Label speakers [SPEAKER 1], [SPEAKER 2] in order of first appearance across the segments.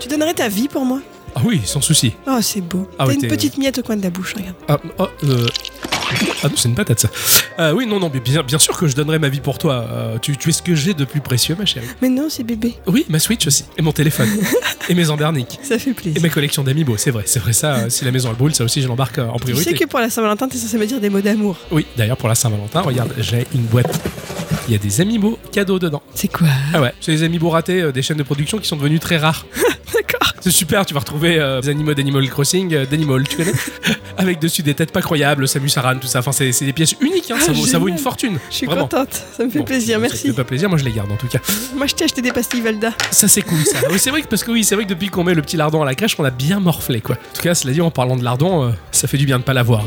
[SPEAKER 1] Tu donnerais ta vie pour moi
[SPEAKER 2] Ah oui, sans souci.
[SPEAKER 1] Oh, c'est beau.
[SPEAKER 2] Ah
[SPEAKER 1] T'as
[SPEAKER 2] ouais,
[SPEAKER 1] une
[SPEAKER 2] t'es-
[SPEAKER 1] petite miette au coin de la bouche, regarde.
[SPEAKER 2] Ah, oh, euh, ah non, c'est une patate ça. Euh, oui, non, non, mais bien, bien sûr que je donnerai ma vie pour toi. Euh, tu, tu es ce que j'ai de plus précieux, ma chérie.
[SPEAKER 1] Mais non, c'est bébé.
[SPEAKER 2] Oui, ma Switch aussi. Et mon téléphone. et mes emberniques.
[SPEAKER 1] Ça fait
[SPEAKER 2] Et
[SPEAKER 1] plaisir.
[SPEAKER 2] ma collection d'amiibo, c'est vrai, c'est vrai ça. euh, si la maison elle brûle, ça aussi je l'embarque euh,
[SPEAKER 1] Tu
[SPEAKER 2] en
[SPEAKER 1] sais
[SPEAKER 2] priorité.
[SPEAKER 1] que pour la Saint-Valentin, t'es censé me dire des mots d'amour.
[SPEAKER 2] Oui, d'ailleurs pour la Saint-Valentin, regarde, j'ai une boîte. Il y a des amiibo cadeaux dedans.
[SPEAKER 1] C'est quoi
[SPEAKER 2] Ah ouais, c'est des amiibo ratés euh, des chaînes de production qui sont devenues très rares.
[SPEAKER 1] D'accord.
[SPEAKER 2] C'est super, tu vas retrouver euh, des animaux d'Animal Crossing, euh, d'Animal, tu connais Avec dessus des têtes pas croyables, Samus Aran, tout ça. Enfin, c'est c'est des pièces uniques, hein, ça,
[SPEAKER 1] Ah,
[SPEAKER 2] vaut, ça vaut une
[SPEAKER 1] génial.
[SPEAKER 2] fortune.
[SPEAKER 1] Je suis
[SPEAKER 2] Vraiment.
[SPEAKER 1] contente. Ça me fait
[SPEAKER 2] Bon,
[SPEAKER 1] plaisir,
[SPEAKER 2] Ça te
[SPEAKER 1] merci.
[SPEAKER 2] fait pas plaisir, moi je les garde en tout cas.
[SPEAKER 1] Moi, je t'ai acheté des pastilles Valda.
[SPEAKER 2] Ça c'est cool ça. Oui, c'est vrai que parce que oui, c'est vrai que depuis qu'on met le petit lardon à la crèche, on a bien morflé quoi. En tout cas, cela dit, en parlant de lardon, euh, ça fait du bien de pas l'avoir.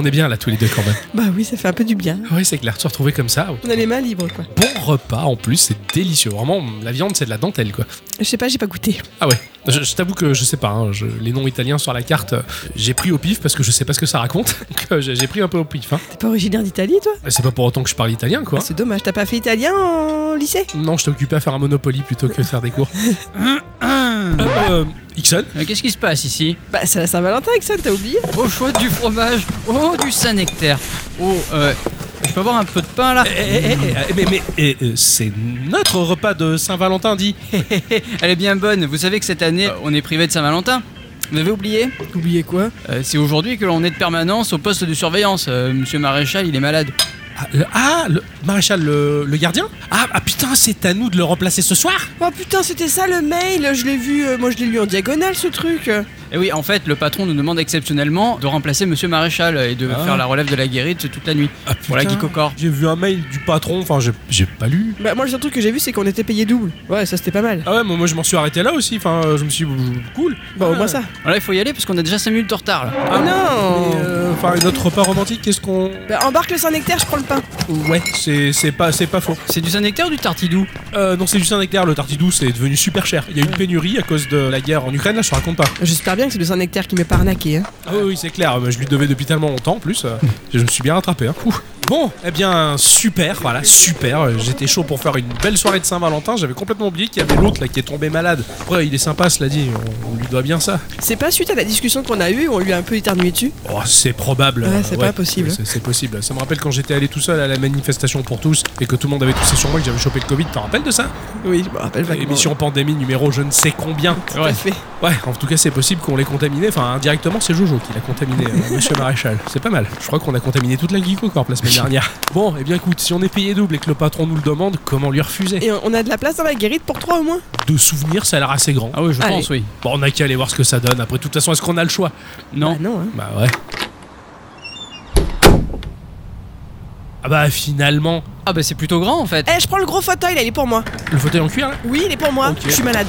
[SPEAKER 2] On est bien là tous les deux quand même.
[SPEAKER 1] Bah oui, ça fait un peu du bien.
[SPEAKER 2] Oui, Ah c'est clair, se retrouver comme ça.
[SPEAKER 1] On a les mains libres, quoi.
[SPEAKER 2] Bon repas en plus, c'est délicieux. Vraiment, la viande c'est de la dentelle quoi.
[SPEAKER 1] Je sais pas, j'ai pas goûté.
[SPEAKER 2] Ah ouais, je, je t'avoue que je sais pas, hein, je- les noms italiens sur la carte, euh, j'ai pris au pif parce que je sais pas ce que ça raconte. Donc, euh, j'ai j'ai pris un peu au pif. Hein.
[SPEAKER 1] T'es pas originaire d'Italie, toi
[SPEAKER 2] Mais C'est pas pour autant que je parle italien quoi.
[SPEAKER 1] Ah, C'est dommage. T'as pas fait italien en lycée
[SPEAKER 2] Non, je t'occupais à faire un Monopoly plutôt que de faire des cours. Euh, euh, Ixon
[SPEAKER 3] Mais Qu'est-ce qui se passe ici
[SPEAKER 1] Bah, c'est la Saint-Valentin, Exxon, t'as oublié
[SPEAKER 3] Oh, chouette du fromage Oh, du Saint-Nectaire Oh, euh, je peux avoir un peu de pain là
[SPEAKER 2] Eh, eh, eh, eh, mais mais eh, euh, c'est notre repas de Saint-Valentin dit.
[SPEAKER 3] Elle est bien bonne, vous savez que cette année, euh, on est privé de Saint-Valentin vous avez oublié
[SPEAKER 1] Oublié quoi
[SPEAKER 3] Euh, C'est aujourd'hui que l'on est de permanence au poste de surveillance. Euh, Monsieur Maréchal, il est malade.
[SPEAKER 2] Ah, le, ah, le- maréchal le, le gardien ah, ah, putain, c'est à nous de le remplacer ce soir
[SPEAKER 1] Oh putain, c'était ça le mail Je l'ai vu, euh, moi je l'ai lu en diagonale ce truc
[SPEAKER 3] Et Eh oui, en fait, le patron nous demande exceptionnellement de remplacer Monsieur Maréchal et de
[SPEAKER 2] Ah.
[SPEAKER 3] faire la relève de la guérite toute la nuit.
[SPEAKER 2] ah,
[SPEAKER 3] Voilà, Guicocor.
[SPEAKER 2] J'ai vu un mail du patron, enfin j'ai- j'ai pas lu.
[SPEAKER 1] Bah, moi le seul truc que j'ai vu, c'est qu'on était payé double. Ouais, ça c'était pas mal.
[SPEAKER 2] Ah ouais, moi, moi, je m'en suis arrêté là aussi, enfin euh, je me suis dit, cool.
[SPEAKER 1] Bah, au moins ça.
[SPEAKER 3] Alors là, il faut y aller parce qu'on a déjà 5 minutes de retard là.
[SPEAKER 1] Oh non
[SPEAKER 2] Mais, euh, Enfin, notre repas romantique, qu'est-ce qu'on.
[SPEAKER 1] Bah, embarque le Saint-Nectaire, je prends le pain.
[SPEAKER 2] Ouais, c'est c'est pas, c'est pas faux.
[SPEAKER 3] C'est du Saint-Nectaire ou du Tartidou
[SPEAKER 2] Euh, non, c'est juste un hectare, le tartidou, c'est devenu super cher. Il y a eu une pénurie à cause de la guerre en Ukraine, là, je te raconte pas.
[SPEAKER 1] J'espère bien que c'est le Saint-Nectaire qui m'est pas arnaqué. Hein.
[SPEAKER 2] Ah oui, oui, c'est clair, mais je lui devais depuis tellement longtemps en plus, euh, je me suis bien rattrapé. hein. Ouh. Bon, eh bien, super, voilà, super. euh, J'étais chaud pour faire une belle soirée de Saint-Valentin, j'avais complètement oublié qu'il y avait l'autre là qui est tombé malade. Après, il est sympa, cela dit, on, on lui doit bien ça.
[SPEAKER 1] C'est pas suite à la discussion qu'on a eue où on lui a un peu éternué dessus
[SPEAKER 2] Oh, c'est probable.
[SPEAKER 1] Ouais,
[SPEAKER 2] euh,
[SPEAKER 1] c'est pas possible.
[SPEAKER 2] C'est c'est possible. Ça me rappelle quand j'étais allé tout seul à la manifestation pour tous et que tout le monde avait toussé sur moi, que j'avais chopé le Covid, t'en rappelles de ça
[SPEAKER 1] Oui, je me rappelle vaguement.
[SPEAKER 2] Émission pandémie numéro je ne sais combien.
[SPEAKER 1] Tout à fait.
[SPEAKER 2] Ouais, en tout cas, c'est possible qu'on l'ait contaminé. Enfin, indirectement, c'est Jojo qui l'a contaminé, euh, monsieur Maréchal. C'est pas mal. Je crois qu'on a contaminé toute la Geeko Corp la semaine dernière. Bon, eh bien, écoute, si on est payé double et que le patron nous le demande, comment lui refuser
[SPEAKER 1] Et on on a de la place dans la guérite pour trois au moins
[SPEAKER 2] De souvenirs, ça a l'air assez grand.
[SPEAKER 3] Ah oui, je
[SPEAKER 1] Allez.
[SPEAKER 3] pense, oui.
[SPEAKER 2] Bon, on a qu'à aller voir ce que ça donne. Après, de toute façon, est-ce qu'on a le choix
[SPEAKER 3] Non.
[SPEAKER 1] Bah non, hein.
[SPEAKER 2] Bah ouais. Ah bah finalement,
[SPEAKER 3] Ah bah c'est plutôt grand en fait.
[SPEAKER 1] Eh, je prends le gros fauteuil là, il est pour moi.
[SPEAKER 2] le fauteuil en cuir là
[SPEAKER 1] Oui, il est pour moi.
[SPEAKER 2] Ok.
[SPEAKER 1] Je suis malade.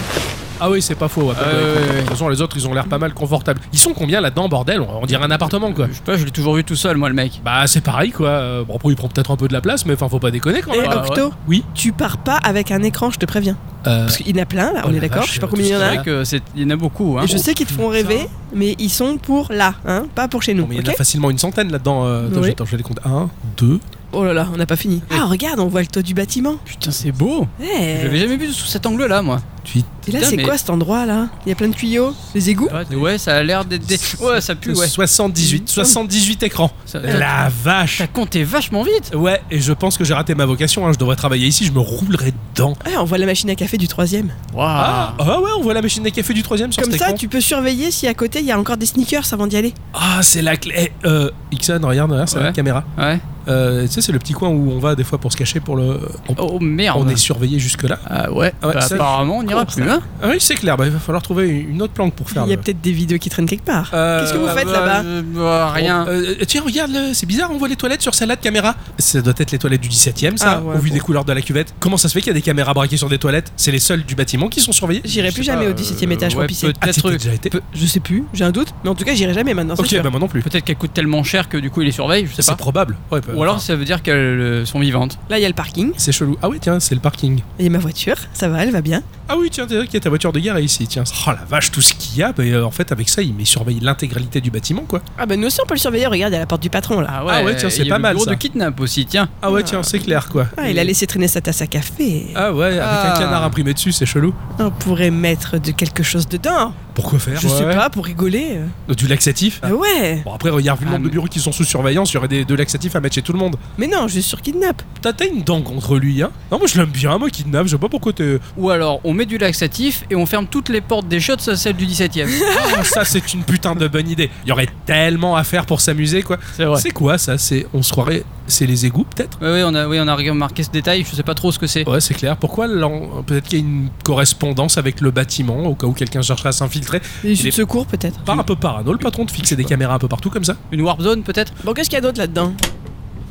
[SPEAKER 2] Ah oui, c'est pas faux. ouais, pas
[SPEAKER 3] Euh,
[SPEAKER 2] de-
[SPEAKER 3] ouais, ouais,
[SPEAKER 2] De
[SPEAKER 3] ouais.
[SPEAKER 2] toute façon, les autres, ils ont l'air pas mal confortables. Ils sont combien là-dedans, bordel on, on dirait un appartement quoi.
[SPEAKER 3] Je sais pas, je l'ai toujours vu tout seul, moi, le mec.
[SPEAKER 2] Bah c'est pareil quoi. Euh, Bon après il prend peut-être un peu de la place mais enfin faut pas déconner quand
[SPEAKER 1] Eh,
[SPEAKER 2] même.
[SPEAKER 3] ouais.
[SPEAKER 1] Octo,
[SPEAKER 2] Oui.
[SPEAKER 1] tu pars pas avec un écran, je te préviens.
[SPEAKER 2] Euh,
[SPEAKER 1] Parce qu'il y en a plein là,
[SPEAKER 2] oh
[SPEAKER 1] on est
[SPEAKER 2] la
[SPEAKER 1] d'accord
[SPEAKER 2] vache,
[SPEAKER 1] Je sais pas
[SPEAKER 2] euh,
[SPEAKER 1] combien il y en
[SPEAKER 2] tout
[SPEAKER 1] a.
[SPEAKER 2] ça,
[SPEAKER 3] C'est vrai que c'est, il y en a beaucoup, hein.
[SPEAKER 1] Et je sais qu'ils te font rêver, mais ils sont pour là, hein, pas pour chez nous.
[SPEAKER 2] non, mais il y en a
[SPEAKER 1] ok
[SPEAKER 2] facilement une centaine là-dedans. euh, attends,
[SPEAKER 1] Oui.
[SPEAKER 2] je- attends, je vais les compter. 1, 2.
[SPEAKER 1] oh là là, on n'a pas fini. Ah, regarde, on voit le toit du bâtiment.
[SPEAKER 3] Putain, c'est beau.
[SPEAKER 1] Eh,
[SPEAKER 3] Je l'avais jamais vu sous cet angle-là, moi.
[SPEAKER 1] Et là,
[SPEAKER 3] Putain,
[SPEAKER 1] c'est
[SPEAKER 3] mais-
[SPEAKER 1] quoi cet endroit là Il y a plein de tuyaux, les égouts.
[SPEAKER 3] Ouais, ça a l'air d'être. des- Ouais, ça pue, ouais.
[SPEAKER 2] 78. 78 écrans. Euh,
[SPEAKER 3] Ça-
[SPEAKER 2] La vache.
[SPEAKER 3] T'as compté vachement vite.
[SPEAKER 2] Ouais, et je pense que j'ai raté ma vocation. hein. Je devrais travailler ici, je me roulerais dedans.
[SPEAKER 1] Ah, on voit la machine à café du troisième.
[SPEAKER 2] Ah, ah ouais, on voit la machine à café du troisième sur
[SPEAKER 1] Comme
[SPEAKER 2] cet
[SPEAKER 1] ça,
[SPEAKER 2] écran.
[SPEAKER 1] tu peux surveiller si à côté il y a encore des sneakers avant d'y aller.
[SPEAKER 2] Ah, c'est la clé. Eh, Euh, Ixon, regarde derrière, c'est la
[SPEAKER 3] Ouais.
[SPEAKER 2] caméra.
[SPEAKER 3] Ouais.
[SPEAKER 2] Euh, tu sais, c'est le petit coin où on va des fois pour se cacher pour le. On,
[SPEAKER 3] Oh merde.
[SPEAKER 2] on est surveillé jusque-là.
[SPEAKER 3] Ah ouais.
[SPEAKER 2] Ah ouais,
[SPEAKER 3] Bah,
[SPEAKER 2] ça-
[SPEAKER 3] apparemment, on n'ira
[SPEAKER 1] court,
[SPEAKER 3] plus, hein.
[SPEAKER 2] Ah oui, c'est clair. Bah, il va falloir trouver une autre planque pour faire.
[SPEAKER 1] Il y a
[SPEAKER 2] le-
[SPEAKER 1] peut-être des vidéos qui traînent quelque part.
[SPEAKER 2] Euh,
[SPEAKER 1] Qu'est-ce que vous
[SPEAKER 2] bah,
[SPEAKER 1] faites
[SPEAKER 3] Bah,
[SPEAKER 1] là-bas
[SPEAKER 3] je- bah, rien.
[SPEAKER 2] Euh, euh, tiens, regarde, le- c'est bizarre, on voit les toilettes sur celle-là de caméra. Ça doit être les toilettes du 17ème, ça,
[SPEAKER 1] Ah ouais,
[SPEAKER 2] au vu
[SPEAKER 1] bon.
[SPEAKER 2] des couleurs de la cuvette. Comment ça se fait qu'il y a des caméras braquées sur des toilettes C'est les seules du bâtiment qui sont surveillées
[SPEAKER 1] J'irai
[SPEAKER 3] Je
[SPEAKER 1] plus
[SPEAKER 3] sais
[SPEAKER 1] jamais
[SPEAKER 3] pas,
[SPEAKER 1] au 17ème
[SPEAKER 3] euh,
[SPEAKER 1] étage pour
[SPEAKER 3] ouais,
[SPEAKER 1] pisser.
[SPEAKER 2] Ah, t'y
[SPEAKER 3] Peut-être-
[SPEAKER 2] t'es déjà été
[SPEAKER 1] Peu- Je sais plus, j'ai un doute, mais en tout cas, j'irai jamais maintenant. c'est
[SPEAKER 2] Ok,
[SPEAKER 1] sûr.
[SPEAKER 2] bah moi non plus.
[SPEAKER 3] Peut-être qu'elle coûte tellement cher que du coup, il les surveille, je sais
[SPEAKER 2] C'est
[SPEAKER 3] pas.
[SPEAKER 2] probable. Ouais, bah, peut-
[SPEAKER 3] Ou alors ça veut dire qu'elles euh, sont vivantes.
[SPEAKER 1] Là, il y a le parking.
[SPEAKER 2] C'est chelou. Ah oui, tiens, c'est le parking.
[SPEAKER 1] Il y a ma voiture. Ça va, elle va bien.
[SPEAKER 2] Ah oui, tiens, t'es vrai qu'il y a ta voiture de guerre est ici, tiens. Oh la vache, tout ce qu'il y a, bah, euh, en fait, avec ça, il met- surveille l'intégralité du bâtiment, quoi.
[SPEAKER 1] Ah bah nous aussi, on peut le surveiller. Regarde, il y a la porte du patron là.
[SPEAKER 2] Ah ouais, tiens,
[SPEAKER 3] et
[SPEAKER 2] c'est
[SPEAKER 3] Ah il y a
[SPEAKER 2] pas
[SPEAKER 3] le
[SPEAKER 2] mal,
[SPEAKER 3] bureau
[SPEAKER 2] ça.
[SPEAKER 3] de kidnap aussi, tiens.
[SPEAKER 2] Ah ouais, tiens, c'est clair, quoi.
[SPEAKER 1] Ah, il a laissé traîner sa tasse à café.
[SPEAKER 2] Ah ouais, avec
[SPEAKER 3] Ah.
[SPEAKER 2] un canard imprimé dessus, c'est chelou.
[SPEAKER 1] On pourrait mettre de quelque chose dedans.
[SPEAKER 2] Pourquoi faire
[SPEAKER 1] Je
[SPEAKER 2] ouais.
[SPEAKER 1] sais pas, pour rigoler.
[SPEAKER 2] Euh, Du laxatif
[SPEAKER 1] Ah ouais.
[SPEAKER 2] Bon, après, regarde, vu le
[SPEAKER 3] Ah,
[SPEAKER 2] nombre de
[SPEAKER 3] mais-
[SPEAKER 2] bureaux qui sont sous surveillance, il y aurait des, de laxatifs à mettre chez tout le monde.
[SPEAKER 1] Mais non, je suis sur kidnap.
[SPEAKER 2] T'as t'as une dent contre lui, hein Non, moi je l'aime bien, moi kidnap, je sais pas pourquoi t'es.
[SPEAKER 3] Ou alors on met du laxatif et on ferme toutes les portes des shots à celle du 17ème.
[SPEAKER 2] Ah, ça c'est une putain de bonne idée. Il y aurait tellement à faire pour s'amuser, quoi.
[SPEAKER 3] c'est
[SPEAKER 2] C'est quoi ça C'est on se croirait, c'est les égouts peut-être
[SPEAKER 3] Ouais, ouais, on a, oui, on a remarqué ce détail, je sais pas trop ce que c'est.
[SPEAKER 2] Ouais, c'est clair. Pourquoi l'en- peut-être qu'il y a une correspondance avec le bâtiment au cas où quelqu'un chercherait à s'infiltrer
[SPEAKER 1] Les issues
[SPEAKER 2] Il est-
[SPEAKER 1] de secours peut-être.
[SPEAKER 2] Pas un peu parano le patron de fixer des caméras un peu partout comme ça
[SPEAKER 3] Une warp zone peut-être
[SPEAKER 1] Bon, qu'est-ce qu'il y a d'autre là-dedans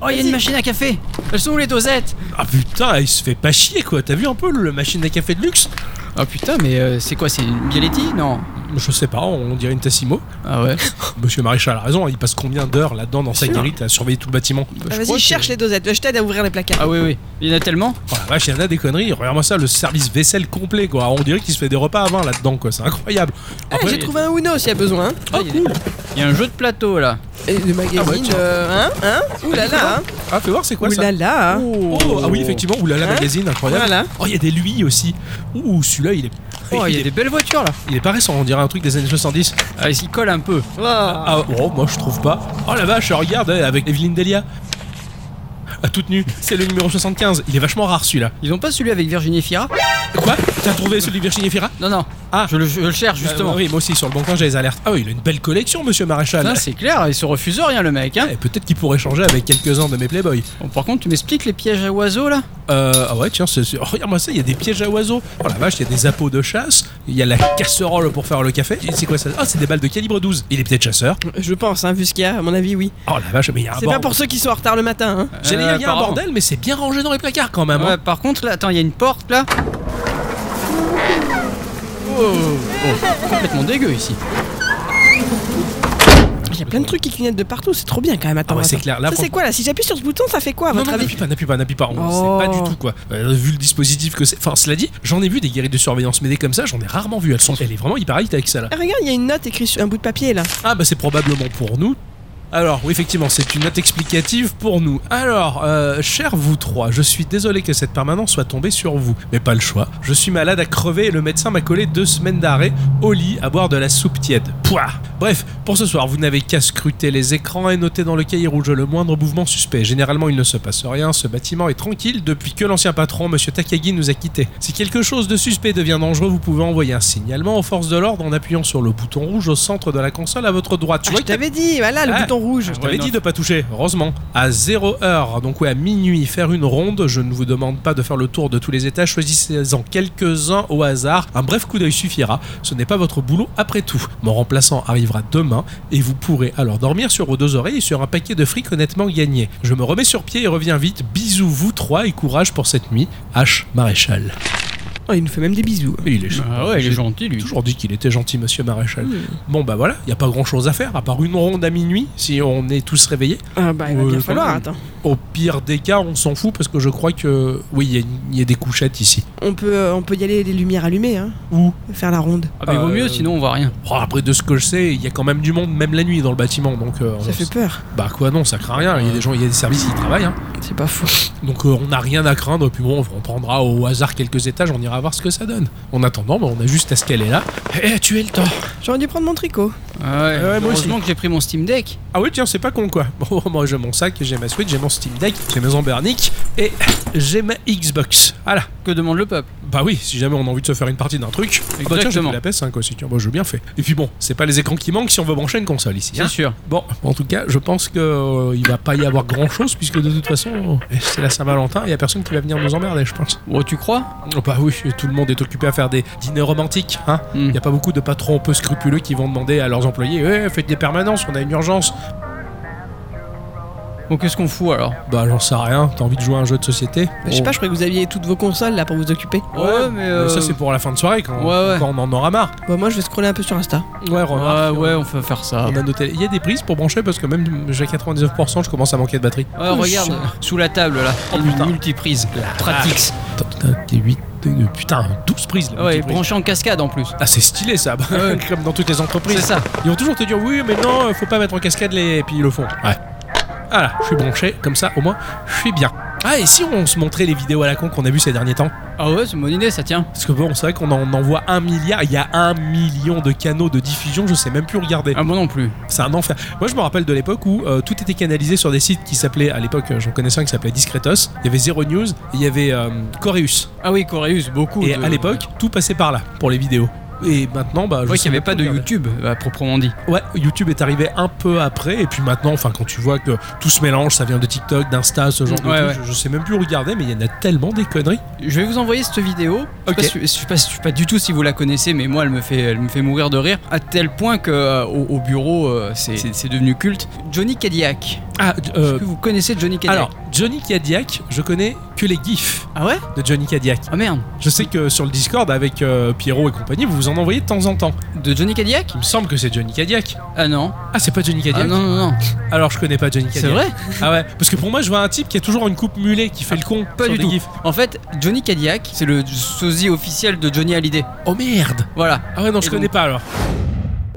[SPEAKER 3] Oh, il y a une
[SPEAKER 1] Vas-y.
[SPEAKER 3] machine à café Elles sont où les dosettes
[SPEAKER 2] Ah putain, il se fait pas chier quoi. T'as vu un peu le machine à café de luxe
[SPEAKER 3] Oh putain, mais euh, c'est quoi C'est une Bialetti Non.
[SPEAKER 2] Je sais pas, on dirait une Tassimo.
[SPEAKER 3] Ah ouais
[SPEAKER 2] Monsieur Maréchal a raison, il passe combien d'heures là-dedans dans sa
[SPEAKER 1] Sûr.
[SPEAKER 2] guérite à surveiller tout le bâtiment
[SPEAKER 3] Bah,
[SPEAKER 1] Ah, Vas-y, cherche les dosettes. Je t'aide à ouvrir les placards.
[SPEAKER 3] Ah oui, oui. Il y en a tellement
[SPEAKER 2] Oh la vache, il y en a des conneries. Regarde-moi ça, le service vaisselle complet, quoi. On dirait qu'il se fait des repas avant là-dedans, quoi. C'est incroyable.
[SPEAKER 1] Ah,
[SPEAKER 2] Après,
[SPEAKER 1] j'ai trouvé un Uno s'il y a besoin. hein.
[SPEAKER 2] Oh,
[SPEAKER 3] il y a-
[SPEAKER 2] cool
[SPEAKER 3] Il y a un jeu de plateau là.
[SPEAKER 1] Et le magazine,
[SPEAKER 2] Ah ouais, tiens.
[SPEAKER 1] euh, hein Hein Ouh là là hein
[SPEAKER 2] Ah, fais voir, c'est quoi
[SPEAKER 1] Ouh
[SPEAKER 2] ça
[SPEAKER 1] là là hein.
[SPEAKER 2] Oh, ah oui, effectivement. Oulala
[SPEAKER 1] Hein
[SPEAKER 2] magazine, incroyable.
[SPEAKER 1] Voilà.
[SPEAKER 2] Oh, il y a des lui aussi. Ouh, celui-là, il est.
[SPEAKER 3] Oh, il y
[SPEAKER 2] il,
[SPEAKER 3] a
[SPEAKER 2] est...
[SPEAKER 3] des belles voitures là.
[SPEAKER 2] il est paraissant, on dirait un truc des années 70.
[SPEAKER 3] Ah, il s'y colle un peu.
[SPEAKER 1] Ah.
[SPEAKER 2] Ah, oh, moi je trouve pas. Oh la vache, regarde, eh, avec Evelyne Delia. Ah, toute nue, c'est le numéro 75. Il est vachement rare celui-là.
[SPEAKER 3] Ils ont pas celui avec Virginie Fira
[SPEAKER 2] Quoi T'as trouvé celui de Virginie Fira
[SPEAKER 3] Non, non.
[SPEAKER 2] Ah.
[SPEAKER 3] je le, je le cherche justement.
[SPEAKER 2] Euh, oui, moi aussi, sur le bon coin, j'ai les alertes. Ah oui, il a une belle collection, monsieur Maréchal.
[SPEAKER 3] Putain, Ah, c'est clair, il se refuse rien le mec. Hein.
[SPEAKER 2] Et peut-être qu'il pourrait changer avec quelques-uns de mes Playboy.
[SPEAKER 3] Bon, par contre, tu m'expliques les pièges à oiseaux là
[SPEAKER 2] Euh, ah ouais, tiens, c'est- c'est- oh, regarde-moi ça, il y a des pièges à oiseaux. Oh la vache, il y a des appos de chasse, il y a la casserole pour faire le café. C'est quoi ça Ah, c'est des balles de calibre 12. Il est peut-être chasseur.
[SPEAKER 1] Je pense, hein, vu ce qu'il y a, à mon avis, oui.
[SPEAKER 2] Oh la vache, mais il y a un
[SPEAKER 1] C'est pas
[SPEAKER 2] bordel.
[SPEAKER 1] pour ceux qui sont en retard le matin. Hein.
[SPEAKER 2] J'allais
[SPEAKER 3] Euh,
[SPEAKER 2] dire, il y a un
[SPEAKER 3] apparemment.
[SPEAKER 2] bordel, mais c'est bien rangé dans les placards quand même. hein.
[SPEAKER 3] Ouais, par contre, là, attends, il y a une porte là. Oh, oh, complètement dégueu ici.
[SPEAKER 1] Il y a plein de trucs qui clignotent de partout, c'est trop bien quand même. Attends,
[SPEAKER 2] Ah ouais, c'est
[SPEAKER 1] attends.
[SPEAKER 2] clair, là,
[SPEAKER 1] ça
[SPEAKER 2] pour-
[SPEAKER 1] c'est quoi là Si j'appuie sur ce bouton, ça fait quoi à
[SPEAKER 2] Non,
[SPEAKER 1] votre
[SPEAKER 2] non,
[SPEAKER 1] avis
[SPEAKER 2] n'appuie pas, n'appuie pas, n'appuie pas. On
[SPEAKER 1] Oh.
[SPEAKER 2] sait pas du tout quoi. Euh, vu le dispositif que c'est. Enfin, cela dit, j'en ai vu des guérilles de surveillance mêlée comme ça, j'en ai rarement vu. Elles sont. Elle est vraiment hyper high avec ça là.
[SPEAKER 1] Ah, Regarde, il y a une note écrite sur un bout de papier là.
[SPEAKER 2] Ah bah c'est probablement pour nous. Alors oui effectivement c'est une note explicative pour nous. Alors euh, chers vous trois, je suis désolé que cette permanence soit tombée sur vous, mais pas le choix. Je suis malade à crever et le médecin m'a collé deux semaines d'arrêt au lit à boire de la soupe tiède. Pouah Bref, pour ce soir vous n'avez qu'à scruter les écrans et noter dans le cahier rouge le moindre mouvement suspect. Généralement il ne se passe rien, ce bâtiment est tranquille depuis que l'ancien patron Monsieur Takagi nous a quittés. Si quelque chose de suspect devient dangereux, vous pouvez envoyer un signalement aux forces de l'ordre en appuyant sur le bouton rouge au centre de la console à votre droite. Tu
[SPEAKER 1] Ah,
[SPEAKER 2] vois
[SPEAKER 1] je t'avais dit, voilà le
[SPEAKER 2] Ah.
[SPEAKER 1] bouton rouge.
[SPEAKER 2] je t'avais
[SPEAKER 3] non.
[SPEAKER 2] dit de pas toucher, heureusement. À 0 heure, donc ouais, à minuit, faire une ronde. Je ne vous demande pas de faire le tour de tous les étages, choisissez-en quelques-uns au hasard. Un bref coup d'œil suffira. Ce n'est pas votre boulot après tout. Mon remplaçant arrivera demain et vous pourrez alors dormir sur vos deux oreilles et sur un paquet de fric honnêtement gagné. Je me remets sur pied et reviens vite. Bisous vous trois et courage pour cette nuit. H. Maréchal.
[SPEAKER 1] Oh, il nous fait même des bisous.
[SPEAKER 2] Mais il est
[SPEAKER 3] Ah ouais, il est
[SPEAKER 2] J'ai
[SPEAKER 3] gentil lui.
[SPEAKER 2] toujours dit qu'il était gentil, monsieur Maréchal.
[SPEAKER 1] Hmm.
[SPEAKER 2] Bon, bah voilà, il n'y a pas grand chose à faire, à part une ronde à minuit, si on est tous réveillés.
[SPEAKER 1] Ah bah il va
[SPEAKER 2] Ouais,
[SPEAKER 1] bien
[SPEAKER 2] quand
[SPEAKER 1] falloir,
[SPEAKER 2] même.
[SPEAKER 1] attends.
[SPEAKER 2] Au pire des cas, on s'en fout parce que je crois que. Oui, il y a une- il y, a des couchettes ici.
[SPEAKER 1] On peut, euh, on peut y aller les lumières allumées, hein,
[SPEAKER 2] Où
[SPEAKER 1] faire la ronde.
[SPEAKER 3] Ah, mais il vaut
[SPEAKER 2] Euh,
[SPEAKER 3] mieux, sinon on voit rien.
[SPEAKER 2] Après, de ce que je sais, il y a quand même du monde, même la nuit dans le bâtiment. Donc, euh, on-
[SPEAKER 1] Ça fait peur.
[SPEAKER 2] bah quoi, non, ça craint rien. Il y a des gens, il y a des services qui travaillent. hein.
[SPEAKER 1] C'est pas fou.
[SPEAKER 2] Donc, euh, on n'a rien à craindre. Puis bon, on prendra au hasard quelques étages, on ira voir ce que ça donne. En attendant, bah, on a juste à ce qu'elle est là. Eh, tu es le temps.
[SPEAKER 1] J'aurais dû prendre mon tricot.
[SPEAKER 3] Ah ouais,
[SPEAKER 2] ouais, moi aussi.
[SPEAKER 3] heureusement que j'ai pris mon Steam Deck.
[SPEAKER 2] Ah oui, tiens, c'est pas con quoi. Bon, moi j'ai mon sac, j'ai ma Switch, j'ai mon Steam Deck, j'ai mes Ambernic et j'ai ma Xbox. Voilà.
[SPEAKER 3] Que demande le peuple
[SPEAKER 2] Bah oui, si jamais on a envie de se faire une partie d'un truc. Ah Bah tiens, j'ai
[SPEAKER 3] Exactement.
[SPEAKER 2] pris la PS5 aussi, tiens, bah, j'ai bien fait. Et puis bon, c'est pas les écrans qui manquent si on veut brancher une console ici. hein.
[SPEAKER 3] C'est sûr.
[SPEAKER 2] Bon, en tout cas, je pense que euh, il va pas y avoir grand chose puisque de toute façon, euh, c'est la Saint-Valentin, il y a personne qui va venir nous emmerder, je pense.
[SPEAKER 3] Oh, tu crois
[SPEAKER 2] Oh bah oui, tout le monde est occupé à faire des dîners romantiques, hein.
[SPEAKER 3] Hmm.
[SPEAKER 2] Il y a pas beaucoup de patrons un peu scrupuleux qui vont demander à leurs employés, Eh, faites des permanences, on a une urgence.
[SPEAKER 3] Bon, qu'est-ce qu'on fout alors
[SPEAKER 2] Bah j'en sais rien, t'as envie de jouer à un jeu de société Oh.
[SPEAKER 1] Je sais pas, je croyais que vous aviez toutes vos consoles là pour vous occuper.
[SPEAKER 2] Ouais,
[SPEAKER 3] mais.
[SPEAKER 2] Mais
[SPEAKER 3] euh,
[SPEAKER 2] Ça c'est pour la fin de soirée quand,
[SPEAKER 3] Ouais, ouais.
[SPEAKER 2] quand on en aura marre.
[SPEAKER 1] Bah, moi, je vais scroller un peu sur Insta.
[SPEAKER 2] Ouais,
[SPEAKER 3] Ouais, ouais, on va faire ça.
[SPEAKER 2] On a noté. Il y a des prises pour brancher parce que même j'ai 99%, je commence à manquer de batterie.
[SPEAKER 3] Ouais, regarde, sous la table là,
[SPEAKER 2] Oh,
[SPEAKER 3] une
[SPEAKER 2] putain.
[SPEAKER 3] multiprise. Pratix.
[SPEAKER 2] Attends, putain, t'es 8, putain, 12 prises là.
[SPEAKER 3] Ouais, et
[SPEAKER 2] multiprise.
[SPEAKER 3] branché en cascade en plus.
[SPEAKER 2] Ah, c'est stylé ça,
[SPEAKER 3] Ouais.
[SPEAKER 2] comme dans toutes les
[SPEAKER 3] C'est
[SPEAKER 2] entreprises.
[SPEAKER 3] ça.
[SPEAKER 2] Ils vont toujours te dire oui, mais non, euh, faut pas mettre en cascade les. Et puis ils le font. Ouais. Ah là, je suis branché, comme ça au moins, je suis bien. Ah, et si on se montrait les vidéos à la con qu'on a vu ces derniers temps
[SPEAKER 3] Ah ouais, c'est une bonne idée, ça tient.
[SPEAKER 2] Parce que bon, c'est vrai qu'on en envoie un milliard, il y a un million de canaux de diffusion, je sais même plus regarder.
[SPEAKER 3] Ah, moi non plus.
[SPEAKER 2] C'est un enfer. Moi, je me rappelle de l'époque où euh, tout était canalisé sur des sites qui s'appelaient, à l'époque, euh, j'en connaissais un qui s'appelait Discretos. Il y avait Zero News et il y avait euh, Coreus.
[SPEAKER 3] Ah oui, Coreus, beaucoup.
[SPEAKER 2] Et
[SPEAKER 3] de-
[SPEAKER 2] à l'époque, tout passait par là pour les vidéos. Et maintenant, bah, je
[SPEAKER 3] Ouais,
[SPEAKER 2] sais
[SPEAKER 3] qu'il n'y avait pas
[SPEAKER 2] même
[SPEAKER 3] de
[SPEAKER 2] plus regarder.
[SPEAKER 3] YouTube, bah, proprement dit.
[SPEAKER 2] Ouais, YouTube est arrivé un peu après, et puis maintenant, enfin, quand tu vois que tout se mélange, ça vient de TikTok, d'Insta, ce genre
[SPEAKER 3] Ouais,
[SPEAKER 2] de
[SPEAKER 3] ouais.
[SPEAKER 2] trucs, je, je sais même plus où regarder, mais il y en a tellement des conneries.
[SPEAKER 3] Je vais vous envoyer cette vidéo.
[SPEAKER 2] Ok.
[SPEAKER 3] Je sais pas si- Je sais pas, si- je sais pas du tout si vous la connaissez, mais moi, elle me fait, elle me fait mourir de rire. À tel point que euh, au, au bureau, euh, c'est- c'est c'est devenu culte. Johnny Cadillac.
[SPEAKER 2] Ah,
[SPEAKER 3] Est-ce que vous connaissez Johnny Cadillac
[SPEAKER 2] alors, Johnny Cadillac, je connais que les gifs
[SPEAKER 3] Ah ouais
[SPEAKER 2] de Johnny Cadillac.
[SPEAKER 3] Ah merde.
[SPEAKER 2] Je sais que sur le Discord, avec euh, Pierrot et compagnie, vous vous en envoyez de temps en temps.
[SPEAKER 3] De Johnny Cadillac
[SPEAKER 2] Il me semble que c'est Johnny Cadillac.
[SPEAKER 3] Ah non.
[SPEAKER 2] Ah, c'est pas Johnny
[SPEAKER 3] Ah
[SPEAKER 2] Cadillac
[SPEAKER 3] non, non, non.
[SPEAKER 2] Alors, je connais pas Johnny Cadillac.
[SPEAKER 3] C'est vrai
[SPEAKER 2] Ah ouais, parce que pour moi, je vois un type qui a toujours une coupe mulet, qui fait le con.
[SPEAKER 3] Pas
[SPEAKER 2] sur
[SPEAKER 3] du
[SPEAKER 2] des
[SPEAKER 3] tout.
[SPEAKER 2] gifs.
[SPEAKER 3] En fait, Johnny Cadillac, c'est le sosie officiel de Johnny Hallyday.
[SPEAKER 2] Oh merde
[SPEAKER 3] Voilà.
[SPEAKER 2] Ah ouais, non, je
[SPEAKER 3] Et
[SPEAKER 2] connais
[SPEAKER 3] donc-
[SPEAKER 2] pas alors.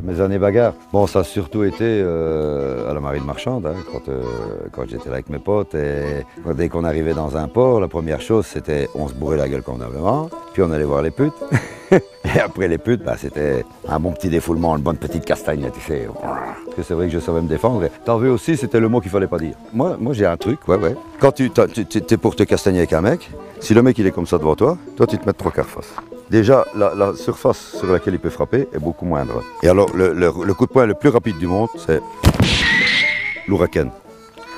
[SPEAKER 4] Mes années bagarres, bon, ça a surtout été euh, à la marine marchande, hein, quand, euh, quand j'étais là avec mes potes. Et quand- dès qu'on arrivait dans un port, la première chose, c'était on se bourrait la gueule convenablement, puis on allait voir les putes. et après les putes, bah, c'était un bon petit défoulement, une bonne petite castagne, tu sais. Parce que c'est vrai que je savais me défendre. Et T'en veux aussi, c'était le mot qu'il fallait pas dire. Moi, moi j'ai un truc, ouais, ouais. Quand tu t'as- tu- tu- t'es pour te castagner avec un mec, si le mec il est comme ça devant toi, toi tu te mets trois quarts face. Déjà, la, la surface sur laquelle il peut frapper est beaucoup moindre. Et alors, le, le- le coup de poing le plus rapide du monde, c'est l'ouraken.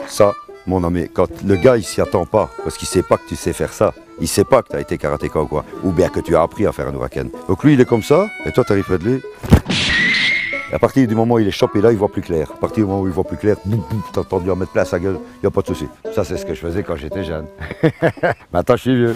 [SPEAKER 4] Ça, mon ami, quand le gars, il s'y attend pas, parce qu'il sait pas que tu sais faire ça. Il sait pas que tu as été karatéka ou quoi, ou bien que tu as appris à faire un ouraken. Donc lui, il est comme ça, et toi, t'arrives près de lui. Et à partir du moment où il est chopé là, il voit plus clair. À partir du moment où il voit plus clair, boum, boum, t'as entendu en mettre plein à sa gueule, y a pas de souci. Ça, c'est ce que je faisais quand j'étais jeune. Maintenant, je suis vieux.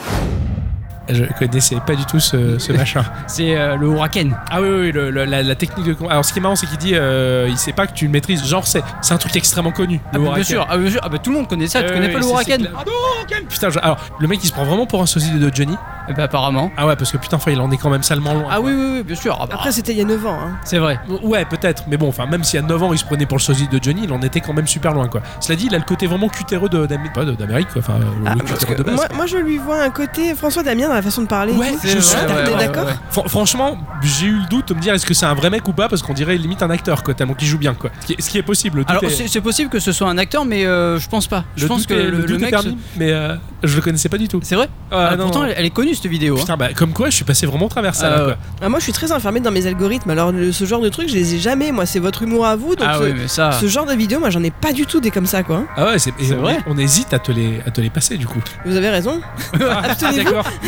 [SPEAKER 2] Ah, Je connaissais pas du tout ce, ce machin.
[SPEAKER 3] C'est euh, le Huracan.
[SPEAKER 2] Ah oui, oui, oui, le- le- la, la technique de. com- Alors, ce qui est marrant, c'est qu'il dit euh, il sait pas que tu le maîtrises. Genre, c'est c'est un truc extrêmement connu.
[SPEAKER 3] Ah,
[SPEAKER 2] le
[SPEAKER 3] bien
[SPEAKER 2] Huracan.
[SPEAKER 3] sûr. Ah, bien sûr. Ah, bah, tout le monde connaît ça. tu
[SPEAKER 2] Euh,
[SPEAKER 3] connais pas
[SPEAKER 2] oui,
[SPEAKER 3] le
[SPEAKER 2] c'est- c'est
[SPEAKER 3] Huracan
[SPEAKER 2] clair. Ah non, quel- Putain, je- alors, le mec il se prend vraiment pour un sosie de Johnny.
[SPEAKER 3] Eh bah, apparemment.
[SPEAKER 2] Ah ouais, parce que putain, enfin, il en est quand même salement loin.
[SPEAKER 3] Ah oui, oui, oui, bien sûr. Ah, bah,
[SPEAKER 1] Après, c'était il y a 9 ans. Hein.
[SPEAKER 3] c'est vrai.
[SPEAKER 2] Ouais, peut-être, mais bon, enfin, même si à 9 ans il se prenait pour le sosie de Johnny, il en était quand même super loin, quoi. Cela dit, il a le côté vraiment cutéreux de- d'Amé- pas de- d'Amérique, quoi. Enfin, euh, le
[SPEAKER 1] Ah, parce
[SPEAKER 2] cutéreux
[SPEAKER 1] que
[SPEAKER 2] de base.
[SPEAKER 1] moi, moi, je lui vois un côté François Damien dans la façon de parler.
[SPEAKER 2] Ouais,
[SPEAKER 1] Vous
[SPEAKER 2] je suis
[SPEAKER 1] êtes
[SPEAKER 2] d'accord.
[SPEAKER 1] d'accord
[SPEAKER 3] ouais, ouais.
[SPEAKER 2] Fran- franchement, j'ai eu le doute de me dire est-ce que c'est un vrai mec ou pas, parce qu'on dirait limite un acteur, quoi, tellement qu'il joue bien, quoi. Ce qui est, ce qui est possible. le doute
[SPEAKER 3] Alors,
[SPEAKER 2] est-
[SPEAKER 3] c'est c'est possible que ce soit un acteur, mais euh, je pense pas. Je
[SPEAKER 2] le
[SPEAKER 3] pense
[SPEAKER 2] doute
[SPEAKER 3] que
[SPEAKER 2] est-
[SPEAKER 3] le, le
[SPEAKER 2] doute est
[SPEAKER 3] mec.
[SPEAKER 2] permis, mais euh, je le connaissais pas du tout.
[SPEAKER 3] C'est vrai
[SPEAKER 2] Ah,
[SPEAKER 3] Ah,
[SPEAKER 2] non,
[SPEAKER 3] Pourtant,
[SPEAKER 2] non.
[SPEAKER 3] elle, elle est connue cette vidéo. hein.
[SPEAKER 2] Putain, bah, comme quoi, je suis passé vraiment à travers ça.
[SPEAKER 3] Ah,
[SPEAKER 2] là,
[SPEAKER 3] ouais.
[SPEAKER 2] quoi.
[SPEAKER 1] Ah, moi, je suis très informée dans mes algorithmes. Alors, le- ce genre de truc, je les ai jamais. Moi, c'est votre humour à vous. Donc,
[SPEAKER 3] Ah
[SPEAKER 1] ce,
[SPEAKER 3] oui, mais ça.
[SPEAKER 1] ce genre de vidéo, moi, j'en ai pas du tout des comme ça, quoi.
[SPEAKER 2] Ah ouais, c'est et
[SPEAKER 3] C'est
[SPEAKER 2] on-
[SPEAKER 3] vrai.
[SPEAKER 2] On hésite à te les, à te les passer, du coup.
[SPEAKER 1] Vous avez raison. Abstenez-vous.
[SPEAKER 2] Ah, D'accord.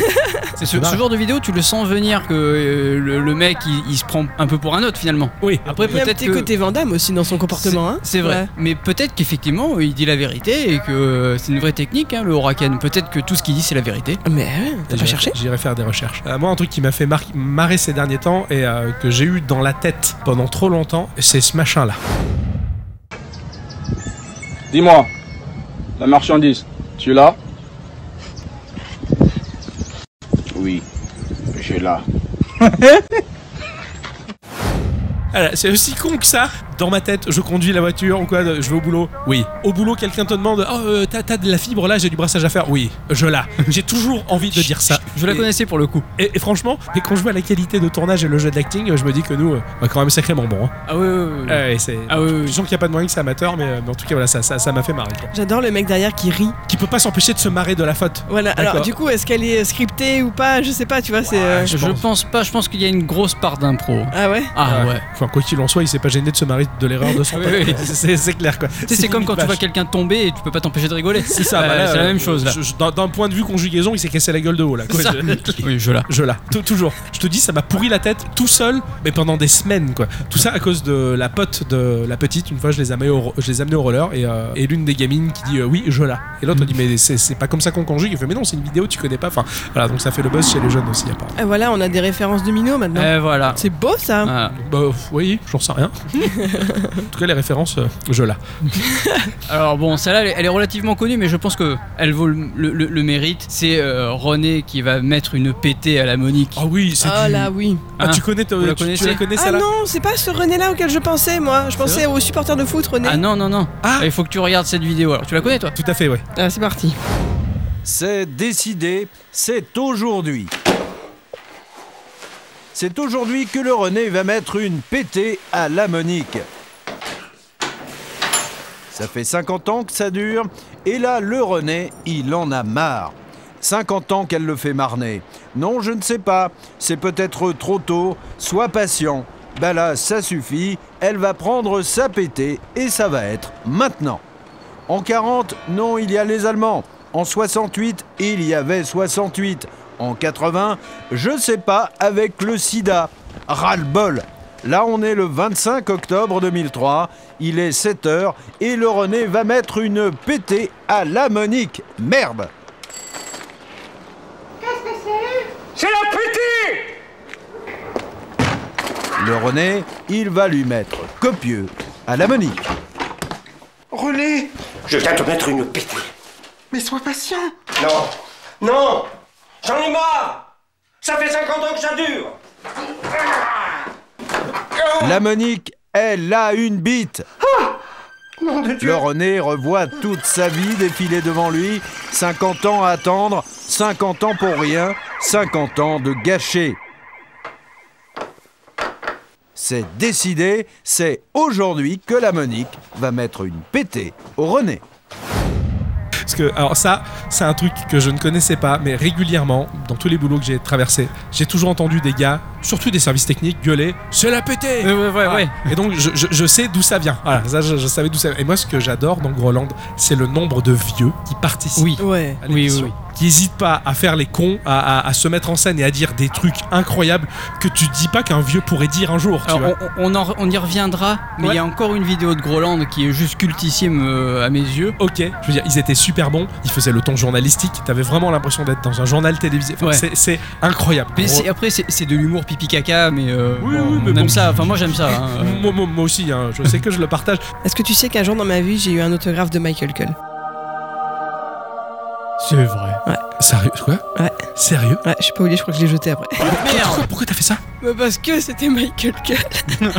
[SPEAKER 3] C'est ce, ce genre de vidéo, tu le sens venir que euh, le, le mec il, il se prend un peu pour un autre finalement.
[SPEAKER 2] Oui.
[SPEAKER 3] Après
[SPEAKER 1] Il y a un
[SPEAKER 3] peut-être
[SPEAKER 1] petit
[SPEAKER 3] que
[SPEAKER 1] côté Vandame aussi dans son comportement. hein.
[SPEAKER 3] c'est vrai,
[SPEAKER 1] Ouais.
[SPEAKER 3] mais peut-être qu'effectivement il dit la vérité et que euh, c'est une vraie technique hein, le Huracan. Peut-être que tout ce qu'il dit c'est la vérité.
[SPEAKER 1] Mais ouais, t'as pas
[SPEAKER 2] J'irai-
[SPEAKER 1] cherché
[SPEAKER 2] J'irai faire des recherches. Euh, Ah, moi, un truc qui m'a fait mar- marrer ces derniers temps et euh, que j'ai eu dans la tête pendant trop longtemps, c'est ce machin-là.
[SPEAKER 5] Dis-moi, la marchandise, tu l'as Oui, je l'ai.
[SPEAKER 2] Ah là, c'est aussi con que ça. Dans ma tête, je conduis la voiture ou quoi, je vais au boulot. Oui. Au boulot, quelqu'un te demande Oh, euh, t'as, t'as de la fibre là, j'ai du brassage à faire. Oui, je l'ai. j'ai toujours envie de dire ça.
[SPEAKER 3] Je la
[SPEAKER 2] Et-
[SPEAKER 3] connaissais pour le coup.
[SPEAKER 2] Et, et franchement, mais quand je vois la qualité de tournage et le jeu de l'acting, je me dis que nous, euh, on est quand même sacrément bon. Hein.
[SPEAKER 3] Ah oui, oui, oui.
[SPEAKER 2] Ouais, c'est.
[SPEAKER 3] Ah oui, oui,
[SPEAKER 2] Je
[SPEAKER 3] oui.
[SPEAKER 2] sens qu'il n'y a pas de moyen que c'est amateur, mais, euh, mais en tout cas, voilà, ça, ça, ça m'a fait marrer. quoi.
[SPEAKER 1] J'adore le mec derrière qui rit.
[SPEAKER 2] Qui peut pas s'empêcher de se marrer de la faute.
[SPEAKER 1] Voilà.
[SPEAKER 2] D'accord.
[SPEAKER 1] Alors, du coup, est-ce qu'elle est scriptée ou pas Je sais pas. Tu vois, c'est. euh,
[SPEAKER 2] je
[SPEAKER 3] Je
[SPEAKER 2] pense.
[SPEAKER 3] pense pas. Je pense qu'il y a une grosse part d'impro.
[SPEAKER 1] Ah ouais.
[SPEAKER 3] Ah ouais.
[SPEAKER 2] Euh, Enfin, quoi qu'il en soit, il s'est pas gêné de se marrer commettre de l'erreur de son
[SPEAKER 3] Ah oui,
[SPEAKER 2] côté.
[SPEAKER 3] oui.
[SPEAKER 2] C'est c'est clair quoi.
[SPEAKER 3] Tu sais, c'est comme quand tu vois
[SPEAKER 2] quelqu'un
[SPEAKER 3] quelqu'un tomber et tu peux pas t'empêcher de rigoler.
[SPEAKER 2] C'est ça,
[SPEAKER 3] Bah,
[SPEAKER 2] bah là,
[SPEAKER 3] c'est la
[SPEAKER 2] euh,
[SPEAKER 3] même chose là.
[SPEAKER 2] je- je- d'un- D'un point de vue conjugaison, il s'est cassé la gueule de haut là. quoi.
[SPEAKER 3] C'est ça.
[SPEAKER 2] Je-
[SPEAKER 3] Oui, je là.
[SPEAKER 2] Je l'ai, tou- toujours. Je te dis, ça m'a pourri la tête tout seul, mais pendant des semaines, quoi. Tout ça à cause de la pote de la petite. Une fois, je les, amenais au, je les amenais au roller et, euh, et l'une des gamines qui dit euh, oui, je l'ai. Et
[SPEAKER 3] Mm.
[SPEAKER 2] l'autre dit, mais c'est c'est pas comme ça qu'on conjugue. Il fait, mais non, c'est une vidéo, tu connais pas. Enfin, voilà, donc ça fait le buzz chez les jeunes aussi, apparemment.
[SPEAKER 1] Et Ah, voilà, on a des références de Minot maintenant.
[SPEAKER 2] Euh,
[SPEAKER 3] Et Euh, voilà.
[SPEAKER 1] C'est beau ça.
[SPEAKER 3] Voilà.
[SPEAKER 2] Bah, euh, oui, j'en sais rien. en tout cas, les références, euh, je l'ai.
[SPEAKER 3] Alors bon, celle-là, elle- elle est relativement connue, mais je pense que elle vaut le, le- le- le mérite. C'est euh, René qui va mettre une pétée à la Monique.
[SPEAKER 2] Ah oui, c'est
[SPEAKER 1] Ah
[SPEAKER 2] du-
[SPEAKER 1] là oui.
[SPEAKER 2] Ah,
[SPEAKER 3] Hein,
[SPEAKER 2] tu connais, te-
[SPEAKER 3] vous la
[SPEAKER 2] tu- tu,
[SPEAKER 3] connaissez
[SPEAKER 2] la connais,
[SPEAKER 1] Ah
[SPEAKER 2] celle-là
[SPEAKER 1] non, c'est pas ce René là auquel je pensais moi. Je pensais au supporter de foot René.
[SPEAKER 3] Ah non, non, non.
[SPEAKER 2] Ah.
[SPEAKER 3] Il faut que tu regardes cette vidéo. Alors tu la connais toi
[SPEAKER 2] Tout à fait, ouais.
[SPEAKER 1] Ah, c'est parti.
[SPEAKER 6] C'est décidé, c'est aujourd'hui. C'est aujourd'hui que le René va mettre une pétée à la Monique. Ça fait 50 ans que ça dure, et là, le René, il en a marre. 50 ans qu'elle le fait marner. Non, je ne sais pas, c'est peut-être trop tôt, sois patient. Bah là, ça suffit, elle va prendre sa pétée, et ça va être maintenant. En 40, non, il y a les Allemands. En 68, il y avait 68. En 80, je sais pas, avec le sida. Ras-le-bol. Là, on est le 25 octobre 2003. Il est 7 h et le René va mettre une pétée à la Monique. Merde! Le René, il va lui mettre copieux à la Monique.
[SPEAKER 7] René,
[SPEAKER 8] Je viens te mettre une pétée.
[SPEAKER 7] mais sois patient.
[SPEAKER 8] Non, non, j'en ai marre. Ça fait 50 ans que ça dure.
[SPEAKER 6] La Monique, elle a une bite.
[SPEAKER 7] Nom de Dieu.
[SPEAKER 6] Le René revoit toute sa vie défiler devant lui. 50 ans à attendre, 50 ans pour rien, 50 ans de gâchés. C'est décidé, c'est aujourd'hui que la Monique va mettre une pétée au René.
[SPEAKER 2] Parce que, alors ça, c'est un truc que je ne connaissais pas, mais régulièrement, dans tous les boulots que j'ai traversés, j'ai toujours entendu des gars, surtout des services techniques, gueuler « C'est la pété
[SPEAKER 3] Ouais, ouais, ouais, ouais.
[SPEAKER 2] Et donc, je, je- je sais d'où ça vient. Voilà, ça, je, je savais d'où ça vient. Et moi, ce que j'adore dans Groland, c'est le nombre de vieux qui participent.
[SPEAKER 3] Oui.
[SPEAKER 1] Ouais.
[SPEAKER 2] à
[SPEAKER 3] Oui,
[SPEAKER 2] l'émission,
[SPEAKER 3] oui,
[SPEAKER 2] Qui hésitent pas à faire les cons, à, à- à se mettre en scène et à dire des trucs incroyables que tu dis pas qu'un vieux pourrait dire un jour. tu
[SPEAKER 3] Alors,
[SPEAKER 2] vois.
[SPEAKER 3] on, on- on en re- on y reviendra, mais il
[SPEAKER 2] Ouais.
[SPEAKER 3] y a encore une vidéo de Groland qui est juste cultissime euh, à mes yeux.
[SPEAKER 2] Ok, je veux dire, ils étaient super bons, ils faisaient le ton journalistique, t'avais vraiment l'impression d'être dans un journal télévisé. Enfin,
[SPEAKER 3] Ouais.
[SPEAKER 2] c'est- C'est incroyable.
[SPEAKER 3] Mais c'est- après, c'est c'est de l'humour pipi caca, mais euh,
[SPEAKER 2] Oui,
[SPEAKER 3] bon,
[SPEAKER 2] oui,
[SPEAKER 3] on
[SPEAKER 2] mais
[SPEAKER 3] aime
[SPEAKER 2] bon.
[SPEAKER 3] ça. Enfin, moi j'aime ça. hein. Euh,
[SPEAKER 2] Moi, moi- moi aussi, hein, je sais que je le partage.
[SPEAKER 1] Est-ce que tu sais qu'un jour dans ma vie j'ai eu un autographe de Michael Cull
[SPEAKER 3] C'est vrai.
[SPEAKER 2] Sérieux Quoi
[SPEAKER 1] Ouais.
[SPEAKER 2] Sérieux
[SPEAKER 1] Ouais, je sais pas où il est, je crois que je l'ai jeté après.
[SPEAKER 2] Ah, Pourquoi, pourquoi t'as fait ça
[SPEAKER 1] Mais parce que c'était Michael Cull.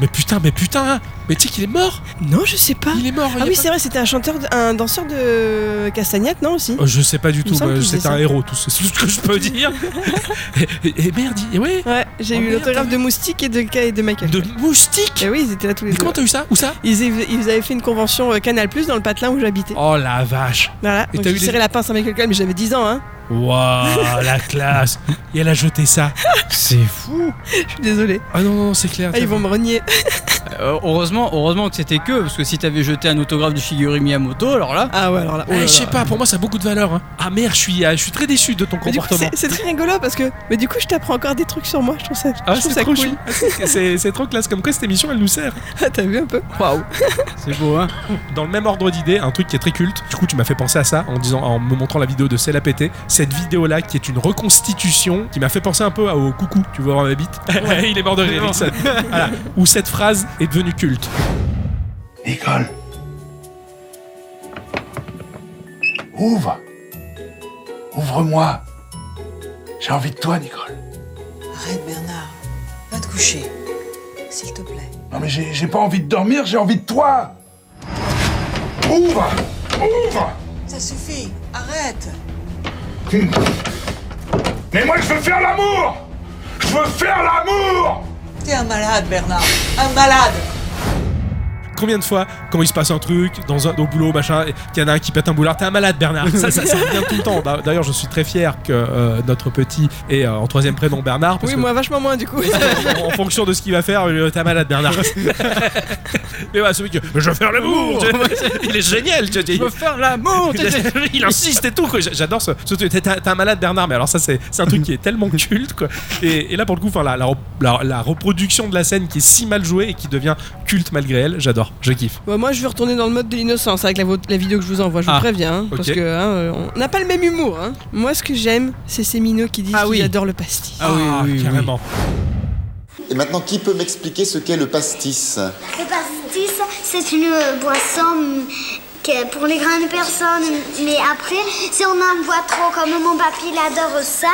[SPEAKER 2] Mais putain, mais putain hein. Mais tu sais qu'il est mort
[SPEAKER 1] Non, je sais pas.
[SPEAKER 2] Il est mort il y
[SPEAKER 1] Ah
[SPEAKER 2] a
[SPEAKER 1] oui,
[SPEAKER 2] pas-
[SPEAKER 1] c'est vrai, c'était un chanteur, de- un danseur de Castagnette, non aussi
[SPEAKER 2] Euh, Je sais pas du
[SPEAKER 1] me
[SPEAKER 2] tout,
[SPEAKER 1] semble
[SPEAKER 2] bah,
[SPEAKER 1] qu'il
[SPEAKER 2] c'est
[SPEAKER 1] faisait
[SPEAKER 2] un
[SPEAKER 1] ça.
[SPEAKER 2] héros, tout ça, c'est tout ce que je peux dire. et, et- et merde, il- et ouais
[SPEAKER 1] Ouais, j'ai
[SPEAKER 2] Oh
[SPEAKER 1] eu
[SPEAKER 2] merde,
[SPEAKER 1] l'autographe de Moustique et de, et de Michael.
[SPEAKER 2] De
[SPEAKER 1] Cull.
[SPEAKER 2] moustique
[SPEAKER 1] Et oui, ils étaient là tous les
[SPEAKER 2] Mais
[SPEAKER 1] deux.
[SPEAKER 2] comment t'as eu ça Où ça
[SPEAKER 1] Ils, ils avaient fait une convention euh, Canal Plus dans le patelin où j'habitais.
[SPEAKER 2] Oh la vache
[SPEAKER 1] Voilà,
[SPEAKER 2] Et
[SPEAKER 1] donc
[SPEAKER 2] t'as
[SPEAKER 1] j'ai
[SPEAKER 2] eu les-
[SPEAKER 1] serré la pince à Michael Cull, mais j'avais 10 ans, hein.
[SPEAKER 2] Waouh, la classe Et elle a jeté ça C'est fou
[SPEAKER 1] Je suis désolée.
[SPEAKER 2] Ah non, non, non, c'est clair.
[SPEAKER 1] Ah, ils vont me renier.
[SPEAKER 3] Euh, heureusement, heureusement que c'était que, parce que si t'avais jeté un autographe de Shigeru Miyamoto, alors là.
[SPEAKER 1] Ah ouais, alors là. oh
[SPEAKER 2] Eh,
[SPEAKER 1] là
[SPEAKER 2] je sais
[SPEAKER 1] là.
[SPEAKER 2] pas, pour moi ça a beaucoup de valeur. hein. Ah merde, je suis, ah, je suis très déçu de ton
[SPEAKER 1] Mais du coup,
[SPEAKER 2] comportement.
[SPEAKER 1] c'est- c'est très rigolo parce que. Mais du coup, je t'apprends encore des trucs sur moi, je trouve ça,
[SPEAKER 2] Ah,
[SPEAKER 1] je trouve
[SPEAKER 2] c'est
[SPEAKER 1] ça
[SPEAKER 2] trop,
[SPEAKER 1] cool.
[SPEAKER 2] chou. Ah, c'est- c'est- c'est trop classe. Comme quoi, cette émission, elle nous sert.
[SPEAKER 1] Ah, T'as vu un peu Waouh
[SPEAKER 3] C'est beau, hein.
[SPEAKER 2] Dans le même ordre d'idée, un truc qui est très culte. Du coup, tu m'as fait penser à ça en disant, en me montrant la vidéo de C'est la pété. Cette vidéo-là, qui est une reconstitution, qui m'a fait penser un peu à au coucou. Tu vois, ma bite. Il est mort de rire. Ixon. voilà. Où cette phrase est devenue culte.
[SPEAKER 7] Nicole. Ouvre. Ouvre-moi. J'ai envie de toi, Nicole.
[SPEAKER 9] Arrête Bernard, va te coucher, s'il te plaît.
[SPEAKER 7] Non mais j'ai j'ai pas envie de dormir, j'ai envie de toi. Ouvre. Ouvre.
[SPEAKER 9] Ça suffit, arrête
[SPEAKER 7] Mais moi je veux faire l'amour. Je veux faire l'amour.
[SPEAKER 9] T'es un malade Bernard, un malade
[SPEAKER 2] Combien de fois, quand il se passe un truc, dans un, au boulot, machin, et qu'il y en a un qui pète un boulard, t'es un malade, Bernard. Ça, ça, ça revient tout le temps. Bah, D'ailleurs, je suis très fier que euh, notre petit ait euh, en troisième prénom Bernard. Parce
[SPEAKER 1] Oui,
[SPEAKER 2] que
[SPEAKER 1] moi vachement moins du coup.
[SPEAKER 2] en, en fonction de ce qu'il va faire, euh, t'es un malade, Bernard. Mais ouais, celui qui je veux faire le bourg Il est génial, tu vois,
[SPEAKER 3] Je veux faire l'amour
[SPEAKER 2] il, il insiste et tout quoi. J'a- J'adore ce, ce truc. T'es un- t'es un malade Bernard, mais alors ça c'est c'est un truc qui est tellement culte quoi. Et, et là pour le coup, enfin la, la, la- la reproduction de la scène qui est si mal jouée et qui devient culte malgré elle, j'adore, je kiffe.
[SPEAKER 1] Ouais, moi, je veux retourner dans le mode de l'innocence avec la, vo- la vidéo que je vous envoie, je vous
[SPEAKER 2] Ah,
[SPEAKER 1] préviens. hein,
[SPEAKER 2] ok.
[SPEAKER 1] Parce que hein, euh, on n'a pas le même humour. hein. Moi, ce que j'aime, c'est ces minots qui disent
[SPEAKER 3] Ah oui.
[SPEAKER 1] qu'ils adorent le pastis.
[SPEAKER 3] Ah oui, oui, oui.
[SPEAKER 2] carrément.
[SPEAKER 10] Et maintenant, qui peut m'expliquer ce qu'est le pastis
[SPEAKER 11] Le pastis, c'est une euh, boisson hum, que- pour les grandes personnes. Mais après, si on en boit trop, comme mon papy, il adore ça,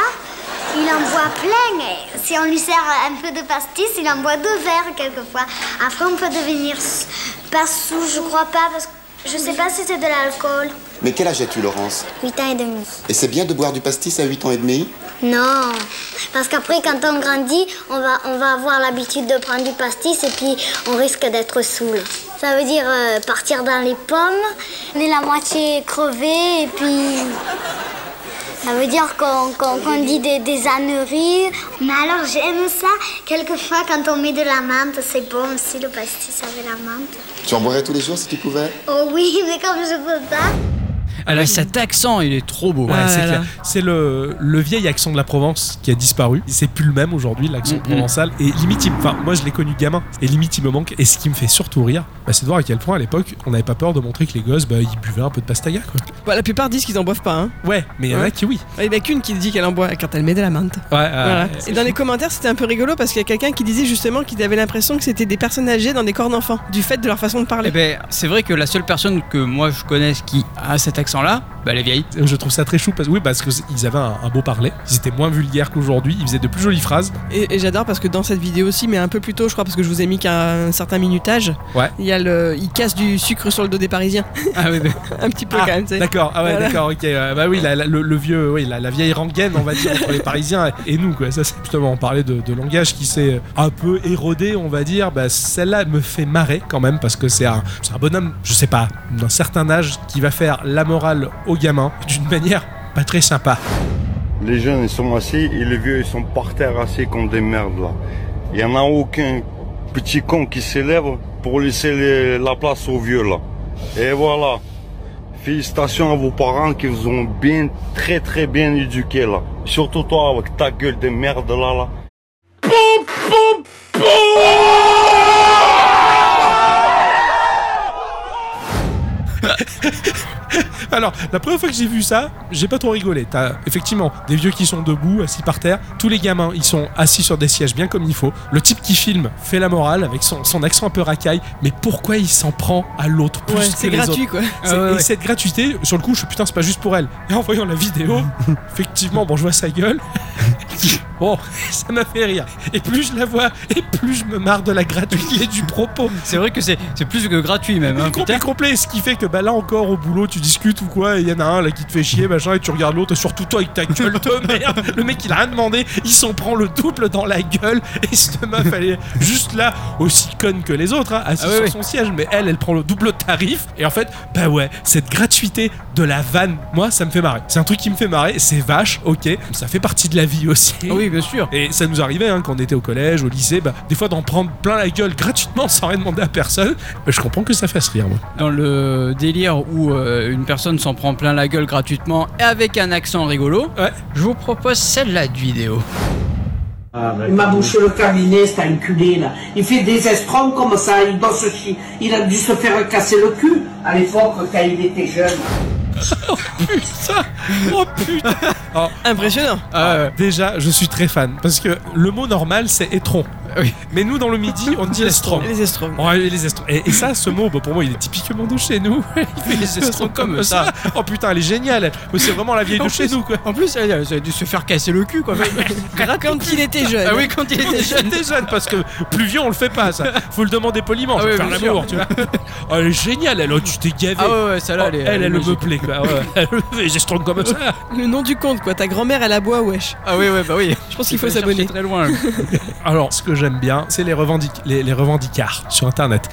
[SPEAKER 11] il en boit plein. Et si on lui sert un peu de pastis, il en boit deux verres quelquefois. Après, on peut devenir s- pas sous, je crois pas, parce que je sais pas si c'est de l'alcool.
[SPEAKER 10] Mais quel âge as-tu, Laurence
[SPEAKER 11] 8 ans et demi.
[SPEAKER 10] Et c'est bien de boire du pastis à 8 ans et demi
[SPEAKER 11] Non, parce qu'après, quand on grandit, on va, on va avoir l'habitude de prendre du pastis et puis on risque d'être saoul. Ça veut dire euh, partir dans les pommes, on est la moitié crevé et puis. Ça veut dire qu'on qu'on- qu'on dit des, des âneries. Mais alors j'aime ça. Quelquefois, quand on met de la menthe, c'est bon aussi le pastis avec la menthe.
[SPEAKER 10] Tu en boirais tous les jours si tu pouvais
[SPEAKER 11] Oh oui, mais comme je peux pas.
[SPEAKER 3] Avec cet accent, il est trop beau.
[SPEAKER 2] Ouais,
[SPEAKER 1] Ah
[SPEAKER 2] c'est
[SPEAKER 1] là
[SPEAKER 2] clair.
[SPEAKER 1] là.
[SPEAKER 2] C'est le, le vieil accent de la Provence qui a disparu. C'est plus le même aujourd'hui, l'accent
[SPEAKER 3] Mm, mm.
[SPEAKER 2] provençal. Et limite, il- enfin, moi je l'ai connu gamin. Et limite, il me manque. Et ce qui me fait surtout rire, bah, c'est de voir à quel point à l'époque, on n'avait pas peur de montrer que les gosses, bah, ils buvaient un peu de pastaga quoi.
[SPEAKER 1] Bah, la plupart disent qu'ils en boivent pas. hein.
[SPEAKER 2] Ouais, mais il y en a
[SPEAKER 1] Ouais. Ah,
[SPEAKER 2] qui oui.
[SPEAKER 1] Il n'y en a qu'une qui dit qu'elle en boit quand elle met de la menthe.
[SPEAKER 2] Ouais,
[SPEAKER 1] Voilà.
[SPEAKER 2] euh,
[SPEAKER 1] Et dans les commentaires, c'était un peu rigolo parce qu'il y a quelqu'un qui disait justement qu'il avait l'impression que c'était des personnes âgées dans des corps d'enfants, du fait de leur façon de
[SPEAKER 3] Eh
[SPEAKER 1] parler.
[SPEAKER 3] ben, c'est vrai que la seule personne que moi je connaisse qui a cet accent-là, bah, elle est vieille.
[SPEAKER 2] Je trouve ça très chou parce oui parce qu'ils avaient un, un beau parler, ils étaient moins vulgaires qu'aujourd'hui, ils faisaient de plus jolies phrases.
[SPEAKER 1] Et, et j'adore parce que dans cette vidéo aussi, mais un peu plus tôt, je crois, parce que je vous ai mis qu'un un certain minutage,
[SPEAKER 2] Ouais.
[SPEAKER 1] il y a le, il casse du sucre sur le dos des Parisiens,
[SPEAKER 3] Ah oui, bah,
[SPEAKER 1] un petit peu
[SPEAKER 2] Ah,
[SPEAKER 1] quand même. tu sais.
[SPEAKER 2] d'accord, ah ouais,
[SPEAKER 1] Voilà.
[SPEAKER 2] d'accord, ok. ouais. bah oui, la- la- le, le vieux, oui, la, la vieille rengaine, on va dire entre les Parisiens et, et nous quoi. Ça, c'est justement on parlait de, de langage qui s'est un peu érodé, on va dire. Bah celle-là me fait marrer quand même parce que c'est un, c'est un bonhomme, je sais pas, d'un certain âge qui va faire la morale aux gamins d'une manière pas très sympa.
[SPEAKER 10] Les jeunes, ils sont assis et les vieux, ils sont par terre assis comme des merdes, là. Il n'y en a aucun petit con qui s'élève pour laisser les- la place aux vieux, là. Et voilà. Félicitations à vos parents qui vous ont bien, très très bien éduqués, là. Surtout toi, avec ta gueule de merde, là, là.
[SPEAKER 2] Alors, la première fois que j'ai vu ça, j'ai pas trop rigolé. T'as effectivement des vieux qui sont debout, assis par terre. Tous les gamins, ils sont assis sur des sièges bien comme il faut. Le type qui filme fait la morale avec son, son accent un peu racaille. Mais pourquoi il s'en prend à l'autre plus
[SPEAKER 1] Ouais,
[SPEAKER 2] que
[SPEAKER 1] c'est
[SPEAKER 2] les autres
[SPEAKER 1] gratuit quoi.
[SPEAKER 2] C'est-
[SPEAKER 3] Ah ouais,
[SPEAKER 2] et
[SPEAKER 3] ouais.
[SPEAKER 2] cette gratuité, sur le coup, je suis putain, c'est pas juste pour elle. Et en voyant la vidéo, effectivement, bon, je vois sa gueule. bon, Oh, ça m'a fait rire. Et plus je la vois, et plus je me marre de la gratuité du propos.
[SPEAKER 3] c'est vrai que c'est c'est plus que gratuit même. hein,
[SPEAKER 2] Le complet
[SPEAKER 3] putain.
[SPEAKER 2] complet, ce qui fait que bah là encore au boulot tu discutes ou quoi, et il y en a un là qui te fait chier, machin, et tu regardes l'autre, et surtout toi avec ta gueule de merde, le mec il a rien demandé, il s'en prend le double dans la gueule, et cette meuf elle est juste là, aussi conne que les autres, hein, assise
[SPEAKER 3] Ah oui,
[SPEAKER 2] sur
[SPEAKER 3] oui.
[SPEAKER 2] son siège, mais elle elle prend le double tarif, et en fait, bah ouais, cette gratuité de la vanne, moi ça me fait marrer. C'est un truc qui me fait marrer, c'est vache, ok, ça fait partie de la vie aussi.
[SPEAKER 3] Ah Oui, bien sûr.
[SPEAKER 2] Et ça nous arrivait hein, quand on était au collège, au lycée, bah, des fois d'en prendre plein la gueule gratuitement sans rien demander à personne. Bah, je comprends que ça fasse rire, moi.
[SPEAKER 3] Dans le délire où euh, une personne s'en prend plein la gueule gratuitement et avec un accent rigolo,
[SPEAKER 2] Ouais.
[SPEAKER 3] je vous propose celle-là de vidéo.
[SPEAKER 8] Il m'a bouché le cabinet, cet enculé là. Il fait des escrocs comme ça, il doit se chier. Il a dû se faire casser le cul à l'époque quand il était jeune.
[SPEAKER 2] Putain Oh putain Oh.
[SPEAKER 1] Impressionnant.
[SPEAKER 2] Euh, Déjà, je suis très fan. Parce que le mot normal, c'est étron.
[SPEAKER 3] Oui.
[SPEAKER 2] Mais nous, dans le midi, on dit estron.
[SPEAKER 1] Les estromes.
[SPEAKER 2] Ouais, les estrons. Et, et ça, ce mot, bah, pour moi, il est typiquement de chez nous. Il fait
[SPEAKER 3] Les estrons comme ça.
[SPEAKER 2] Oh putain, elle est géniale. Mais c'est vraiment la vieille de
[SPEAKER 3] En
[SPEAKER 2] chez
[SPEAKER 3] plus-
[SPEAKER 2] nous, quoi.
[SPEAKER 3] En plus, elle, elle a dû se faire casser le cul quoi.
[SPEAKER 1] Quand il était jeune.
[SPEAKER 3] ah oui, quand il était jeune.
[SPEAKER 2] J'étais jeune parce que plus vieux on le fait pas ça. Faut le demander poliment,
[SPEAKER 3] Ah
[SPEAKER 2] je vais
[SPEAKER 3] oui,
[SPEAKER 2] faire
[SPEAKER 3] bien
[SPEAKER 2] l'amour, tu vois. Oh, elle est géniale, elle, oh, tu t'es gavé.
[SPEAKER 3] Ah ouais, ouais,
[SPEAKER 2] Oh,
[SPEAKER 3] celle-là, elle, est-
[SPEAKER 2] elle,
[SPEAKER 3] est
[SPEAKER 2] elle me
[SPEAKER 3] magique.
[SPEAKER 2] plaît quoi. Ouais, Elle les estrons comme ça.
[SPEAKER 1] Le nom du compte quoi. Ta grand-mère elle aboie wesh.
[SPEAKER 3] Ah oui, ouais, bah oui.
[SPEAKER 1] Je pense qu'il faut s'abonner.
[SPEAKER 3] très loin.
[SPEAKER 2] Alors, ce que j'aime bien, c'est les, revendic les, les revendicards sur internet.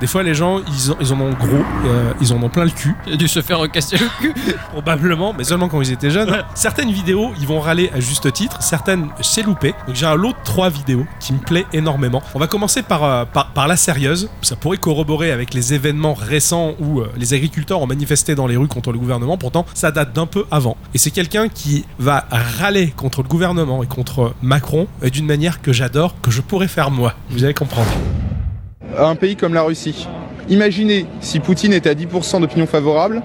[SPEAKER 2] Des fois, les gens, ils, en- ils en ont gros, euh, ils en ont plein le cul.
[SPEAKER 3] Il a dû se faire casser le cul.
[SPEAKER 2] Probablement, mais seulement quand ils étaient jeunes. hein Certaines vidéos, ils vont râler à juste titre. Certaines, c'est loupé. Donc j'ai un lot de trois vidéos qui me plaît énormément. On va commencer par, euh, par, par la sérieuse. Ça pourrait corroborer avec les événements récents où euh, les agriculteurs ont manifesté dans les rues contre le gouvernement. Pourtant, ça date d'un peu avant. Et c'est quelqu'un qui va râler contre le gouvernement et contre Macron et d'une manière que j'adore, que je pourrais faire moi. Vous allez comprendre.
[SPEAKER 12] à un pays comme la Russie. Imaginez si Poutine était à 10% d'opinion favorable,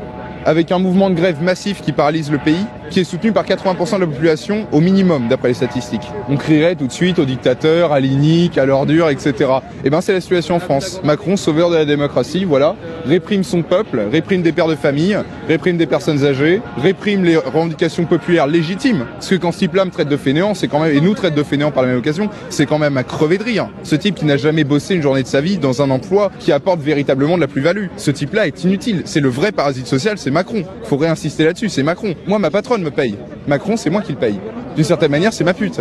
[SPEAKER 12] avec un mouvement de grève massif qui paralyse le pays, qui est soutenu par 80% de la population au minimum, d'après les statistiques. On crierait tout de suite aux dictateurs, à l'inique, à l'ordure, etc. Et bien c'est la situation en France. Macron, sauveur de la démocratie, voilà, réprime son peuple, réprime des pères de famille, réprime des personnes âgées, réprime les revendications populaires légitimes. Parce que quand ce type-là me traite de fainéant, c'est quand même, et nous traite de fainéant par la même occasion, c'est quand même à crever de rire. Ce type qui n'a jamais bossé une journée de sa vie dans un emploi qui apporte véritablement de la plus-value. Ce type-là est inutile. C'est le vrai parasite social, c'est Macron. Faut réinsister là-dessus, c'est Macron. Moi, ma patronne me paye. Macron, c'est moi qui le paye. D'une certaine manière, c'est ma pute.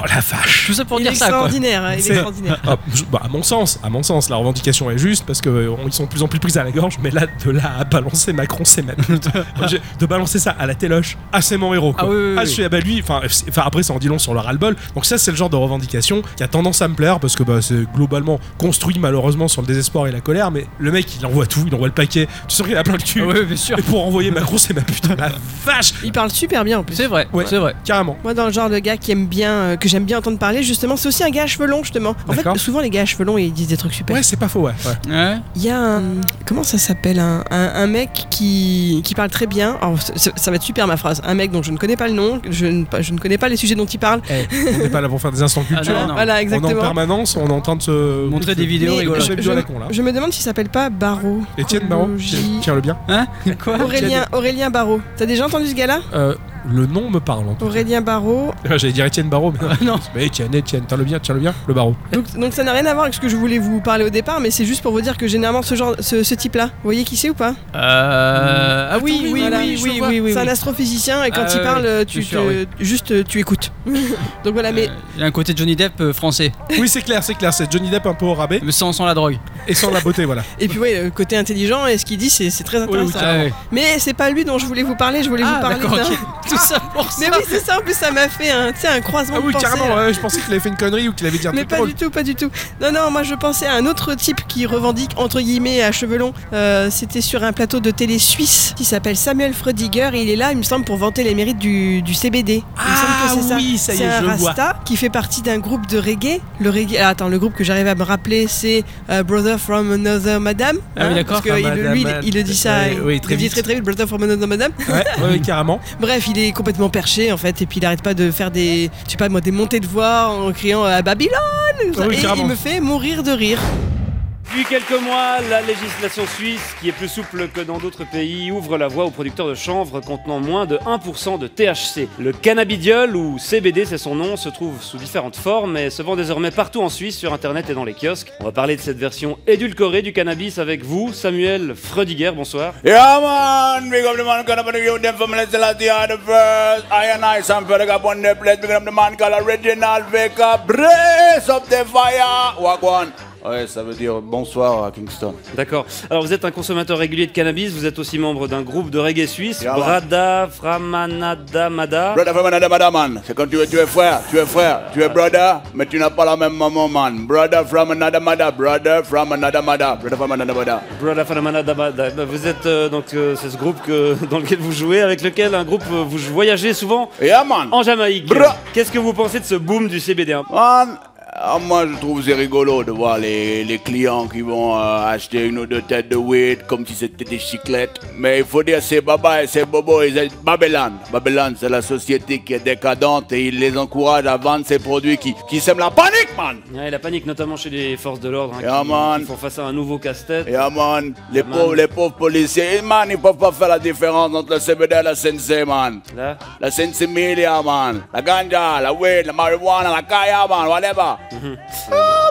[SPEAKER 2] Oh la vache
[SPEAKER 3] Tout ça pour
[SPEAKER 1] Il
[SPEAKER 3] dire
[SPEAKER 1] est
[SPEAKER 3] ça, quoi.
[SPEAKER 1] extraordinaire, hein, il est
[SPEAKER 2] C'est-
[SPEAKER 1] extraordinaire.
[SPEAKER 2] Ah, je- bah, à mon sens, à mon sens, la revendication est juste parce que euh, on- ils sont de plus en plus pris à la gorge, mais là, de là à balancer Macron, c'est ma pute. J'ai- de balancer ça à la téloche, ah c'est mon héros. Quoi.
[SPEAKER 3] Ah oui, oui, oui.
[SPEAKER 2] je suis ah bah lui. Enfin, euh, c'est- enfin, après ça en dit long sur le ras-le-bol. Donc ça, c'est le genre de revendication qui a tendance à me plaire parce que bah, c'est globalement construit malheureusement sur le désespoir et la colère. Mais le mec, il envoie tout, il envoie le paquet. Tu sens qu'il a plein de cul.
[SPEAKER 3] Ah oui, bien sûr.
[SPEAKER 2] Et pour envoyer Macron, c'est ma pute. La vache.
[SPEAKER 1] Il parle super bien en plus.
[SPEAKER 3] C'est vrai,
[SPEAKER 2] Ouais.
[SPEAKER 3] c'est vrai.
[SPEAKER 2] Carrément.
[SPEAKER 1] Moi, dans le genre de gars qui aime bien, euh, que j'aime bien entendre parler, justement, c'est aussi un gars à cheveux longs, justement. En fait,
[SPEAKER 2] D'accord.
[SPEAKER 1] souvent les gars à cheveux longs, ils disent des trucs super.
[SPEAKER 2] Ouais, c'est pas faux. Ouais. ouais.
[SPEAKER 3] Ouais.
[SPEAKER 1] Il y a un. Comment ça s'appelle un, un- un mec qui, qui parle très bien. Alors, c- c- ça va être super ma phrase. Un mec dont je ne connais pas le nom, je ne, je ne connais pas les sujets dont il parle.
[SPEAKER 2] Eh, on n'est pas là pour faire des instants culture. hein.
[SPEAKER 3] Ah non, non.
[SPEAKER 1] Voilà,
[SPEAKER 2] On est en
[SPEAKER 1] exactement.
[SPEAKER 2] permanence, on est en train de se
[SPEAKER 3] Montrer des vidéos
[SPEAKER 1] Mais
[SPEAKER 3] rigolotes.
[SPEAKER 2] je-
[SPEAKER 1] je,
[SPEAKER 2] vidéo à la con, là.
[SPEAKER 1] je me demande s'il s'appelle pas Barreau.
[SPEAKER 2] Étienne Barreau,
[SPEAKER 1] Chronologie.
[SPEAKER 2] tiens le bien.
[SPEAKER 3] Hein Quoi
[SPEAKER 1] Aurélien, Aurélien Barreau. T'as déjà entendu ce gars-là
[SPEAKER 2] Euh, le nom me parle en tout
[SPEAKER 1] Aurélien Barreau.
[SPEAKER 2] cas. J'allais dire Étienne Barreau, mais non.
[SPEAKER 3] Ah non.
[SPEAKER 2] Mais Étienne, Étienne, tiens le bien, tiens le bien, le Barreau.
[SPEAKER 1] Donc, donc ça n'a rien à voir avec ce que je voulais vous parler au départ, mais c'est juste pour vous dire que généralement ce genre, ce, ce type-là, vous voyez qui c'est ou pas
[SPEAKER 3] Euh, Ah oui, oui,
[SPEAKER 1] Voilà,
[SPEAKER 3] oui,
[SPEAKER 1] je
[SPEAKER 3] oui,
[SPEAKER 1] vois.
[SPEAKER 3] oui, oui.
[SPEAKER 1] C'est un astrophysicien et quand
[SPEAKER 3] Ah
[SPEAKER 1] il
[SPEAKER 3] oui,
[SPEAKER 1] parle, euh,
[SPEAKER 3] oui,
[SPEAKER 1] tu
[SPEAKER 3] bien sûr,
[SPEAKER 1] te-
[SPEAKER 3] oui.
[SPEAKER 1] juste euh, tu écoutes. donc voilà, mais
[SPEAKER 3] Euh, Il a un côté Johnny Depp euh, français,
[SPEAKER 2] Oui, c'est clair, c'est clair, c'est Johnny Depp un peu au rabais
[SPEAKER 3] mais sans, sans la drogue.
[SPEAKER 2] et sans la beauté, voilà.
[SPEAKER 1] et puis ouais, le côté intelligent et ce qu'il dit, c'est c'est très
[SPEAKER 2] oui,
[SPEAKER 1] intéressant.
[SPEAKER 3] Ah, ouais.
[SPEAKER 1] Mais c'est pas lui dont je voulais vous parler. Je voulais
[SPEAKER 3] Ah,
[SPEAKER 1] vous parler.
[SPEAKER 3] d'accord,
[SPEAKER 1] d'un-
[SPEAKER 3] ok. Tout ça pour ça.
[SPEAKER 1] Mais oui, c'est ça. En plus, ça m'a fait un, tu sais, un croisement
[SPEAKER 2] Ah
[SPEAKER 1] de
[SPEAKER 2] oui,
[SPEAKER 1] pensées,
[SPEAKER 2] carrément,
[SPEAKER 1] là.
[SPEAKER 2] ouais, je pensais qu'il avait fait une connerie ou qu'il avait dit un
[SPEAKER 1] Mais
[SPEAKER 2] truc
[SPEAKER 1] pas
[SPEAKER 2] drôle.
[SPEAKER 1] du tout, pas du tout. Non, non, moi je pensais à un autre type qui revendique entre guillemets à cheveux longs. Euh, C'était sur un plateau de télé suisse qui s'appelle Samuel Freudiger. Et il est là, il me semble, pour vanter les mérites du, du CBD. il me
[SPEAKER 2] Ah
[SPEAKER 1] semble que c'est
[SPEAKER 2] oui, ça y
[SPEAKER 1] C'est
[SPEAKER 2] est,
[SPEAKER 1] un
[SPEAKER 2] je vois.
[SPEAKER 1] rasta qui fait partie d'un groupe de reggae. Le reggae. alors, attends, le groupe que j'arrive à me rappeler, c'est euh, Brother from Another Madame. Hein,
[SPEAKER 3] Ah oui, d'accord.
[SPEAKER 1] Parce que
[SPEAKER 2] Enfin,
[SPEAKER 1] il-
[SPEAKER 2] Madame,
[SPEAKER 1] lui, il, il le dit ça.
[SPEAKER 2] euh, oui, très
[SPEAKER 1] il dit
[SPEAKER 2] vite.
[SPEAKER 1] très très vite Brother from Another Madame.
[SPEAKER 2] Ouais, ouais, carrément.
[SPEAKER 1] Bref, il est complètement perché en fait, et puis il arrête pas de faire des, je sais pas moi, des montées de voix en criant à Babylone.
[SPEAKER 2] Ah oui,
[SPEAKER 1] et
[SPEAKER 2] carrément.
[SPEAKER 1] il me fait mourir de rire.
[SPEAKER 13] Depuis quelques mois, la législation suisse, qui est plus souple que dans d'autres pays, ouvre la voie aux producteurs de chanvre contenant moins de 1% de THC. Le cannabidiol, ou CBD c'est son nom, se trouve sous différentes formes et se vend désormais partout en Suisse, sur internet et dans les kiosques. On va parler de cette version édulcorée du cannabis avec vous, Samuel Freudiger, bonsoir.
[SPEAKER 14] Yeah, man, big up the man called up on the youth, them from Leslie are the first. I and I, some fella got on the place, big up the man called Original Vicar, brace up the fire. Walk one. Ouais, ça veut dire bonsoir à Kingston.
[SPEAKER 13] D'accord. Alors vous êtes un consommateur régulier de cannabis, vous êtes aussi membre d'un groupe de reggae suisse,
[SPEAKER 14] Yeah, man.
[SPEAKER 13] Brada Framanada Mada.
[SPEAKER 14] Brother, frère, madame, madame, man. C'est comme tu es, tu es frère, tu es frère, tu es brother, mais tu n'as pas la même maman, man. Brother from another mother, brother from another mother, brother from another mother.
[SPEAKER 13] Brother Phenomena Daba- Daba- bah, Vous êtes euh, donc euh, c'est ce groupe que, dans lequel vous jouez, avec lequel un groupe euh, vous voyagez souvent
[SPEAKER 14] Yeah, man.
[SPEAKER 13] en Jamaïque.
[SPEAKER 14] Bra-
[SPEAKER 13] Qu'est-ce que vous pensez de ce boom du CBD hein
[SPEAKER 14] Man, ah, moi je trouve c'est rigolo de voir les, les clients qui vont euh, acheter une ou deux têtes de weed comme si c'était des chiclettes. Mais il faut dire c'est Baba et c'est Bobo et c'est Babylone. Babylone c'est la société qui est décadente et il les encourage à vendre ces produits qui, qui sèment la panique man
[SPEAKER 13] Ouais, La panique notamment chez les forces de l'ordre hein,
[SPEAKER 14] Yeah,
[SPEAKER 13] qui,
[SPEAKER 14] man.
[SPEAKER 13] qui font face à un nouveau casse-tête.
[SPEAKER 14] Yeah man, les,
[SPEAKER 13] Yeah, man.
[SPEAKER 14] pauvres, les pauvres policiers, eh, man, ils peuvent pas faire la différence entre le CBD et la CNC man.
[SPEAKER 13] Là.
[SPEAKER 14] La CNC Milia man, la ganja, la weed, la marijuana, la kaya man, whatever.
[SPEAKER 13] Mhm.
[SPEAKER 14] Ah,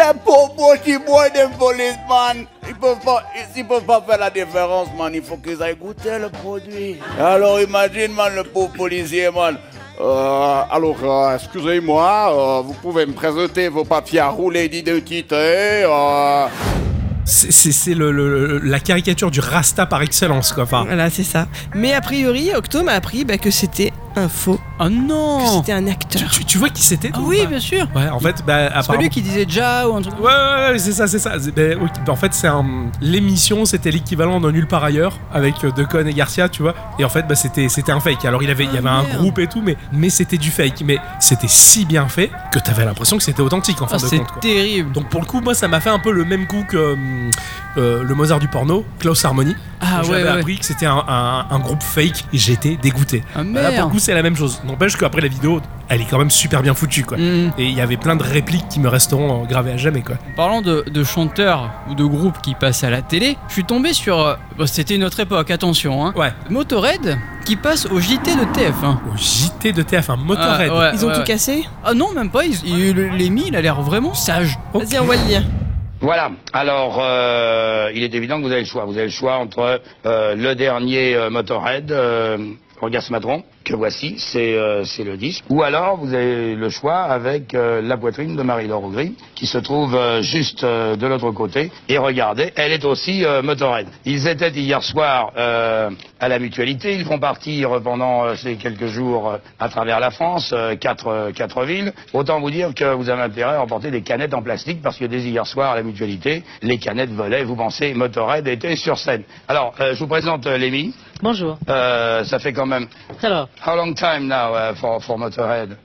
[SPEAKER 14] man, les pauvres petits boys de police, man. Ils peuvent pas, ils peuvent pas faire la différence, man. Il faut qu'ils aillent goûter le produit. Alors imagine, man, le pauvre policier, man.
[SPEAKER 15] Euh, alors, euh, excusez-moi, euh, vous pouvez me présenter vos papiers à rouler d'identité. euh,
[SPEAKER 2] C'est- C'est c'est le- le- le- la caricature du Rasta par excellence, quoi. Enfin,
[SPEAKER 1] Voilà, c'est ça. Mais a priori, Octome a appris bah, que c'était un faux.
[SPEAKER 3] Oh non
[SPEAKER 1] Que c'était un acteur.
[SPEAKER 2] Ah Tu, vois qui c'était
[SPEAKER 1] Ah
[SPEAKER 3] oui, bien sûr
[SPEAKER 2] ouais, en fait, bah,
[SPEAKER 3] C'est pas
[SPEAKER 2] apparemment-
[SPEAKER 3] lui qui disait déjà ou un truc
[SPEAKER 2] Ouais, ouais, ouais, c'est ça, c'est ça. C'est- ben, ok, ben, en fait, c'est un... l'émission, c'était l'équivalent d'un Nulle part ailleurs avec euh, Decon et Garcia, tu vois. Et en fait, bah, c'était c'était un fake. Alors, il, avait, il y avait
[SPEAKER 3] Ah,
[SPEAKER 2] un groupe et tout, mais, mais c'était du fake. Mais c'était si bien fait que t'avais l'impression que c'était authentique en fin
[SPEAKER 3] Ah,
[SPEAKER 2] de
[SPEAKER 3] c'est
[SPEAKER 2] compte. terrible. Donc, pour le coup, moi, ça m'a fait un peu le même coup que hum, euh, le Mozart du porno, Klaus Harmony.
[SPEAKER 3] Ah,
[SPEAKER 2] J'avais
[SPEAKER 3] ouais, ouais.
[SPEAKER 2] appris que c'était un, un- un groupe fake et j'étais dégoûté. Bah, Là, pour
[SPEAKER 3] Ah, merde.
[SPEAKER 2] le coup, c'est la même chose. N'empêche qu'après la vidéo, elle est quand même super bien foutue, quoi.
[SPEAKER 3] Mm.
[SPEAKER 2] Et il y avait plein de répliques qui me resteront euh, gravées à jamais, quoi.
[SPEAKER 3] En Parlant de, de chanteurs ou de groupes qui passent à la télé, je suis tombé sur. euh, bon, C'était une autre époque, attention. Hein.
[SPEAKER 2] Ouais.
[SPEAKER 3] Motorhead qui passe au JT de TF1.
[SPEAKER 2] Au JT de TF1, Motorhead.
[SPEAKER 1] Ils ont tout cassé
[SPEAKER 3] Ah non, même pas. Ils, ils- les mis, il a l'air vraiment sage.
[SPEAKER 1] Vas-y, envoie le lien.
[SPEAKER 16] Voilà, alors euh, il est évident que vous avez le choix. Vous avez le choix entre euh, le dernier euh, Motorhead, euh, Regarde ce matron, que voici, c'est euh, c'est le disque, ou alors vous avez le choix avec euh, la poitrine de Marie-Laure Augry, qui se trouve euh, juste euh, de l'autre côté, et regardez, elle est aussi euh, Motorhead. Ils étaient hier soir euh, à la mutualité, ils vont partir pendant euh, ces quelques jours euh, à travers la France, euh, quatre, euh, quatre villes. Autant vous dire que vous avez intérêt à emporter des canettes en plastique parce que dès hier soir à la mutualité, les canettes volaient, vous pensez, Motorhead était sur scène. Alors, euh, je vous présente euh, Lémi. Bonjour. ça fait quand même... Alors How long time now euh, for, for Motorhead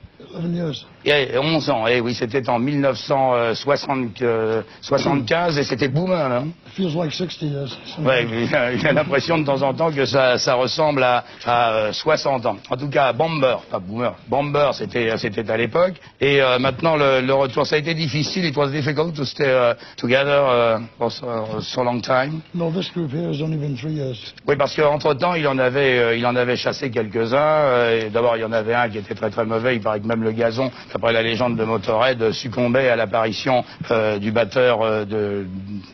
[SPEAKER 16] eh, 11 ans, eh oui, c'était en euh, 1975 euh, et c'était boomer, là.
[SPEAKER 17] Feels like 60 years.
[SPEAKER 16] Ouais, j'ai j'ai l'impression de temps en temps que ça, ça ressemble à, à, euh, 60 ans. En tout cas, Bomber, pas Boomer, Bomber, c'était euh, c'était à l'époque. Et euh, maintenant, le, le retour, ça a été difficile. It was difficult to stay euh, together euh, for so, so long time.
[SPEAKER 17] No, this group here has only been three years.
[SPEAKER 16] Oui, parce qu'entre temps, il en avait, euh, il en avait chassé quelques-uns. euh, et D'abord, il y en avait un qui était très très mauvais. Il paraît que même le gazon, d'après la légende de Motorhead, euh, succombait à l'apparition euh, du batteur euh, de-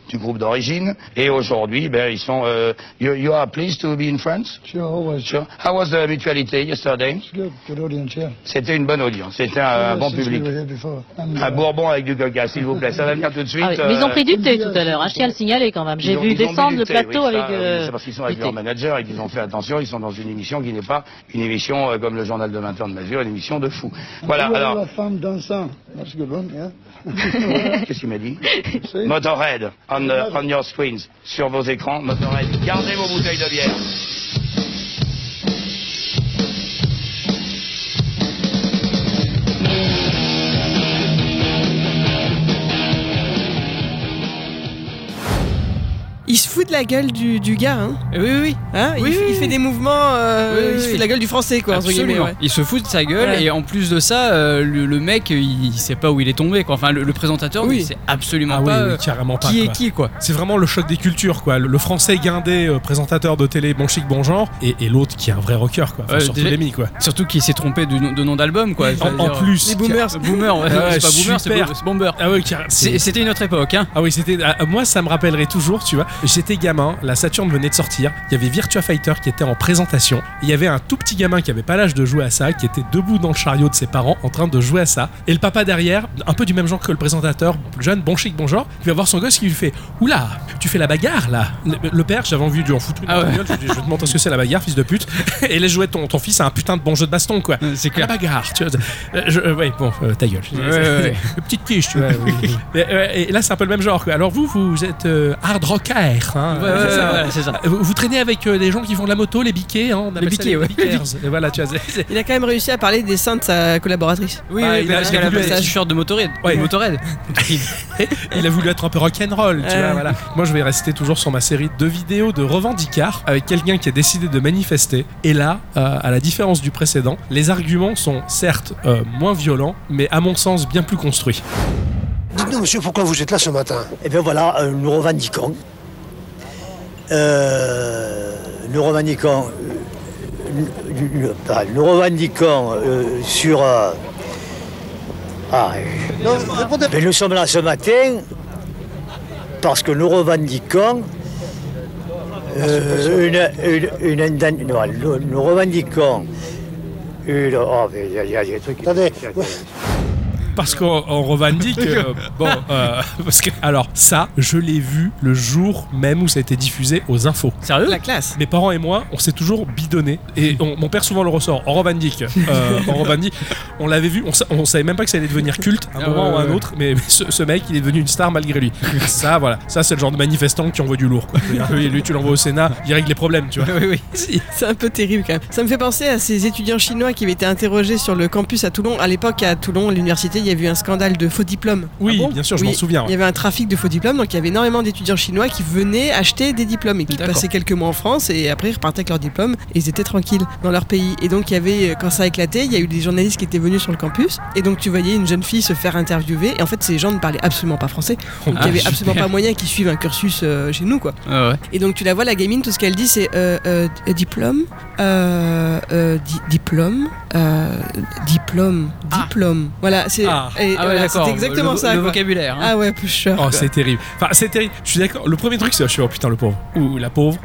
[SPEAKER 16] du groupe d'origine. Et aujourd'hui, ben, ils sont. euh, you, you are pleased to be in France? Sure, always. Sure. How was the mutualité yesterday?
[SPEAKER 17] Good, good audience here.
[SPEAKER 16] C'était une bonne audience. C'était un, un bon
[SPEAKER 17] Since
[SPEAKER 16] public.
[SPEAKER 17] We were here before. And,
[SPEAKER 16] Un bourbon avec du coca, s'il vous plaît. Ça va venir tout de suite.
[SPEAKER 18] Ah oui, Mais ils ont
[SPEAKER 16] euh,
[SPEAKER 18] pris du thé tout à l'heure, hein, je tiens à le signaler quand même. J'ai
[SPEAKER 16] ils ont-
[SPEAKER 18] vu
[SPEAKER 16] ils ont
[SPEAKER 18] descendre le
[SPEAKER 16] milité, oui,
[SPEAKER 18] plateau
[SPEAKER 16] ça,
[SPEAKER 18] avec.
[SPEAKER 16] oui,
[SPEAKER 18] euh,
[SPEAKER 16] c'est parce qu'ils sont avec
[SPEAKER 18] du
[SPEAKER 16] leur
[SPEAKER 18] thé.
[SPEAKER 16] manager et qu'ils ont fait attention. Ils sont dans une émission qui n'est pas une émission euh, comme le journal de 20 h de mesure, une émission de fou. Voilà,
[SPEAKER 17] You are
[SPEAKER 16] alors,
[SPEAKER 17] a femme dansant. That's a good one, yeah.
[SPEAKER 16] qu'est-ce qu'il m'a dit Motorhead, on, the- on your screens, sur vos écrans, Motorhead. Gardez vos bouteilles de bière.
[SPEAKER 1] Il se fout de la gueule du, du gars, hein.
[SPEAKER 2] Eh
[SPEAKER 3] Oui, oui, oui.
[SPEAKER 1] Hein, il,
[SPEAKER 3] Oui,
[SPEAKER 1] f- il
[SPEAKER 3] oui,
[SPEAKER 1] fait
[SPEAKER 3] oui.
[SPEAKER 1] des mouvements. euh,
[SPEAKER 3] Oui, oui,
[SPEAKER 1] il se
[SPEAKER 3] oui.
[SPEAKER 1] fout de la gueule du français, quoi. entre guillemets,
[SPEAKER 3] Absolument.
[SPEAKER 1] ouais.
[SPEAKER 3] Il se fout de sa gueule
[SPEAKER 1] Ouais.
[SPEAKER 3] et en plus de ça, euh, le, le mec, il, il sait pas où il est tombé. Quoi. Enfin, le, le présentateur,
[SPEAKER 2] Oui.
[SPEAKER 3] il sait absolument
[SPEAKER 2] Ah oui,
[SPEAKER 3] pas
[SPEAKER 2] oui,
[SPEAKER 3] euh,
[SPEAKER 2] carrément pas.
[SPEAKER 3] qui est qui. quoi.
[SPEAKER 2] C'est vraiment le choc des cultures, quoi. Le, le français guindé, euh, présentateur de télé, bon chic, bon genre, et, et l'autre qui est un vrai rocker, quoi. Enfin,
[SPEAKER 3] Euh,
[SPEAKER 2] surtout
[SPEAKER 3] déjà-
[SPEAKER 2] Lemmy, quoi.
[SPEAKER 3] Surtout qu'il s'est trompé de, nom- de nom d'album, quoi.
[SPEAKER 2] En- en plus. Les boomers.
[SPEAKER 3] Boomer, ouais,
[SPEAKER 2] Ah ouais,
[SPEAKER 3] c'est pas boomer, c'est
[SPEAKER 2] super.
[SPEAKER 3] bo- c'est bomber.
[SPEAKER 2] Ah oui, car-
[SPEAKER 3] C'est- C'était une autre époque, hein.
[SPEAKER 2] Ah oui, c'était. ah, moi, ça me rappellerait toujours, tu vois. J'étais gamin, la Saturn venait de sortir. Il y avait Virtua Fighter qui était en présentation. Il y avait un tout petit gamin qui avait pas l'âge de jouer à ça, qui était debout dans le chariot de ses parents en train de jouer à ça. Et le papa derrière, un peu du même genre que le présentateur, plus jeune, bon chic, bon genre, qui va voir son gosse qui lui fait Oula, tu fais la bagarre là Le, le père, j'avais envie de lui en foutre une
[SPEAKER 3] Ah
[SPEAKER 2] dans la gueule. Je lui dis, Je vais te montrer ce que c'est la bagarre, fils de pute. Et laisse jouer ton, ton fils à un putain de bon jeu de baston, quoi. C'est La bagarre, tu vois. Euh, je- euh, ouais, bon, euh, ta gueule.
[SPEAKER 3] Ouais, ouais, ouais.
[SPEAKER 2] Petite quiche, tu vois. Et, euh, et là, c'est un peu le même genre. quoi. Alors vous, vous êtes euh, hard rocker. hein.
[SPEAKER 3] Ouais, ouais,
[SPEAKER 2] C'est ça,
[SPEAKER 3] ouais,
[SPEAKER 2] hein.
[SPEAKER 3] ouais, c'est ça.
[SPEAKER 2] Vous, vous traînez avec euh, des gens qui font de la moto, les biquets. Hein, on appelle ça
[SPEAKER 3] biquets, ouais.
[SPEAKER 2] biquers. Et voilà, tu vois, c'est- Bah,
[SPEAKER 1] Il a quand même réussi à parler des seins de sa collaboratrice.
[SPEAKER 3] Oui, oui, parce qu'elle avait un t-shirt de Motorhead.
[SPEAKER 2] Ouais.
[SPEAKER 3] Motorhead.
[SPEAKER 2] il a voulu être un peu rock'n'roll, tu
[SPEAKER 3] Ouais.
[SPEAKER 2] vois, voilà. Moi, je vais rester toujours sur ma série de vidéos de revendicards avec quelqu'un qui a décidé de manifester. Et là, euh, à la différence du précédent, les arguments sont certes euh, moins violents, mais à mon sens bien plus construits.
[SPEAKER 19] Dites-nous, monsieur, pourquoi vous êtes là ce matin Eh bien voilà, euh, nous revendiquons. Euh, nous revendiquons. euh, nous- nous- ah, Nous revendiquons euh, sur. euh, ah, euh, mais nous sommes là ce matin parce que nous revendiquons euh, une, une, une indemn- non, nous, nous revendiquons une. Oh, mais il y a- il y, a des trucs. Attendez.
[SPEAKER 2] Parce qu'on on revendique. euh, bon, euh, parce que alors ça, je l'ai vu le jour même où ça a été diffusé aux infos. Sérieux La
[SPEAKER 1] classe.
[SPEAKER 2] Mes parents et moi, on s'est toujours bidonné et
[SPEAKER 3] Hmm.
[SPEAKER 2] on- mon père souvent le ressort. On revendique. euh, on revendique. On l'avait vu. On, sa- on savait même pas que ça allait devenir culte à un
[SPEAKER 3] Ah
[SPEAKER 2] moment
[SPEAKER 3] ouais,
[SPEAKER 2] ou à un
[SPEAKER 3] ouais.
[SPEAKER 2] autre. Mais, mais ce, ce mec, il est devenu une star malgré lui. ça, voilà. Ça, c'est le genre de manifestant qui envoie du lourd. quoi. Lui, lui, tu l'envoies au Sénat, il règle les problèmes, tu vois.
[SPEAKER 3] Oui,
[SPEAKER 1] C'est un peu terrible quand même. Ça me fait penser à ces étudiants chinois qui avaient été interrogés sur le campus à Toulon. À l'époque, à Toulon, à l'université, il y avait eu un scandale de faux diplômes. Ah
[SPEAKER 2] Oui, bien sûr, je m'en souviens, ouais.
[SPEAKER 1] Il y avait un trafic de faux diplômes, donc il y avait énormément d'étudiants chinois qui venaient acheter des diplômes et qui
[SPEAKER 2] D'accord.
[SPEAKER 1] passaient quelques mois en France et après ils repartaient avec leurs diplômes et ils étaient tranquilles dans leur pays. Et donc, il y avait, euh, quand ça a éclaté, il y a eu des journalistes qui étaient venus sur le campus et donc tu voyais une jeune fille se faire interviewer et en fait, ces gens ne parlaient absolument pas français. Donc, il
[SPEAKER 3] Ah,
[SPEAKER 1] y avait
[SPEAKER 3] super.
[SPEAKER 1] absolument pas moyen qu'ils suivent un cursus euh, chez nous, quoi.
[SPEAKER 3] Ah ouais.
[SPEAKER 1] Et donc tu la vois, la gamine, tout ce qu'elle dit, c'est euh, euh, d- diplôme, euh, euh, di- diplôme, euh, diplôme, diplôme. Voilà, c'est
[SPEAKER 2] Ah.
[SPEAKER 1] et
[SPEAKER 3] Ah ouais,
[SPEAKER 1] voilà,
[SPEAKER 3] d'accord.
[SPEAKER 1] c'était exactement
[SPEAKER 3] Le-
[SPEAKER 1] ça.
[SPEAKER 3] le
[SPEAKER 1] quoi.
[SPEAKER 3] vocabulaire, hein.
[SPEAKER 1] Ah ouais, pusher.
[SPEAKER 2] Oh, c'est terrible. Enfin, c'est terrible. Je suis d'accord. Le premier truc, c'est je suis oh putain le pauvre ou la pauvre,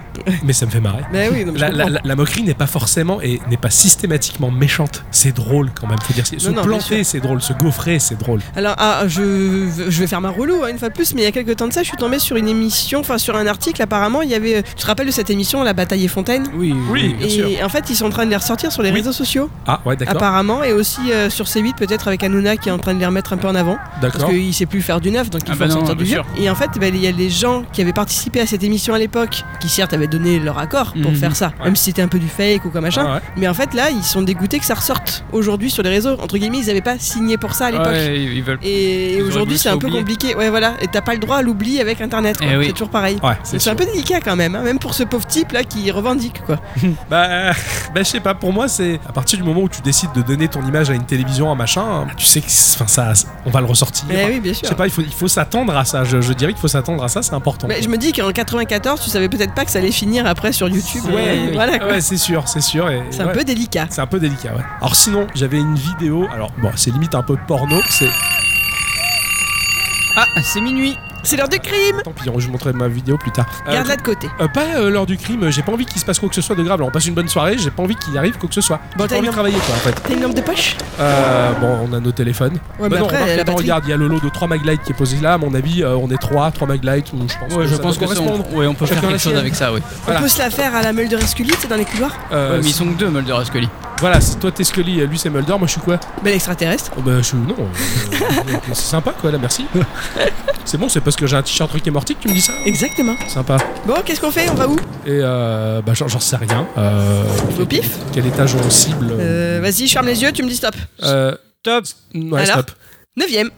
[SPEAKER 2] mais ça me fait marrer.
[SPEAKER 1] Mais oui, non, mais je
[SPEAKER 2] la, la-
[SPEAKER 1] comprends.
[SPEAKER 2] la- la moquerie n'est pas forcément et n'est pas systématiquement méchante. C'est drôle quand même. Faut dire. c'est- Se
[SPEAKER 1] Non, non, bien
[SPEAKER 2] planter, c'est drôle. Se gaufrer, c'est drôle.
[SPEAKER 1] Alors, ah, je, je vais faire ma relou hein, une fois de plus, mais il y a quelques temps de ça, je suis tombée sur une émission, enfin sur un article, apparemment, il y avait. Tu te rappelles de cette émission, La Bataille et Fontaine
[SPEAKER 3] Oui,
[SPEAKER 2] Oui, bien
[SPEAKER 1] Et
[SPEAKER 2] sûr.
[SPEAKER 1] en fait, ils sont en train de les ressortir sur les réseaux sociaux.
[SPEAKER 2] Ah ouais, d'accord.
[SPEAKER 1] Apparemment, et aussi euh, sur C8, peut-être avec Hanouna qui est en train de les remettre un peu en avant.
[SPEAKER 2] D'accord.
[SPEAKER 1] Parce qu'il sait plus faire du neuf, donc il
[SPEAKER 2] Ah
[SPEAKER 1] faut
[SPEAKER 2] bah non,
[SPEAKER 1] sortir du
[SPEAKER 2] bien
[SPEAKER 1] vieux. Et en fait, bah, il y a les gens qui avaient participé à cette émission à l'époque, qui certes avaient donné leur accord pour
[SPEAKER 3] Mhm.
[SPEAKER 1] faire ça,
[SPEAKER 3] Ouais.
[SPEAKER 1] même si c'était un peu du fake ou quoi machin.
[SPEAKER 3] Ah ouais.
[SPEAKER 1] Mais en fait, là, ils sont dégoûtés que ça ressorte aujourd'hui sur les réseaux. Entre guillemets, ils n'avaient pas signé pour ça à l'époque.
[SPEAKER 3] Ouais, ils veulent-
[SPEAKER 1] Et
[SPEAKER 3] ils auraient
[SPEAKER 1] aujourd'hui,
[SPEAKER 3] voulu
[SPEAKER 1] c'est un peu
[SPEAKER 3] oublier.
[SPEAKER 1] compliqué. Ouais, voilà. Et t'as pas le droit à l'oubli avec Internet. quoi.
[SPEAKER 2] Eh oui.
[SPEAKER 1] C'est toujours pareil.
[SPEAKER 2] Ouais,
[SPEAKER 1] Donc
[SPEAKER 2] c'est
[SPEAKER 1] c'est un
[SPEAKER 2] sûr.
[SPEAKER 1] peu délicat quand même, hein, même pour ce pauvre type là qui revendique quoi.
[SPEAKER 2] bah, bah je sais pas. Pour moi, c'est à partir du moment où tu décides de donner ton image à une télévision, à un machin, bah, tu sais que, c'est- enfin ça, on va le ressortir.
[SPEAKER 1] Eh oui, bien sûr.
[SPEAKER 2] Je sais pas. Il faut, il faut s'attendre à ça. Je, je dirais qu'il faut s'attendre à ça. C'est important.
[SPEAKER 1] Mais je me dis qu'en 94, tu savais peut-être pas que ça allait finir après sur YouTube.
[SPEAKER 2] Ouais, Ah
[SPEAKER 1] Et voilà quoi.
[SPEAKER 2] ouais, c'est sûr, c'est sûr. et-
[SPEAKER 1] C'est un
[SPEAKER 2] ouais.
[SPEAKER 1] peu délicat.
[SPEAKER 2] C'est un peu délicat, ouais. Alors sinon, j'avais une vidéo. Alors bon, c'est limite un peu porno. C'est
[SPEAKER 3] Ah, c'est minuit.
[SPEAKER 1] C'est l'heure du crime.
[SPEAKER 2] tant pis, je vous montrerai ma vidéo plus tard. Euh,
[SPEAKER 1] Garde-la de côté.
[SPEAKER 2] euh, pas euh, l'heure du crime. J'ai pas envie qu'il se passe quoi que ce soit de grave. Là, on passe une bonne soirée. J'ai pas envie qu'il arrive quoi que ce soit. J'ai
[SPEAKER 1] t'as
[SPEAKER 2] pas envie
[SPEAKER 1] une-
[SPEAKER 2] de travailler, quoi, en fait.
[SPEAKER 1] T'as une lampe de poche
[SPEAKER 2] Euh, bon, on a nos téléphones.
[SPEAKER 1] Ouais,
[SPEAKER 2] Bah
[SPEAKER 1] mais
[SPEAKER 2] non,
[SPEAKER 1] après,
[SPEAKER 2] remarque,
[SPEAKER 1] la
[SPEAKER 2] attends,
[SPEAKER 1] batterie.
[SPEAKER 2] regarde, il y a le lot de 3 maglites qui est posé là. À mon avis, euh, on est 3, 3 maglites. ou Je pense
[SPEAKER 3] Ouais,
[SPEAKER 2] que
[SPEAKER 3] je
[SPEAKER 2] ça
[SPEAKER 3] pense
[SPEAKER 2] doit
[SPEAKER 3] que ça,
[SPEAKER 2] correspondre.
[SPEAKER 3] on- ouais, on peut faire
[SPEAKER 2] Chacun
[SPEAKER 3] quelque
[SPEAKER 2] la
[SPEAKER 3] chose
[SPEAKER 2] sienne.
[SPEAKER 3] avec ça, oui.
[SPEAKER 2] Voilà.
[SPEAKER 1] On peut se la faire à la meule de Rescully, c'est dans les couloirs
[SPEAKER 2] Euh,
[SPEAKER 3] Ouais, mais ils sont que deux, Mulder et Scully.
[SPEAKER 2] Voilà, c'est- toi t'es Scully, lui c'est Mulder, moi je suis quoi
[SPEAKER 1] Ben l'extraterrestre.
[SPEAKER 2] bah je suis. Non. euh, c'est sympa quoi, là, merci. c'est bon, c'est parce que j'ai un t-shirt Rick et Morty que tu me dis ça
[SPEAKER 1] Exactement.
[SPEAKER 2] Sympa.
[SPEAKER 1] Bon, qu'est-ce qu'on fait On va où
[SPEAKER 2] Et euh, bah j'en j'en sais rien. Euh,
[SPEAKER 1] Au pif
[SPEAKER 2] quel étage on cible
[SPEAKER 1] Euh, Vas-y, je ferme les yeux, tu me dis stop.
[SPEAKER 2] Euh, Top Ouais,
[SPEAKER 1] Alors
[SPEAKER 2] stop.
[SPEAKER 1] Neuvième.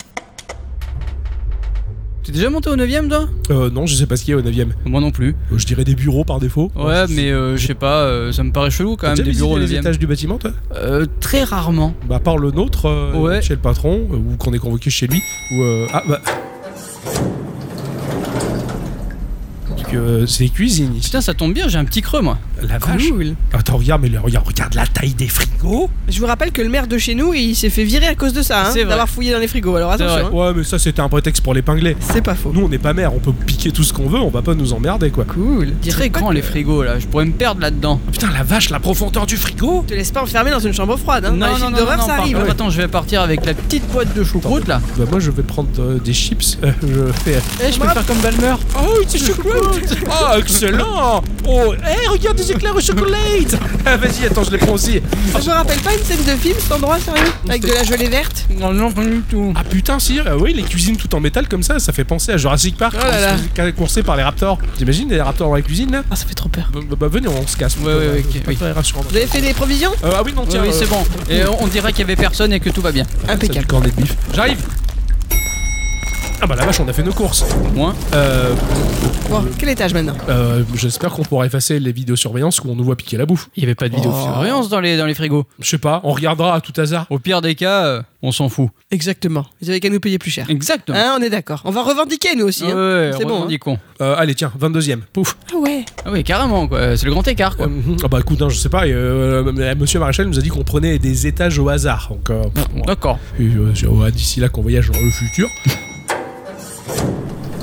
[SPEAKER 3] T'es déjà monté au 9ème, toi
[SPEAKER 2] Euh, non, je sais pas ce qu'il y a au 9ème.
[SPEAKER 3] Moi non plus.
[SPEAKER 2] je dirais des bureaux par défaut.
[SPEAKER 3] Ouais, mais euh, je sais pas, euh, ça me paraît chelou quand
[SPEAKER 2] T'as
[SPEAKER 3] même,
[SPEAKER 2] déjà
[SPEAKER 3] des
[SPEAKER 2] visité
[SPEAKER 3] bureaux au
[SPEAKER 2] les
[SPEAKER 3] 9ème.
[SPEAKER 2] étages du bâtiment, toi
[SPEAKER 3] Euh, très rarement.
[SPEAKER 2] Bah, à part le nôtre, euh,
[SPEAKER 3] Ouais.
[SPEAKER 2] chez le patron, euh, ou qu'on est convoqué chez lui, ou. euh, Ah, bah. Parce que euh, c'est les cuisines ici.
[SPEAKER 3] Putain, ça tombe bien, j'ai un petit creux, moi.
[SPEAKER 2] La vache. Attends, regarde, mais le- regarde, regarde la taille des frigos.
[SPEAKER 1] Je vous rappelle que le maire de chez nous, il s'est fait virer à cause de ça, hein,
[SPEAKER 3] C'est vrai.
[SPEAKER 1] d'avoir fouillé dans les frigos. Alors attention. hein.
[SPEAKER 2] Ouais, mais ça c'était un prétexte pour l'épingler.
[SPEAKER 1] C'est pas faux.
[SPEAKER 2] Nous on n'est pas mère, on peut piquer tout ce qu'on veut, on va pas nous emmerder quoi.
[SPEAKER 1] Cool.
[SPEAKER 3] Très grand, les frigos, là. Je pourrais me perdre là-dedans.
[SPEAKER 2] Oh, Putain, la vache, la profondeur du frigo
[SPEAKER 1] Te laisse pas enfermer dans une chambre froide. Hein. dans les films d'horreur, ça
[SPEAKER 3] par
[SPEAKER 1] arrive.
[SPEAKER 3] contre, attends, je vais partir avec la petite boîte de choucroute, là.
[SPEAKER 2] Bah, moi je vais prendre euh, des chips, Euh, je fais.
[SPEAKER 3] Eh, je peux
[SPEAKER 2] Moi-
[SPEAKER 3] faire comme Balmer.
[SPEAKER 2] Oh, c'est chocolate Oh, excellent Oh, hé, regarde des éclairs au chocolat Ah, Vas-y, attends, je les prends aussi.
[SPEAKER 1] Je me rappelle pas une scène de film, cet endroit sérieux Avec de la gelée verte
[SPEAKER 3] Non, non, pas du tout.
[SPEAKER 2] Ah putain, si, euh, oui, les cuisines tout en métal comme ça, ça fait penser à Jurassic Park,
[SPEAKER 1] Oh là là.
[SPEAKER 2] quand ils sont coursés par les raptors. T'imagines les raptors dans la cuisine là
[SPEAKER 1] Ah, ça fait trop peur.
[SPEAKER 2] bah, bah, bah, venez, on se casse.
[SPEAKER 3] Ouais, ouais, ouais, ok,
[SPEAKER 2] C'est pas
[SPEAKER 3] oui.
[SPEAKER 2] très rassurant.
[SPEAKER 1] Vous avez fait des provisions
[SPEAKER 2] Euh, ah oui, non,
[SPEAKER 3] Oui,
[SPEAKER 2] tiens.
[SPEAKER 3] oui,
[SPEAKER 2] euh,
[SPEAKER 3] c'est bon. Et on, on dirait qu'il y avait personne et que tout va bien.
[SPEAKER 2] ah, ça, du cornet de bif. J'arrive Ah bah la vache, on a fait nos courses.
[SPEAKER 3] Moins.
[SPEAKER 2] Euh,
[SPEAKER 1] Bon, quel étage maintenant
[SPEAKER 2] euh, J'espère qu'on pourra effacer les vidéosurveillances où on nous voit piquer la bouffe. Il y avait pas de
[SPEAKER 1] Oh.
[SPEAKER 2] vidéo.
[SPEAKER 3] Surveillance dans les, dans les frigos.
[SPEAKER 2] Je sais pas, on regardera à tout hasard.
[SPEAKER 3] Au pire des cas, euh, on s'en fout.
[SPEAKER 1] Exactement. Vous avez qu'à nous payer plus cher.
[SPEAKER 3] Exactement.
[SPEAKER 1] Hein, on est d'accord. On va revendiquer nous aussi. hein.
[SPEAKER 3] ouais,
[SPEAKER 1] c'est bon. hein.
[SPEAKER 3] revendiquons.
[SPEAKER 2] Euh, allez, tiens, 22 e Pouf.
[SPEAKER 1] Ah ouais.
[SPEAKER 3] Ah oui, carrément, quoi. C'est le grand écart, quoi.
[SPEAKER 2] Euh, ah bah écoute, hein, je sais pas, euh, euh, monsieur Maréchal nous a dit qu'on prenait des étages au hasard. Donc, euh, pff,
[SPEAKER 3] Ah, D'accord.
[SPEAKER 2] et, euh, c'est- ouais, d'ici là qu'on voyage dans le futur.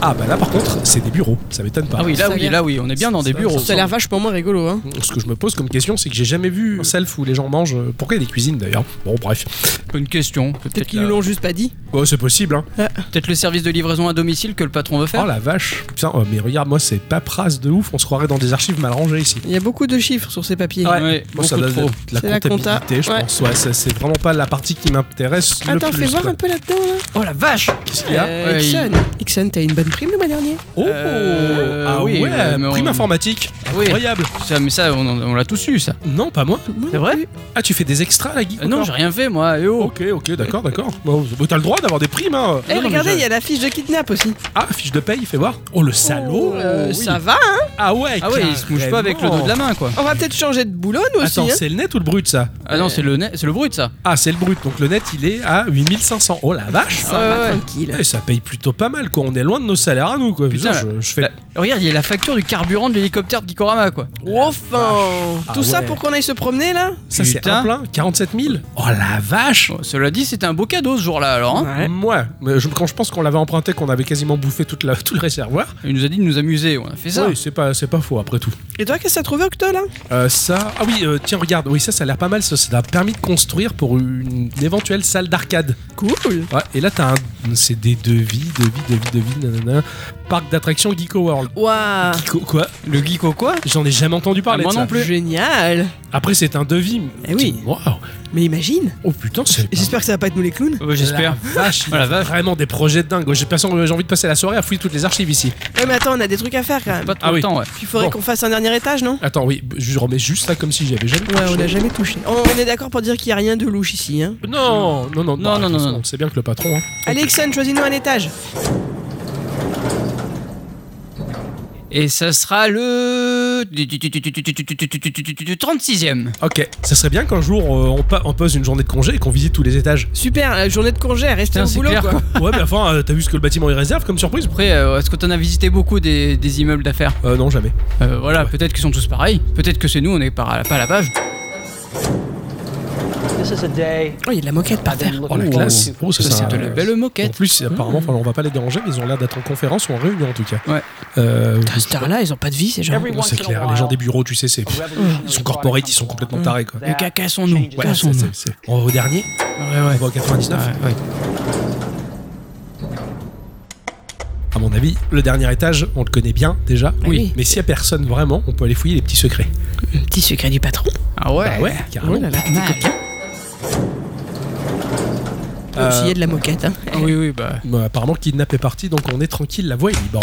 [SPEAKER 2] Ah bah là par contre c'est des bureaux, ça m'étonne pas.
[SPEAKER 3] Ah oui, là oui, là oui, on est bien dans des bureaux.
[SPEAKER 1] Ça a l'air vachement moins rigolo. Hein.
[SPEAKER 2] Ce que je me pose comme question, c'est que j'ai jamais vu un self où les gens mangent. Pourquoi il y a des cuisines d'ailleurs Bon, bref.
[SPEAKER 3] Bonne question. Peut-être
[SPEAKER 1] qu'ils nous l'ont juste pas dit.
[SPEAKER 2] Oh, c'est possible. Hein.
[SPEAKER 3] Peut-être le service de livraison à domicile que le patron veut faire.
[SPEAKER 2] Oh la vache. Putain, oh, mais regarde, moi c'est paperasse de ouf. On se croirait dans des archives mal rangées ici.
[SPEAKER 1] Il y a beaucoup de chiffres sur ces papiers.
[SPEAKER 2] Ouais, moi, ça doit être de
[SPEAKER 1] C'est
[SPEAKER 2] la
[SPEAKER 1] la
[SPEAKER 2] comptabilité,
[SPEAKER 1] compta.
[SPEAKER 2] je
[SPEAKER 1] Ouais.
[SPEAKER 2] pense. Ouais, ça, c'est vraiment pas la partie qui m'intéresse. le
[SPEAKER 1] Attends,
[SPEAKER 2] plus,
[SPEAKER 1] fais voir
[SPEAKER 2] quoi.
[SPEAKER 1] un peu là-dedans. Là.
[SPEAKER 3] Oh la vache
[SPEAKER 2] Qu'est-ce qu'il y a
[SPEAKER 1] Euh, Ixon, Ixon, t'as eu une bonne prime le mois dernier
[SPEAKER 2] Oh
[SPEAKER 3] Euh,
[SPEAKER 2] Ah
[SPEAKER 3] oui,
[SPEAKER 2] ouais,
[SPEAKER 3] mais on- Ah
[SPEAKER 2] prime informatique.
[SPEAKER 3] Oui.
[SPEAKER 2] Incroyable.
[SPEAKER 3] Ça, mais ça, on, on l'a tous eu, ça.
[SPEAKER 2] Non, pas moi.
[SPEAKER 3] C'est vrai
[SPEAKER 2] Ah, tu fais des extras, la geek
[SPEAKER 3] Euh, Non,
[SPEAKER 2] encore
[SPEAKER 3] j'ai rien fait, moi. eh oh.
[SPEAKER 2] Ok, ok, d'accord, d'accord. Bon, bah, t'as le droit d'avoir des primes, hein.
[SPEAKER 1] Eh,
[SPEAKER 2] Non, non,
[SPEAKER 1] regardez,
[SPEAKER 2] mais
[SPEAKER 1] il
[SPEAKER 2] je-
[SPEAKER 1] y a la fiche de kidnap aussi.
[SPEAKER 3] Oh,
[SPEAKER 2] Ah, fiche de paye, fais voir. Oh, le salaud
[SPEAKER 1] Euh,
[SPEAKER 2] Oui.
[SPEAKER 1] Ça va, Oh, hein
[SPEAKER 2] Ah ouais,
[SPEAKER 3] Ah ouais, il se mouche pas avec le dos de la main, quoi.
[SPEAKER 1] On va peut-être changer de boulot, nous aussi.
[SPEAKER 2] Attends,
[SPEAKER 1] hein.
[SPEAKER 2] c'est le net ou le brut, ça
[SPEAKER 3] Ah non, c'est le, net- c'est le brut, ça.
[SPEAKER 2] Ah, c'est le brut. Donc le net, il est à 8500. Oh la vache
[SPEAKER 1] Ça va, tranquille.
[SPEAKER 2] Ouais, ça paye plutôt pas mal, quoi. On est loin de nos salaires à nous, quoi.
[SPEAKER 3] Putain,
[SPEAKER 2] Putain, je, je fais...
[SPEAKER 3] Regarde, il y a la facture du carburant de l'hélicoptère de Gikorama, quoi.
[SPEAKER 1] Enfin,
[SPEAKER 2] Ah
[SPEAKER 1] tout ça
[SPEAKER 2] ouais.
[SPEAKER 1] pour qu'on aille se promener là
[SPEAKER 2] Ça, c'est
[SPEAKER 3] Putain.
[SPEAKER 2] un plein 47 000 Oh la vache
[SPEAKER 3] Bon, cela dit, c'était un beau cadeau ce jour-là, alors. hein.
[SPEAKER 2] Moi, mais je- quand je pense qu'on l'avait emprunté, qu'on avait quasiment bouffé toute la, tout le réservoir.
[SPEAKER 3] Il nous a dit de nous amuser, on a fait ça.
[SPEAKER 2] Oui, c'est pas, c'est pas faux après tout.
[SPEAKER 1] Et toi, qu'est-ce que t'as trouvé, hein Octo, là
[SPEAKER 2] Euh, ça, ah oui, euh, tiens, regarde, oui, ça, ça a l'air pas mal. Ça, ça a permis de construire pour une, une éventuelle salle d'arcade.
[SPEAKER 1] Cool
[SPEAKER 2] Ouais, et là, t'as un, c'est des devis, devis, devis, devis, nanana. Parc d'attractions Geeko World.
[SPEAKER 1] Waouh
[SPEAKER 2] Geeko quoi
[SPEAKER 3] Le geeko quoi Ah,
[SPEAKER 2] J'en ai jamais entendu parler.
[SPEAKER 3] moi
[SPEAKER 2] de ça.
[SPEAKER 3] non plus.
[SPEAKER 1] Génial
[SPEAKER 2] Après, c'est un devis.
[SPEAKER 1] Eh oui.
[SPEAKER 2] Waouh.
[SPEAKER 1] Mais imagine
[SPEAKER 2] Oh putain, c'est.
[SPEAKER 1] Et J'espère que ça va pas être nous les clowns.
[SPEAKER 3] Ouais, J'espère.
[SPEAKER 2] La Vache, il y
[SPEAKER 3] Oh
[SPEAKER 2] a
[SPEAKER 3] la vache.
[SPEAKER 2] vraiment des projets de dingue. J'ai, passé- j'ai envie de passer la soirée à fouiller toutes les archives ici.
[SPEAKER 1] Ouais, mais attends, on a des trucs à faire quand même.
[SPEAKER 3] Pas trop
[SPEAKER 2] Ah
[SPEAKER 3] le
[SPEAKER 2] oui.
[SPEAKER 3] temps, ouais.
[SPEAKER 1] Puis il faudrait
[SPEAKER 2] Bon.
[SPEAKER 1] qu'on fasse un dernier étage, non
[SPEAKER 2] Attends, oui, je remets juste ça comme si j'avais jamais.
[SPEAKER 1] Ouais, on n'a jamais touché. On on est d'accord pour dire qu'il n'y a rien de louche ici, hein.
[SPEAKER 2] Non, non, non,
[SPEAKER 3] Non, non,
[SPEAKER 2] de toute
[SPEAKER 3] non,
[SPEAKER 2] façon,
[SPEAKER 3] non.
[SPEAKER 2] C'est bien que le patron. hein.
[SPEAKER 1] Allez, Ixon, choisis-nous un étage.
[SPEAKER 3] Et ça sera le. 36ème.
[SPEAKER 2] Ok, ça serait bien qu'un jour euh, on, pa- on pose une journée de congé et qu'on visite tous les étages.
[SPEAKER 1] Super, la journée de congé, restez
[SPEAKER 3] Putain,
[SPEAKER 1] au
[SPEAKER 3] c'est
[SPEAKER 1] boulot,
[SPEAKER 3] clair,
[SPEAKER 1] quoi.
[SPEAKER 3] quoi.
[SPEAKER 2] Ouais, mais enfin, euh, t'as vu ce que le bâtiment y réserve comme surprise
[SPEAKER 3] Après, euh, est-ce que t'en as visité beaucoup des, des immeubles d'affaires
[SPEAKER 2] Euh, non, jamais.
[SPEAKER 3] Euh, Voilà, peut-être qu'ils sont tous pareils. Peut-être que c'est nous, on est pas à la, pas à la page.
[SPEAKER 19] This is a day.
[SPEAKER 1] Oh, il y a de la moquette par terre.
[SPEAKER 2] Oh la
[SPEAKER 3] Ouh,
[SPEAKER 2] classe Oh, ça,
[SPEAKER 3] Ça,
[SPEAKER 2] ça-
[SPEAKER 3] c'est de la belle
[SPEAKER 2] En
[SPEAKER 3] moquette. Mmh.
[SPEAKER 2] plus, apparemment, enfin, on va pas les déranger, mais ils ont l'air d'être en conférence ou en réunion en tout cas.
[SPEAKER 3] Ouais. Ah,
[SPEAKER 2] Euh,
[SPEAKER 1] Putain, ce tard là, ils ont pas de vie, ces gens.
[SPEAKER 2] non, c'est clair, les gens des bureaux, tu sais, c'est. Ils sont corporate, ils sont complètement tarés quoi.
[SPEAKER 3] Les caca sont nous.
[SPEAKER 2] Ouais, c'est- c'est- c'est- On va au dernier
[SPEAKER 3] Ouais, ouais.
[SPEAKER 2] On va au 99
[SPEAKER 3] Ouais, ouais.
[SPEAKER 2] À mon avis, le dernier étage, on le connaît bien déjà.
[SPEAKER 1] Oui.
[SPEAKER 2] Mais s'il y a personne vraiment, on peut aller fouiller les petits secrets.
[SPEAKER 1] Un petit secret du patron.
[SPEAKER 3] Ah ouais.
[SPEAKER 2] Bah ouais, carrément.
[SPEAKER 1] Oh là là,
[SPEAKER 3] Pas mal.
[SPEAKER 1] Même s'il y a de la moquette, hein.
[SPEAKER 3] Ah oui, oui, bah.
[SPEAKER 2] Euh, Bah, apparemment, Kidnap est parti, donc on est tranquille, la voie est libre.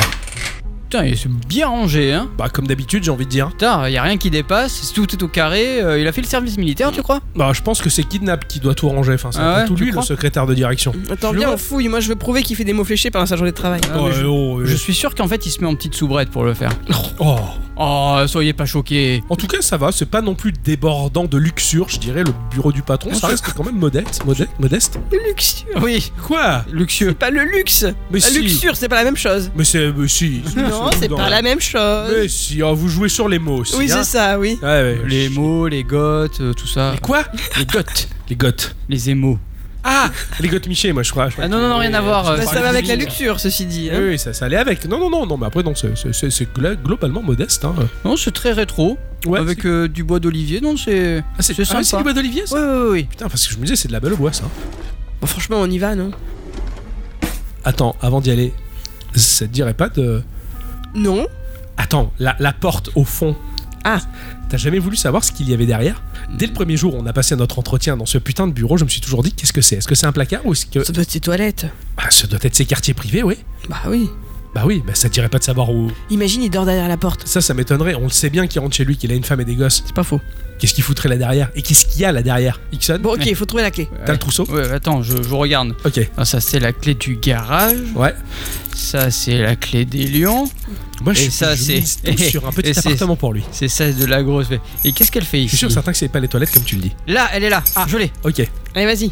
[SPEAKER 3] Putain, il s'est bien rangé, hein.
[SPEAKER 2] Bah, comme d'habitude, j'ai envie de dire.
[SPEAKER 3] Putain, y a rien qui dépasse, tout est au carré. euh, il a fait le service militaire, tu crois
[SPEAKER 2] Bah, je pense que c'est Kidnap qui doit tout ranger. Enfin, c'est
[SPEAKER 3] Ah
[SPEAKER 2] un peu
[SPEAKER 3] ouais,
[SPEAKER 2] tout
[SPEAKER 3] tu
[SPEAKER 2] lui, le
[SPEAKER 3] crois
[SPEAKER 2] secrétaire de direction.
[SPEAKER 1] Attends,
[SPEAKER 3] Je
[SPEAKER 1] viens,
[SPEAKER 3] vois.
[SPEAKER 1] on fouille. Moi, je veux prouver qu'il fait des mots fléchés pendant sa journée de travail.
[SPEAKER 3] Ah, mais je-
[SPEAKER 2] oh,
[SPEAKER 3] Je suis sûr qu'en fait, il se met en petite soubrette pour le faire.
[SPEAKER 2] oh.
[SPEAKER 3] Oh, soyez pas choqués.
[SPEAKER 2] En tout cas, ça va. C'est pas non plus débordant de luxure, je dirais. Le bureau du patron,
[SPEAKER 3] Bien
[SPEAKER 2] ça
[SPEAKER 3] sûr.
[SPEAKER 2] reste quand même modeste. Modeste, modeste.
[SPEAKER 1] Le luxure.
[SPEAKER 3] Ah, Oui,
[SPEAKER 2] Quoi
[SPEAKER 3] luxueux.
[SPEAKER 1] Pas le luxe.
[SPEAKER 2] Mais
[SPEAKER 1] la
[SPEAKER 2] si.
[SPEAKER 1] luxure, c'est pas la même chose.
[SPEAKER 2] Mais c'est. Mais si.
[SPEAKER 1] Non, c'est
[SPEAKER 2] dans-
[SPEAKER 1] pas la même chose.
[SPEAKER 2] Mais si, ah, vous jouez sur les mots aussi.
[SPEAKER 1] oui,
[SPEAKER 2] hein.
[SPEAKER 1] c'est ça, oui.
[SPEAKER 2] Ouais, ouais.
[SPEAKER 3] Les mots, les goths, euh, tout ça.
[SPEAKER 2] Mais quoi
[SPEAKER 3] Les goths.
[SPEAKER 2] Les goths.
[SPEAKER 3] Les émaux.
[SPEAKER 2] Ah Les goths Miché, moi, je crois. je crois
[SPEAKER 3] Ah non, non, non, rien à voir. euh,
[SPEAKER 1] Bah,
[SPEAKER 3] parler
[SPEAKER 1] ça va
[SPEAKER 3] de
[SPEAKER 1] avec la
[SPEAKER 3] musique.
[SPEAKER 1] luxure, ceci dit.
[SPEAKER 2] Oui,
[SPEAKER 1] hein.
[SPEAKER 2] oui, ça, ça allait avec. Non, non, non, non, mais après, non, c'est- c'est c'est- c'est gla- globalement modeste. Hein.
[SPEAKER 3] Non, c'est très rétro.
[SPEAKER 2] Ouais,
[SPEAKER 3] avec euh, du bois d'olivier, non, c'est.
[SPEAKER 2] Ah, c'est
[SPEAKER 3] c'est
[SPEAKER 2] ah, c'est
[SPEAKER 3] sympa.
[SPEAKER 2] du bois d'olivier, ça
[SPEAKER 3] Oui, oui, oui.
[SPEAKER 2] Putain, parce que je me disais, c'est de la belle au bois, ça.
[SPEAKER 1] Bon, franchement, on y va, non
[SPEAKER 2] Attends, avant d'y aller, ça te dirait pas de.
[SPEAKER 1] Non
[SPEAKER 2] Attends, la, la porte au fond.
[SPEAKER 1] Ah.
[SPEAKER 2] T'as jamais voulu savoir ce qu'il y avait derrière Dès le premier jour où on a passé notre entretien dans ce putain de bureau, je me suis toujours dit qu'est-ce que c'est Est-ce que c'est un placard ou est-ce que.
[SPEAKER 1] Ça doit être ses toilettes.
[SPEAKER 2] Bah, ce doit être ses quartiers privés, oui.
[SPEAKER 1] Bah oui.
[SPEAKER 2] Bah oui, bah ça te dirait pas de savoir où.
[SPEAKER 1] Imagine, il dort derrière la porte.
[SPEAKER 2] Ça, ça m'étonnerait. On le sait bien qu'il rentre chez lui, qu'il a une femme et des gosses.
[SPEAKER 1] C'est pas faux.
[SPEAKER 2] Qu'est-ce qu'il foutrait là derrière Et qu'est-ce qu'il y a là derrière Ixon
[SPEAKER 1] Bon, ok, il faut trouver la clé.
[SPEAKER 2] T'as le trousseau
[SPEAKER 3] Ouais, attends, je, je regarde.
[SPEAKER 2] Ok.
[SPEAKER 3] Ah, ça, c'est la clé du garage.
[SPEAKER 2] Ouais.
[SPEAKER 3] Ça, c'est la clé des lions.
[SPEAKER 2] Moi, je
[SPEAKER 3] Et
[SPEAKER 2] suis
[SPEAKER 3] ça,
[SPEAKER 2] je
[SPEAKER 3] c'est-
[SPEAKER 2] mise tout sur un
[SPEAKER 3] Et
[SPEAKER 2] petit
[SPEAKER 3] c'est-
[SPEAKER 2] appartement pour lui.
[SPEAKER 3] C'est ça, de la grosse. Et qu'est-ce qu'elle fait
[SPEAKER 2] Je
[SPEAKER 3] ici
[SPEAKER 2] suis sûr, certain que c'est pas les toilettes comme tu le dis.
[SPEAKER 3] Là, elle est là. Ah, je l'ai.
[SPEAKER 2] Ok.
[SPEAKER 1] Allez, vas-y.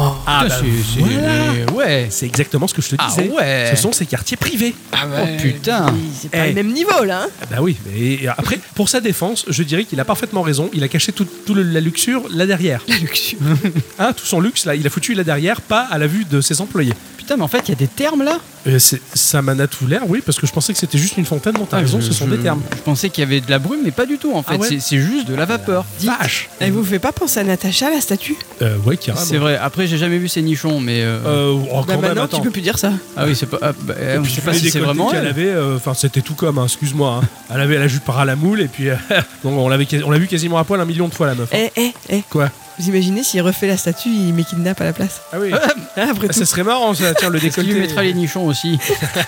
[SPEAKER 2] Ah, Ah, bah,
[SPEAKER 3] c'est-
[SPEAKER 2] voilà.
[SPEAKER 3] ouais.
[SPEAKER 2] C'est exactement ce que je te
[SPEAKER 3] Ah
[SPEAKER 2] disais.
[SPEAKER 3] ouais.
[SPEAKER 2] Ce sont ces quartiers privés.
[SPEAKER 3] Oh putain.
[SPEAKER 2] C'est
[SPEAKER 1] pas le même niveau là. hein.
[SPEAKER 2] Bah oui, mais après, pour sa défense, je dirais qu'il a parfaitement raison. Il a caché toute tout le- la luxure là derrière. La
[SPEAKER 1] luxure.
[SPEAKER 2] hein, tout son luxe là, il a foutu là derrière, pas à la vue de ses employés.
[SPEAKER 3] Putain, mais en fait, il y a des termes là
[SPEAKER 2] Euh, c'est- ça m'en a tout l'air, oui, parce que je pensais que c'était juste une fontaine. Non, t'as raison, ce sont des termes.
[SPEAKER 3] Ah, Je pensais qu'il y avait de la brume, mais pas du tout en fait.
[SPEAKER 2] Ah ouais
[SPEAKER 3] C'est- C'est juste de la vapeur.
[SPEAKER 2] Vache
[SPEAKER 1] Elle vous fait pas penser à Natacha, la statue
[SPEAKER 2] Euh, ouais, carrément.
[SPEAKER 3] C'est vrai. Après, j'ai jamais vu ces nichons, mais. euh,
[SPEAKER 2] Euh, oh, quand
[SPEAKER 1] Bah,
[SPEAKER 2] même,
[SPEAKER 1] maintenant,
[SPEAKER 2] attends.
[SPEAKER 1] tu peux plus dire ça.
[SPEAKER 3] Ah oui, c'est pas. ah, bah,
[SPEAKER 2] Et
[SPEAKER 3] on
[SPEAKER 2] puis,
[SPEAKER 3] sait
[SPEAKER 2] tu
[SPEAKER 3] pas
[SPEAKER 2] mets
[SPEAKER 3] si
[SPEAKER 2] des
[SPEAKER 3] c'est
[SPEAKER 2] côtés
[SPEAKER 3] vraiment.
[SPEAKER 2] qu'elle
[SPEAKER 3] elle.
[SPEAKER 2] avait, euh, enfin c'était tout comme, hein, excuse-moi. hein. Elle avait la jupe par à la moule et puis euh, donc on l'avait, quasi- on l'a vu quasiment à poil un million de fois la meuf.
[SPEAKER 1] Eh, eh, eh.
[SPEAKER 2] Quoi
[SPEAKER 1] Vous imaginez s'il refait la statue, il met kidnappe à la place
[SPEAKER 2] Ah oui.
[SPEAKER 1] Après
[SPEAKER 2] Ah,
[SPEAKER 1] tout.
[SPEAKER 2] ça serait marrant, ça tire le
[SPEAKER 3] Est-ce qu'il
[SPEAKER 2] décolleté.
[SPEAKER 3] lui mettra les nichons aussi.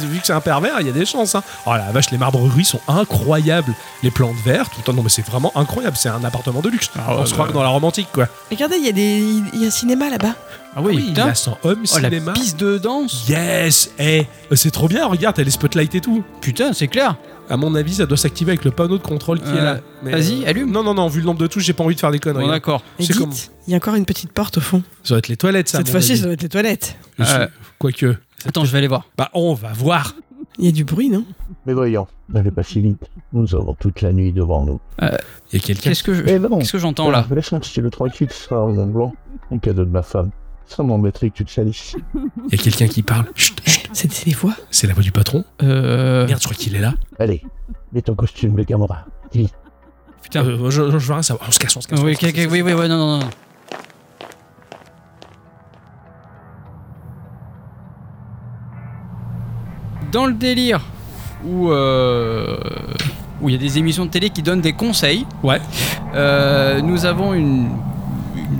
[SPEAKER 2] Vu que c'est un pervers, il y a des chances. Hein. Oh la vache, les marbreries sont incroyables. Les plantes vertes, tout le temps. Non mais c'est vraiment incroyable. C'est un appartement de luxe. on
[SPEAKER 3] ouais,
[SPEAKER 2] se
[SPEAKER 3] bah,
[SPEAKER 2] croit
[SPEAKER 3] ouais.
[SPEAKER 2] dans la romantique quoi.
[SPEAKER 1] Regardez, il y a des, il y a un cinéma là-bas.
[SPEAKER 3] Ah oui,
[SPEAKER 2] Il
[SPEAKER 3] putain.
[SPEAKER 2] a son homme
[SPEAKER 3] Oh, la
[SPEAKER 2] cinéma.
[SPEAKER 3] piste de danse.
[SPEAKER 2] Yes, eh, c'est trop bien. Regarde, t'as les spotlights et tout.
[SPEAKER 3] Putain, c'est clair.
[SPEAKER 2] À mon avis, ça doit s'activer avec le panneau de contrôle qui
[SPEAKER 3] Euh,
[SPEAKER 2] est là. Mais,
[SPEAKER 3] vas-y,
[SPEAKER 2] euh, Non, non, non. Vu le nombre de touches, j'ai pas envie de faire des conneries.
[SPEAKER 3] Bon,
[SPEAKER 2] hein.
[SPEAKER 3] d'accord.
[SPEAKER 1] Et
[SPEAKER 2] C'est
[SPEAKER 1] dites,
[SPEAKER 2] comme-
[SPEAKER 1] il y a encore une petite porte au fond.
[SPEAKER 2] Ça doit être les toilettes, ça. à
[SPEAKER 1] Cette
[SPEAKER 2] mon
[SPEAKER 1] fois-ci,
[SPEAKER 2] avis.
[SPEAKER 1] ça doit être les toilettes.
[SPEAKER 2] Je suis-
[SPEAKER 3] Euh.
[SPEAKER 2] Quoique.
[SPEAKER 3] Attends, je vais aller voir.
[SPEAKER 2] Bah, on va voir.
[SPEAKER 1] Il y a du bruit, non
[SPEAKER 19] Mais voyons, n'allez pas si vite. Nous avons toute la nuit devant nous. Eh Euh,
[SPEAKER 2] Il Euh, y a quelqu'un.
[SPEAKER 3] Qu'est-ce que je- qu'est-ce que j'entends là
[SPEAKER 19] Laisse-moi le tranquille, ce sera en blanc. Mon cadeau de ma femme. Ça m'embêterait que tu te salisses.
[SPEAKER 2] Il y a quelqu'un qui parle. Chut, chut.
[SPEAKER 1] C'était des voix.
[SPEAKER 2] C'est la voix du patron.
[SPEAKER 3] Euh.
[SPEAKER 2] Merde, je crois qu'il est là.
[SPEAKER 19] Allez, mets ton costume de camarade. Vite.
[SPEAKER 2] Putain, euh, je, je- je veux rien savoir. On se casse, on se casse. on
[SPEAKER 3] Oui,
[SPEAKER 2] se casse.
[SPEAKER 3] quelqu'un- oui, oui, ouais, non, non, non. Dans le délire où euh, où il y a des émissions de télé qui donnent des conseils,
[SPEAKER 2] Ouais.
[SPEAKER 3] euh, nous avons une,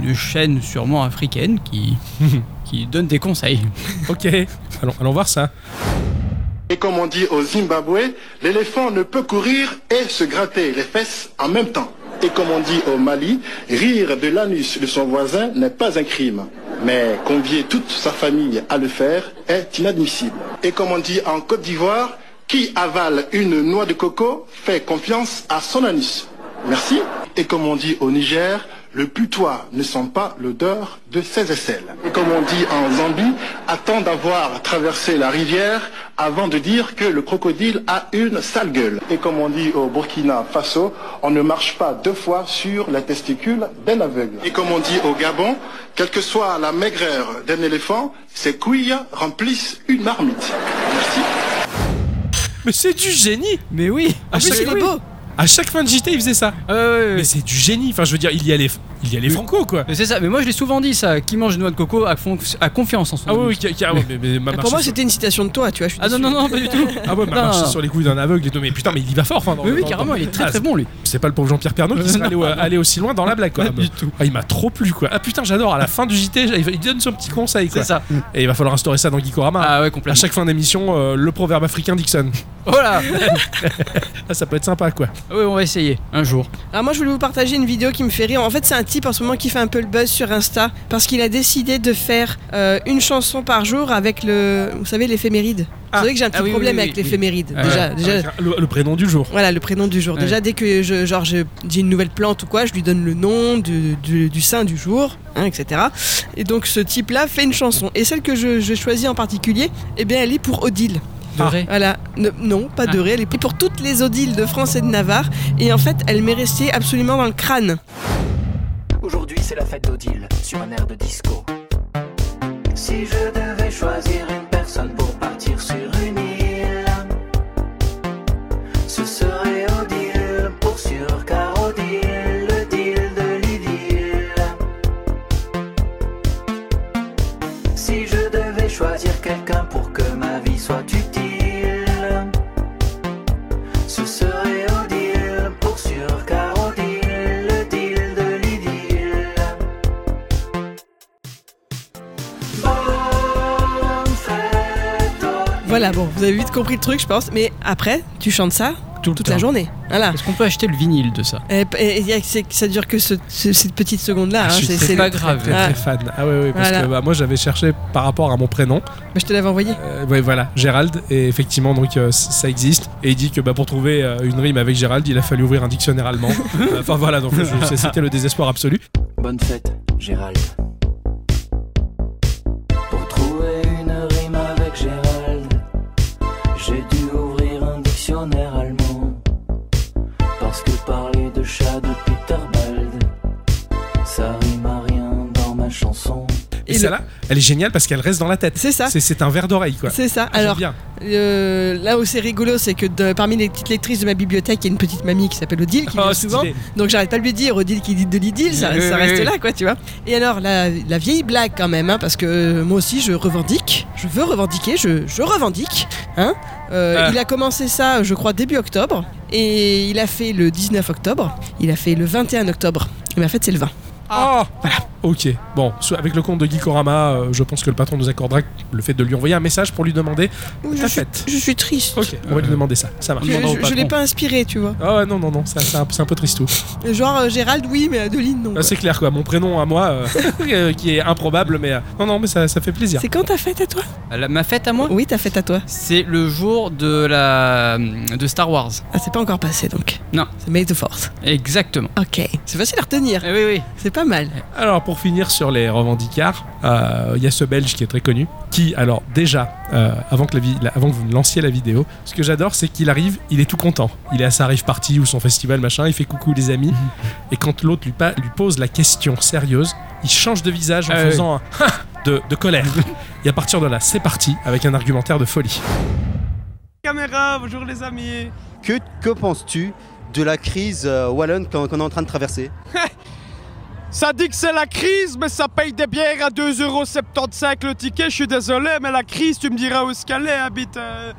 [SPEAKER 3] une chaîne sûrement africaine qui qui donne des conseils.
[SPEAKER 2] Ok. Allons, allons voir ça.
[SPEAKER 20] Et comme on dit au Zimbabwe, l'éléphant ne peut courir et se gratter les fesses en même temps. Et comme on dit au Mali, rire de l'anus de son voisin n'est pas un crime. Mais convier toute sa famille à le faire est inadmissible. Et comme on dit en Côte d'Ivoire, qui avale une noix de coco fait confiance à son anus. Merci. Et comme on dit au Niger, le putois ne sent pas l'odeur de ses aisselles. Et comme on dit en Zambie, attends d'avoir traversé la rivière avant de dire que le crocodile a une sale gueule. Et comme on dit au Burkina Faso, on ne marche pas deux fois sur les testicules d'un aveugle. Et comme on dit au Gabon, quelle que soit la maigreur d'un éléphant, ses couilles remplissent une marmite. Merci.
[SPEAKER 2] Mais c'est du génie.
[SPEAKER 3] Mais oui.
[SPEAKER 2] À chaque,
[SPEAKER 1] il est beau.
[SPEAKER 2] à chaque fin de JT, il faisait ça. Mais c'est du génie. Enfin, je veux dire, il y a les, il y a les franco, quoi.
[SPEAKER 3] Mais C'est ça. Mais moi je l'ai souvent dit ça. Qui mange une noix de coco a, fon- a confiance en son.
[SPEAKER 2] Ah oui, oui,
[SPEAKER 3] anus.
[SPEAKER 2] ca- carrément. Mais, mais ma
[SPEAKER 1] Pour moi,
[SPEAKER 2] marche-
[SPEAKER 1] c'était une citation de toi, tu vois. je suis
[SPEAKER 3] Ah non
[SPEAKER 1] déçue.
[SPEAKER 3] non non pas du tout.
[SPEAKER 2] Ah ouais, ma
[SPEAKER 3] Non,
[SPEAKER 2] marche
[SPEAKER 3] non, non.
[SPEAKER 2] sur les couilles d'un aveugle et tout. Mais putain, mais il y va fort. Enfin, dans-
[SPEAKER 3] Oui, oui,
[SPEAKER 2] dans-
[SPEAKER 3] carrément,
[SPEAKER 2] dans-
[SPEAKER 3] il est très,
[SPEAKER 2] Ah,
[SPEAKER 3] très bon, lui.
[SPEAKER 2] C'est pas le pauvre Jean-Pierre Pernaut qui serait allé, allé aussi loin dans la blague, quoi.
[SPEAKER 3] Pas du tout.
[SPEAKER 2] Ah, il m'a trop plu, quoi. Ah putain, j'adore. À la fin du JT, il donne son petit conseil, quoi.
[SPEAKER 3] C'est ça.
[SPEAKER 2] Et il va falloir instaurer ça dans Gikorama.
[SPEAKER 3] Ah ouais
[SPEAKER 2] À
[SPEAKER 3] complètement.
[SPEAKER 2] chaque fin d'émission, euh, le proverbe africain Dixon.
[SPEAKER 3] Voilà.
[SPEAKER 2] Ah, ça peut être sympa, quoi.
[SPEAKER 3] Oui, on va essayer un jour.
[SPEAKER 1] Alors Ah, moi je voulais vous partager une vidéo qui me fait rire. En fait c'est un type en ce moment qui fait un peu le buzz sur Insta parce qu'il a décidé de faire euh, une chanson par jour avec le, vous savez l'éphéméride.
[SPEAKER 2] Ah.
[SPEAKER 1] Vous savez que j'ai un petit
[SPEAKER 3] Ah oui,
[SPEAKER 1] problème
[SPEAKER 3] oui,
[SPEAKER 1] avec
[SPEAKER 3] oui,
[SPEAKER 1] l'éphéméride.
[SPEAKER 3] oui.
[SPEAKER 1] Déjà,
[SPEAKER 3] Ah
[SPEAKER 1] déjà
[SPEAKER 2] Avec un- Le, le prénom du jour.
[SPEAKER 1] voilà le prénom du jour.
[SPEAKER 3] Ouais.
[SPEAKER 1] Déjà dès que je, genre je- j'ai une nouvelle plante ou quoi, je lui donne le nom du, du- du saint du jour, hein, etc. Et donc ce type là fait une chanson et celle que je, je choisis en particulier, eh bien elle est pour Odile. Ah.
[SPEAKER 3] De vrai.
[SPEAKER 1] Voilà, Ne- non, pas de
[SPEAKER 3] Ah.
[SPEAKER 1] Ré, elle est pour toutes les Odiles de France et de Navarre. Et en fait, elle m'est restée absolument dans le crâne.
[SPEAKER 21] Aujourd'hui, c'est la fête d'Odile, sur un air de disco. Si je devais choisir une personne pour partir sur une île, ce serait Odile, pour sûr, car Odile, le deal de l'idylle. Si je devais choisir quelqu'un pour que ma vie soit utile, ce serait Odile, pour sûr, car Odile, le deal de l'idylle. Bonne fête, Odile.
[SPEAKER 1] Voilà, bon, vous avez vite compris le truc, je pense. Mais après, tu chantes ça
[SPEAKER 3] Tout le
[SPEAKER 1] toute
[SPEAKER 3] temps.
[SPEAKER 1] la journée. Voilà.
[SPEAKER 3] Est-ce qu'on peut acheter le vinyle de ça
[SPEAKER 1] Et, et- et y a- c'est- ça dure que ce- ce- cette petite seconde-là. hein,
[SPEAKER 2] je suis
[SPEAKER 1] c'est-
[SPEAKER 2] très-
[SPEAKER 1] c'est
[SPEAKER 3] Ah, pas
[SPEAKER 1] le-
[SPEAKER 3] grave.
[SPEAKER 2] Très,
[SPEAKER 1] Ah.
[SPEAKER 2] très fan. Ah ouais, ouais, parce
[SPEAKER 1] Voilà.
[SPEAKER 2] que bah, moi j'avais cherché par rapport à mon prénom.
[SPEAKER 1] Bah, je te l'avais envoyé.
[SPEAKER 2] Euh, ouais, voilà, Gérald. Et effectivement, donc euh, c- ça existe. Et il dit que bah, pour trouver euh, une rime avec Gérald, il a fallu ouvrir un dictionnaire allemand. Euh, Enfin voilà, donc je- c'était le désespoir absolu.
[SPEAKER 21] Bonne fête, Gérald. parce que parler de chat de Peter Bald, ça rime à rien dans ma chanson.
[SPEAKER 2] Et, celle-là, elle est géniale parce qu'elle reste dans la tête. C'est
[SPEAKER 1] ça.
[SPEAKER 2] C'est un verre d'oreille, quoi.
[SPEAKER 1] C'est ça.
[SPEAKER 2] Ah, j'aime
[SPEAKER 1] Alors,
[SPEAKER 2] bien.
[SPEAKER 1] euh, là où c'est rigolo, c'est que de- parmi les petites lectrices de ma bibliothèque, il y a une petite mamie qui s'appelle Odile, qui
[SPEAKER 2] Oh,
[SPEAKER 1] vient souvent.
[SPEAKER 2] stylé.
[SPEAKER 1] Donc j'arrête pas de lui dire Odile qui dit de l'Idile, ça,
[SPEAKER 2] Oui,
[SPEAKER 1] ça
[SPEAKER 2] oui,
[SPEAKER 1] reste
[SPEAKER 2] oui.
[SPEAKER 1] là, quoi, tu vois. Et alors, la, la vieille blague quand même, hein, parce que euh, moi aussi, je revendique, je veux revendiquer, je, je revendique. Hein Euh,
[SPEAKER 2] Ah.
[SPEAKER 1] Il a commencé ça, je crois, début octobre, et il a fait le 19 octobre, il a fait le 21 octobre, et ma fête, c'est le 20.
[SPEAKER 2] Ah Ok, bon, so- avec le compte de Geekorama, euh, je pense que le patron nous accordera le fait de lui envoyer un message pour lui demander
[SPEAKER 1] Oui,
[SPEAKER 2] ta
[SPEAKER 1] je suis-
[SPEAKER 2] fête.
[SPEAKER 1] je suis triste.
[SPEAKER 2] Ok, on va lui demander ça, ça marche.
[SPEAKER 1] Je, je- je l'ai pas inspiré, tu vois.
[SPEAKER 2] Ah ouais, non, non, non, ça- c'est un, c'est un peu tristou.
[SPEAKER 1] Genre euh, Gérald, oui, mais Adeline, non.
[SPEAKER 2] Ah, c'est clair quoi, mon prénom à moi, euh, euh, qui est improbable, mais euh, non, non, mais ça, ça fait plaisir.
[SPEAKER 1] C'est quand ta fête à toi
[SPEAKER 3] Euh, ma fête à moi
[SPEAKER 1] Oui, ta fête à toi.
[SPEAKER 3] C'est le jour de la de Star Wars.
[SPEAKER 1] Ah, c'est pas encore passé donc.
[SPEAKER 3] Non.
[SPEAKER 1] C'est May the Force.
[SPEAKER 3] Exactement.
[SPEAKER 1] Ok. C'est facile à retenir.
[SPEAKER 3] Eh oui, oui.
[SPEAKER 1] C'est pas mal.
[SPEAKER 2] Alors pour finir sur les revendicards, euh, il y a ce Belge qui est très connu, qui alors déjà, euh, avant, que la vi- la- avant que vous ne lanciez la vidéo, ce que j'adore c'est qu'il arrive, il est tout content. Il est à sa rive party ou son festival machin, il fait coucou les amis,
[SPEAKER 3] Mhm.
[SPEAKER 2] et quand l'autre lui, pa- lui pose la question sérieuse, il change de visage en
[SPEAKER 3] Ah oui.
[SPEAKER 2] faisant un Ha de, de colère. et à partir de là, c'est parti avec un argumentaire de folie.
[SPEAKER 4] Caméra, bonjour les amis.
[SPEAKER 22] Que, que penses-tu de la crise euh, wallonne qu'on qu'on est en train de traverser
[SPEAKER 4] Ça dit que c'est la crise, mais ça paye des bières à 2,75€ le ticket. Je suis désolé, mais la crise, tu me diras où est-ce qu'elle est, habite. euh,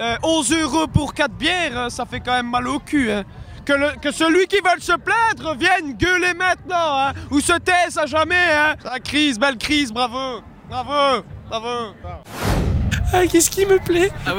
[SPEAKER 4] euh, 11 euros pour 4 bières, euh, ça fait quand même mal au cul. hein. Que, le- que celui qui veut se plaindre vienne gueuler maintenant, hein, ou se taise à jamais. Hein. La crise, belle crise, bravo, bravo, bravo.
[SPEAKER 2] Ah, qu'est-ce qui me plaît
[SPEAKER 3] Ah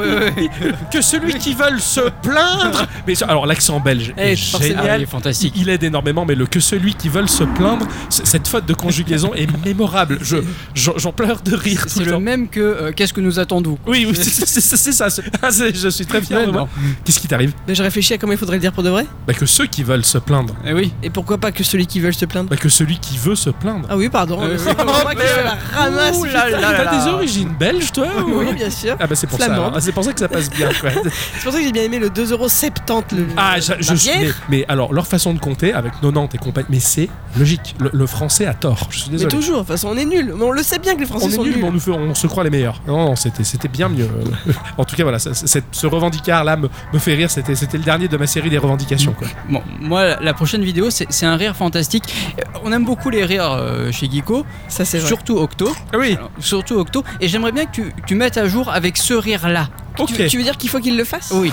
[SPEAKER 2] Que celui qui veulent se plaindre Mais ça- alors l'accent belge
[SPEAKER 3] Eh,
[SPEAKER 2] est
[SPEAKER 3] forcément.
[SPEAKER 2] génial,
[SPEAKER 3] Ah, il est fantastique.
[SPEAKER 2] Il, il aide énormément, mais le que celui qui veulent se plaindre, c- cette faute de conjugaison est mémorable. Je j'en j'en pleure de rire.
[SPEAKER 3] C'est le même que euh, qu'est-ce que nous attendons
[SPEAKER 2] Oui, oui, c'est- c'est c'est- c'est ça. c'est- ah, c'est- je suis très fier de moi. Qu'est-ce qui t'arrive
[SPEAKER 1] Mais je réfléchis à comment il faudrait le dire pour de vrai.
[SPEAKER 2] Bah que ceux qui veulent se plaindre.
[SPEAKER 3] Eh oui.
[SPEAKER 1] Et pourquoi pas que celui qui veut se plaindre
[SPEAKER 2] Bah que celui qui veut se plaindre.
[SPEAKER 1] Ah oui, pardon.
[SPEAKER 3] Eh
[SPEAKER 2] Euh,
[SPEAKER 1] c'est pas moi qui fais la ramasse.
[SPEAKER 2] Ouh là
[SPEAKER 1] putain.
[SPEAKER 2] là là T'as des là. origines belges, toi, ou-
[SPEAKER 1] Oui, bien sûr.
[SPEAKER 2] Ah bah c'est pour ça.
[SPEAKER 1] Flamande.
[SPEAKER 2] alors. Ah, C'est pour ça que ça passe bien. quoi.
[SPEAKER 1] C'est pour ça que j'ai bien aimé le 2,70€ le.
[SPEAKER 2] Ah, je, je-
[SPEAKER 1] la
[SPEAKER 2] je- mais,
[SPEAKER 1] bière.
[SPEAKER 2] mais alors, leur façon de compter avec 90 et compagnie, mais c'est logique. Le, le français a tort. Je suis
[SPEAKER 1] Mais
[SPEAKER 2] désolé.
[SPEAKER 1] toujours, de toute façon, on est nuls. Mais on le sait bien que les Français
[SPEAKER 2] on est
[SPEAKER 1] sont
[SPEAKER 2] nuls, mais on, nous fait- on se croit les meilleurs. Non, non, c'était, c'était bien mieux. en tout cas, voilà, ça- ça- cette- ce revendicard-là me, me fait rire. C'était, c'était le dernier de ma série des revendications. Quoi.
[SPEAKER 3] Bon, moi, la prochaine vidéo, c'est c'est un rire fantastique. Euh, On aime beaucoup les rires euh, chez Geeko.
[SPEAKER 1] Ça, c'est vrai.
[SPEAKER 3] Surtout Octo.
[SPEAKER 2] Ah Oui.
[SPEAKER 3] surtout Octo. Et j'aimerais bien que tu, tu mettes à jour avec ce rire-là.
[SPEAKER 1] Tu- Tu, veux dire qu'il faut qu'ils le fassent
[SPEAKER 3] Oui.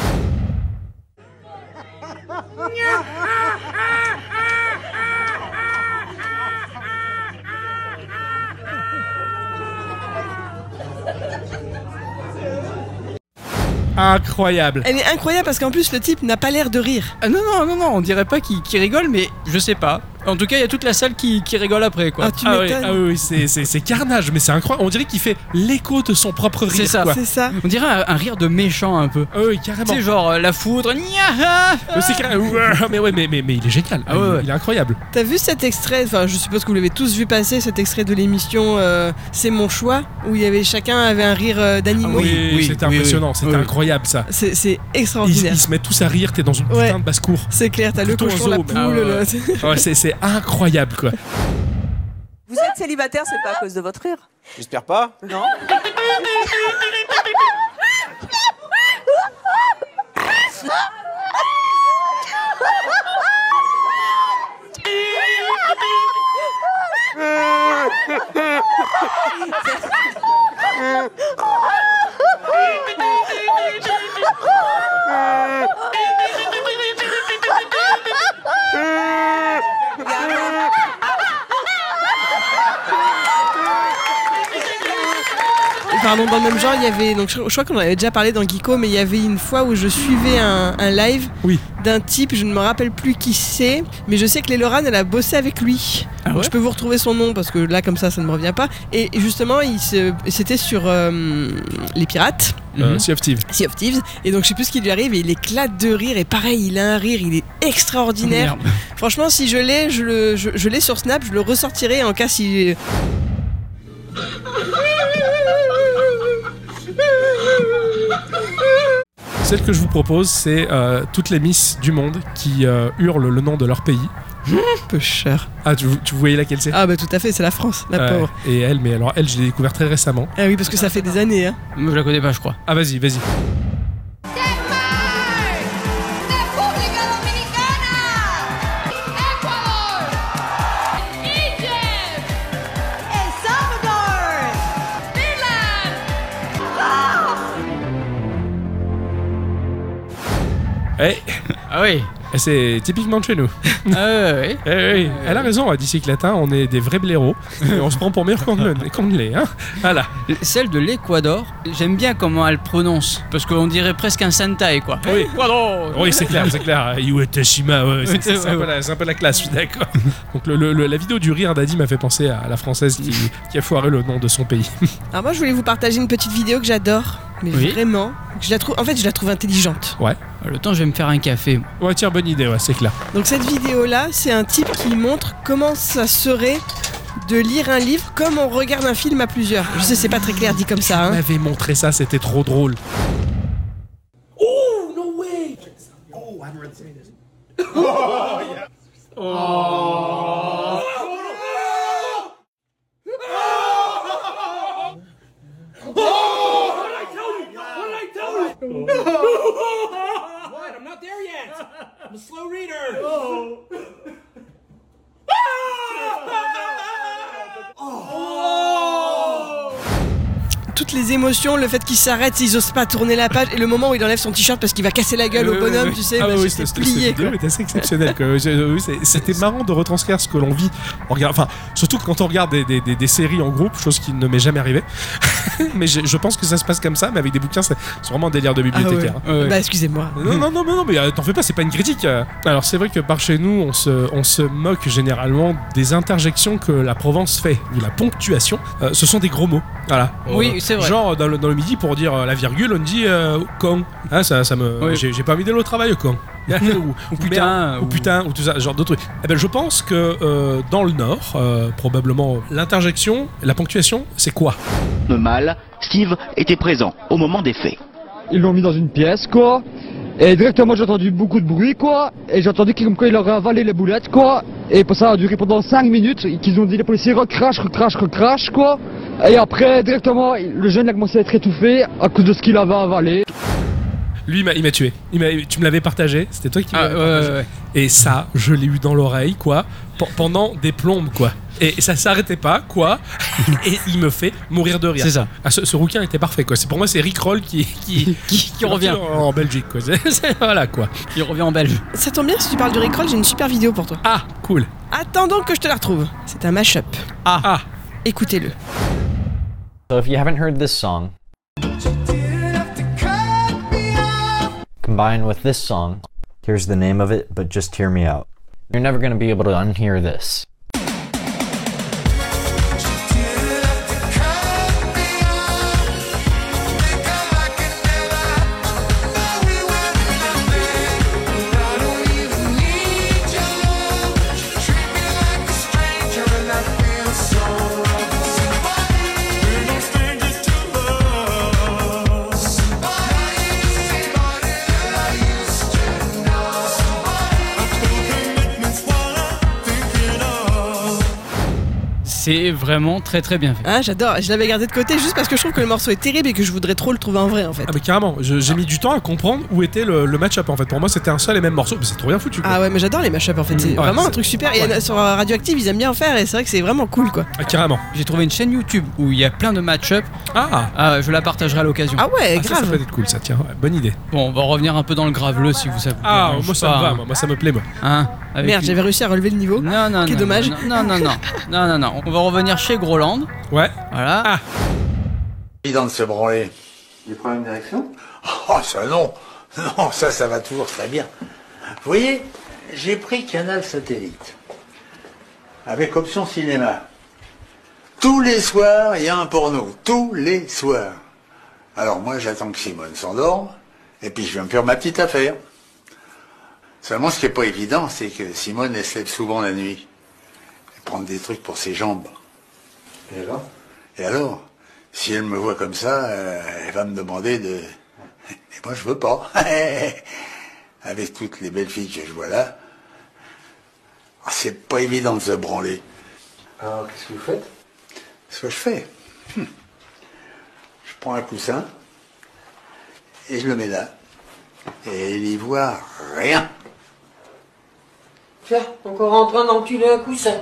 [SPEAKER 2] Incroyable.
[SPEAKER 1] Elle est incroyable parce qu'en plus, le type n'a pas l'air de rire.
[SPEAKER 3] Ah non, non, non, non, on dirait pas qu'il qu'il rigole, mais je sais pas. En tout cas, il y a toute la salle qui, qui rigole après, quoi.
[SPEAKER 2] Ah, tu oui, ah oui, oui, c'est, c'est- c'est carnage, mais c'est incroyable. On dirait qu'il fait l'écho de son propre rire.
[SPEAKER 3] C'est ça.
[SPEAKER 2] quoi. Ah
[SPEAKER 3] On dirait un, un rire de méchant un peu.
[SPEAKER 2] Oui, carrément.
[SPEAKER 3] Tu sais, genre euh, la foudre. Gnaha
[SPEAKER 2] Mais c'est carré- Ouah, mais ouais, mais, mais, mais il est génial.
[SPEAKER 3] Ah ouais,
[SPEAKER 2] Il-
[SPEAKER 3] ouais.
[SPEAKER 2] il, est incroyable.
[SPEAKER 1] T'as vu cet extrait Enfin, je suppose que vous l'avez tous vu passer, cet extrait de l'émission euh, C'est mon choix, où il y avait chacun avait un rire euh,
[SPEAKER 2] Ah
[SPEAKER 1] d'animaux.
[SPEAKER 2] c'était impressionnant. C'était incroyable, ça.
[SPEAKER 1] C'est, c'est
[SPEAKER 2] Ils,
[SPEAKER 1] extraordinaire.
[SPEAKER 2] ils se mettent tous à rire, t'es dans une putain de basse-cour.
[SPEAKER 1] C'est clair, t'as le
[SPEAKER 2] Plutôt un
[SPEAKER 1] cochon, la
[SPEAKER 2] zoo,
[SPEAKER 1] poule.
[SPEAKER 2] mais- Ah ouais,
[SPEAKER 1] le-
[SPEAKER 2] ouais. Ouais, c'est, c'est incroyable quoi.
[SPEAKER 23] Vous êtes célibataire, c'est pas à cause de votre rire.
[SPEAKER 15] J'espère pas.
[SPEAKER 23] Non.
[SPEAKER 1] Pardon, dans le même genre, il y avait. Donc, je, je crois qu'on en avait déjà parlé dans Geeko, mais il y avait une fois où je suivais un, un live d'un type, je ne me rappelle plus qui c'est, mais je sais que Léloran, elle a bossé avec lui.
[SPEAKER 3] Ah ouais
[SPEAKER 1] je peux vous retrouver son nom parce que là, comme ça, ça ne me revient pas. Et justement, il se- c'était sur euh, Les Pirates.
[SPEAKER 2] Euh, Sea of Thieves.
[SPEAKER 1] Sea of Thieves. Et donc, je sais plus ce qui lui arrive, et il éclate de rire. Et pareil, il a un rire, il est extraordinaire.
[SPEAKER 3] Merde.
[SPEAKER 1] Franchement, si je l'ai, je, le- je, je l'ai sur Snap, je le ressortirai en cas si.
[SPEAKER 2] Celle que je vous propose, c'est euh, toutes les Miss du monde qui euh, hurlent le nom de leur pays.
[SPEAKER 1] Peu cher.
[SPEAKER 2] Ah, tu, tu voyais laquelle c'est
[SPEAKER 1] Ah bah tout à fait, c'est la France, la
[SPEAKER 2] Ouais,
[SPEAKER 1] pauvre.
[SPEAKER 2] Et elle, mais alors elle, je l'ai découvert très récemment.
[SPEAKER 1] Ah oui, parce que ça fait des années. Hein.
[SPEAKER 2] Je la connais pas, je crois. Ah, vas-y, vas-y. Eh. Ah oui C'est typiquement de chez nous.
[SPEAKER 3] Ah ouais, ouais.
[SPEAKER 2] Eh oui, Elle a raison, à d'ici latin, on est des vrais blaireaux. Et on se prend pour meilleurs qu'on ne qu'on ne l'est. Hein voilà.
[SPEAKER 3] Celle de l'Équador, j'aime bien comment elle prononce, parce qu'on dirait presque un Sentai, quoi.
[SPEAKER 2] Oui.
[SPEAKER 3] Équador
[SPEAKER 2] Oh, Oui, c'est clair, c'est clair. Iwatashima, ouais, c'est- c'est c'est un, peu la- c'est un peu la classe, je suis d'accord. Donc le- le- le- la vidéo du rire d'Adi m'a fait penser à la française qui, qui a foiré le nom de son pays.
[SPEAKER 1] Alors moi, je voulais vous partager une petite vidéo que j'adore, mais
[SPEAKER 2] Oui.
[SPEAKER 1] vraiment. que Je la trouve, en fait, je la trouve intelligente.
[SPEAKER 2] Ouais.
[SPEAKER 3] Euh, Le temps, je vais me faire un café.
[SPEAKER 2] Ouais, tiens, bonne idée, ouais, c'est clair.
[SPEAKER 1] Donc cette vidéo-là, c'est un type qui montre comment ça serait de lire un livre comme on regarde un film à plusieurs. Je sais, c'est pas très clair dit comme ça.
[SPEAKER 2] On
[SPEAKER 1] hein.
[SPEAKER 2] m'avait montré ça, c'était trop drôle.
[SPEAKER 5] Oh, no way! Oh, I haven't seen this. oh, yeah. Oh. Oh. What did I tell you? What did I tell you? what? I'm not there yet. I'm a slow reader. Oh.
[SPEAKER 1] Toutes les émotions, le fait qu'il s'arrête, ils osent pas tourner la page, et le moment où il enlève son t-shirt parce qu'il va casser la gueule au bonhomme, tu sais,
[SPEAKER 2] Ah
[SPEAKER 1] bah,
[SPEAKER 2] oui,
[SPEAKER 1] j'étais
[SPEAKER 2] c'était- c'était-
[SPEAKER 1] pliée,
[SPEAKER 2] cette vidéo
[SPEAKER 1] quoi.
[SPEAKER 2] est assez exceptionnelle. quoi. Je- oui, c'est- C'était marrant de retranscrire ce que l'on vit. On regarde, enfin, surtout quand on regarde des, des- des- des séries en groupe, chose qui ne m'est jamais arrivée. mais je, je pense que ça se passe comme ça, mais avec des bouquins, c'est c'est vraiment un délire de bibliothécaire.
[SPEAKER 1] Ah ouais. Bah excusez-moi.
[SPEAKER 2] Non, non, non, mais non, mais euh, t'en fais pas, c'est pas une critique. euh. Alors, c'est vrai que par chez nous, on se, on se moque généralement des interjections que la Provence fait, ou la ponctuation. Euh, ce sont des gros mots. Voilà.
[SPEAKER 3] Oui,
[SPEAKER 2] Euh,
[SPEAKER 3] c'est vrai.
[SPEAKER 2] Genre, dans le, dans le midi, pour dire euh, la virgule, on dit euh, con. Hein, ça, ça me.
[SPEAKER 3] Oui.
[SPEAKER 2] J'ai j'ai pas envie d'aller au travail, con. Hein, ou, ou
[SPEAKER 3] putain,
[SPEAKER 2] merde, ou,
[SPEAKER 3] ou-
[SPEAKER 2] putain, ou tout ça, ce genre de trucs. Eh ben, je pense que euh, dans le Nord, euh, probablement, l'interjection, la ponctuation, c'est quoi
[SPEAKER 6] Le mal, Steve était présent au moment des faits.
[SPEAKER 7] Ils l'ont mis dans une pièce, quoi. Et directement, j'ai entendu beaucoup de bruit, quoi. Et j'ai entendu qu'il comme quoi il leur a avalé les boulettes, quoi. Et pour ça a duré pendant 5 minutes. et Qu'ils ont dit les policiers recrache, recrache, recrache, quoi. Et après, directement, il- le jeune a commencé à être étouffé à cause de ce qu'il avait avalé.
[SPEAKER 2] Lui, il m'a- il m'a tué. Il m'a- tu me l'avais partagé. C'était toi qui me
[SPEAKER 3] Ah,
[SPEAKER 2] l'avais
[SPEAKER 3] ouais,
[SPEAKER 2] partagé.
[SPEAKER 3] ouais, ouais.
[SPEAKER 2] Et ça, je l'ai eu dans l'oreille, quoi, pe- pendant des plombes, quoi. Et ça s'arrêtait pas, quoi. Et il me fait mourir de rire.
[SPEAKER 3] C'est ça.
[SPEAKER 2] Ah, ce, ce rouquin était parfait, quoi. C'est pour moi, c'est Rick Roll qui qui,
[SPEAKER 3] qui revient.
[SPEAKER 2] en, en Belgique, quoi. C'est- c'est- voilà, quoi.
[SPEAKER 3] Il revient en belge.
[SPEAKER 1] Ça tombe bien si tu parles du Rickroll, j'ai une super vidéo pour toi.
[SPEAKER 2] Ah, cool.
[SPEAKER 1] Attendons que je te la retrouve. C'est un mash-up.
[SPEAKER 2] Ah.
[SPEAKER 1] Écoutez-le.
[SPEAKER 24] So if you haven't heard this song, combined with this song, here's the name of it, but just hear me out. You're never going to be able to unhear this.
[SPEAKER 3] C'est vraiment très très bien fait.
[SPEAKER 1] Hein, j'adore. Je l'avais gardé de côté juste parce que je trouve que le morceau est terrible et que je voudrais trop le trouver en vrai, en fait.
[SPEAKER 2] Ah, mais carrément, je- j'ai mis du temps à comprendre où était le, le match-up, en fait. Pour moi, c'était un seul et même morceau. Mais c'est trop bien foutu, quoi. Mmh.
[SPEAKER 1] Ah ouais, mais j'adore les mashups en fait. C'est
[SPEAKER 2] Ouais,
[SPEAKER 1] vraiment un
[SPEAKER 2] c'est-
[SPEAKER 1] truc super. Et
[SPEAKER 2] ouais.
[SPEAKER 1] il y en a- sur euh, Radioactive, ils aiment bien en faire et c'est vrai que c'est vraiment cool quoi.
[SPEAKER 2] Ah, carrément.
[SPEAKER 3] J'ai trouvé une chaîne YouTube où il y a plein de match-up.
[SPEAKER 2] Ah.
[SPEAKER 3] Je la partagerai à l'occasion.
[SPEAKER 1] Ah ouais,
[SPEAKER 2] Ah, ça, ça peut être cool, ça, tiens. Ouais, bonne idée.
[SPEAKER 3] Bon, on va revenir un peu dans le graveleux si vous savez. Hein,
[SPEAKER 2] Ah, moi, ça me va, moi, ça me plaît, moi.
[SPEAKER 1] Merde, j'avais réussi à relever le niveau.
[SPEAKER 3] Non, non,
[SPEAKER 1] Quel
[SPEAKER 3] non,
[SPEAKER 1] dommage.
[SPEAKER 3] non, Non, non, non, non, non, non. On va revenir chez Groland.
[SPEAKER 2] Ouais.
[SPEAKER 3] Voilà.
[SPEAKER 25] évident de se branler. Des problèmes d'érection Oh, ça non Non, ça, ça va toujours très bien. Vous voyez, j'ai pris Canal Satellite, avec option cinéma. Tous les soirs, il y a un porno. Tous les soirs. Alors moi, j'attends que Simone s'endorme, et puis je vais me faire ma petite affaire. Seulement, ce qui n'est pas évident, c'est que Simone, elle se lève souvent la nuit. Elle prend des trucs pour ses jambes. Et alors Et alors si elle me voit comme ça, euh, elle va me demander de, Mais moi, je veux pas. Avec toutes les belles filles que je vois là, ah, c'est pas évident de se branler. Alors, qu'est-ce que vous faites Ce que je fais. Hmm. Je prends un coussin et je le mets là. Et il n'y voit rien.
[SPEAKER 8] Tiens, encore en train d'enculer un coussin.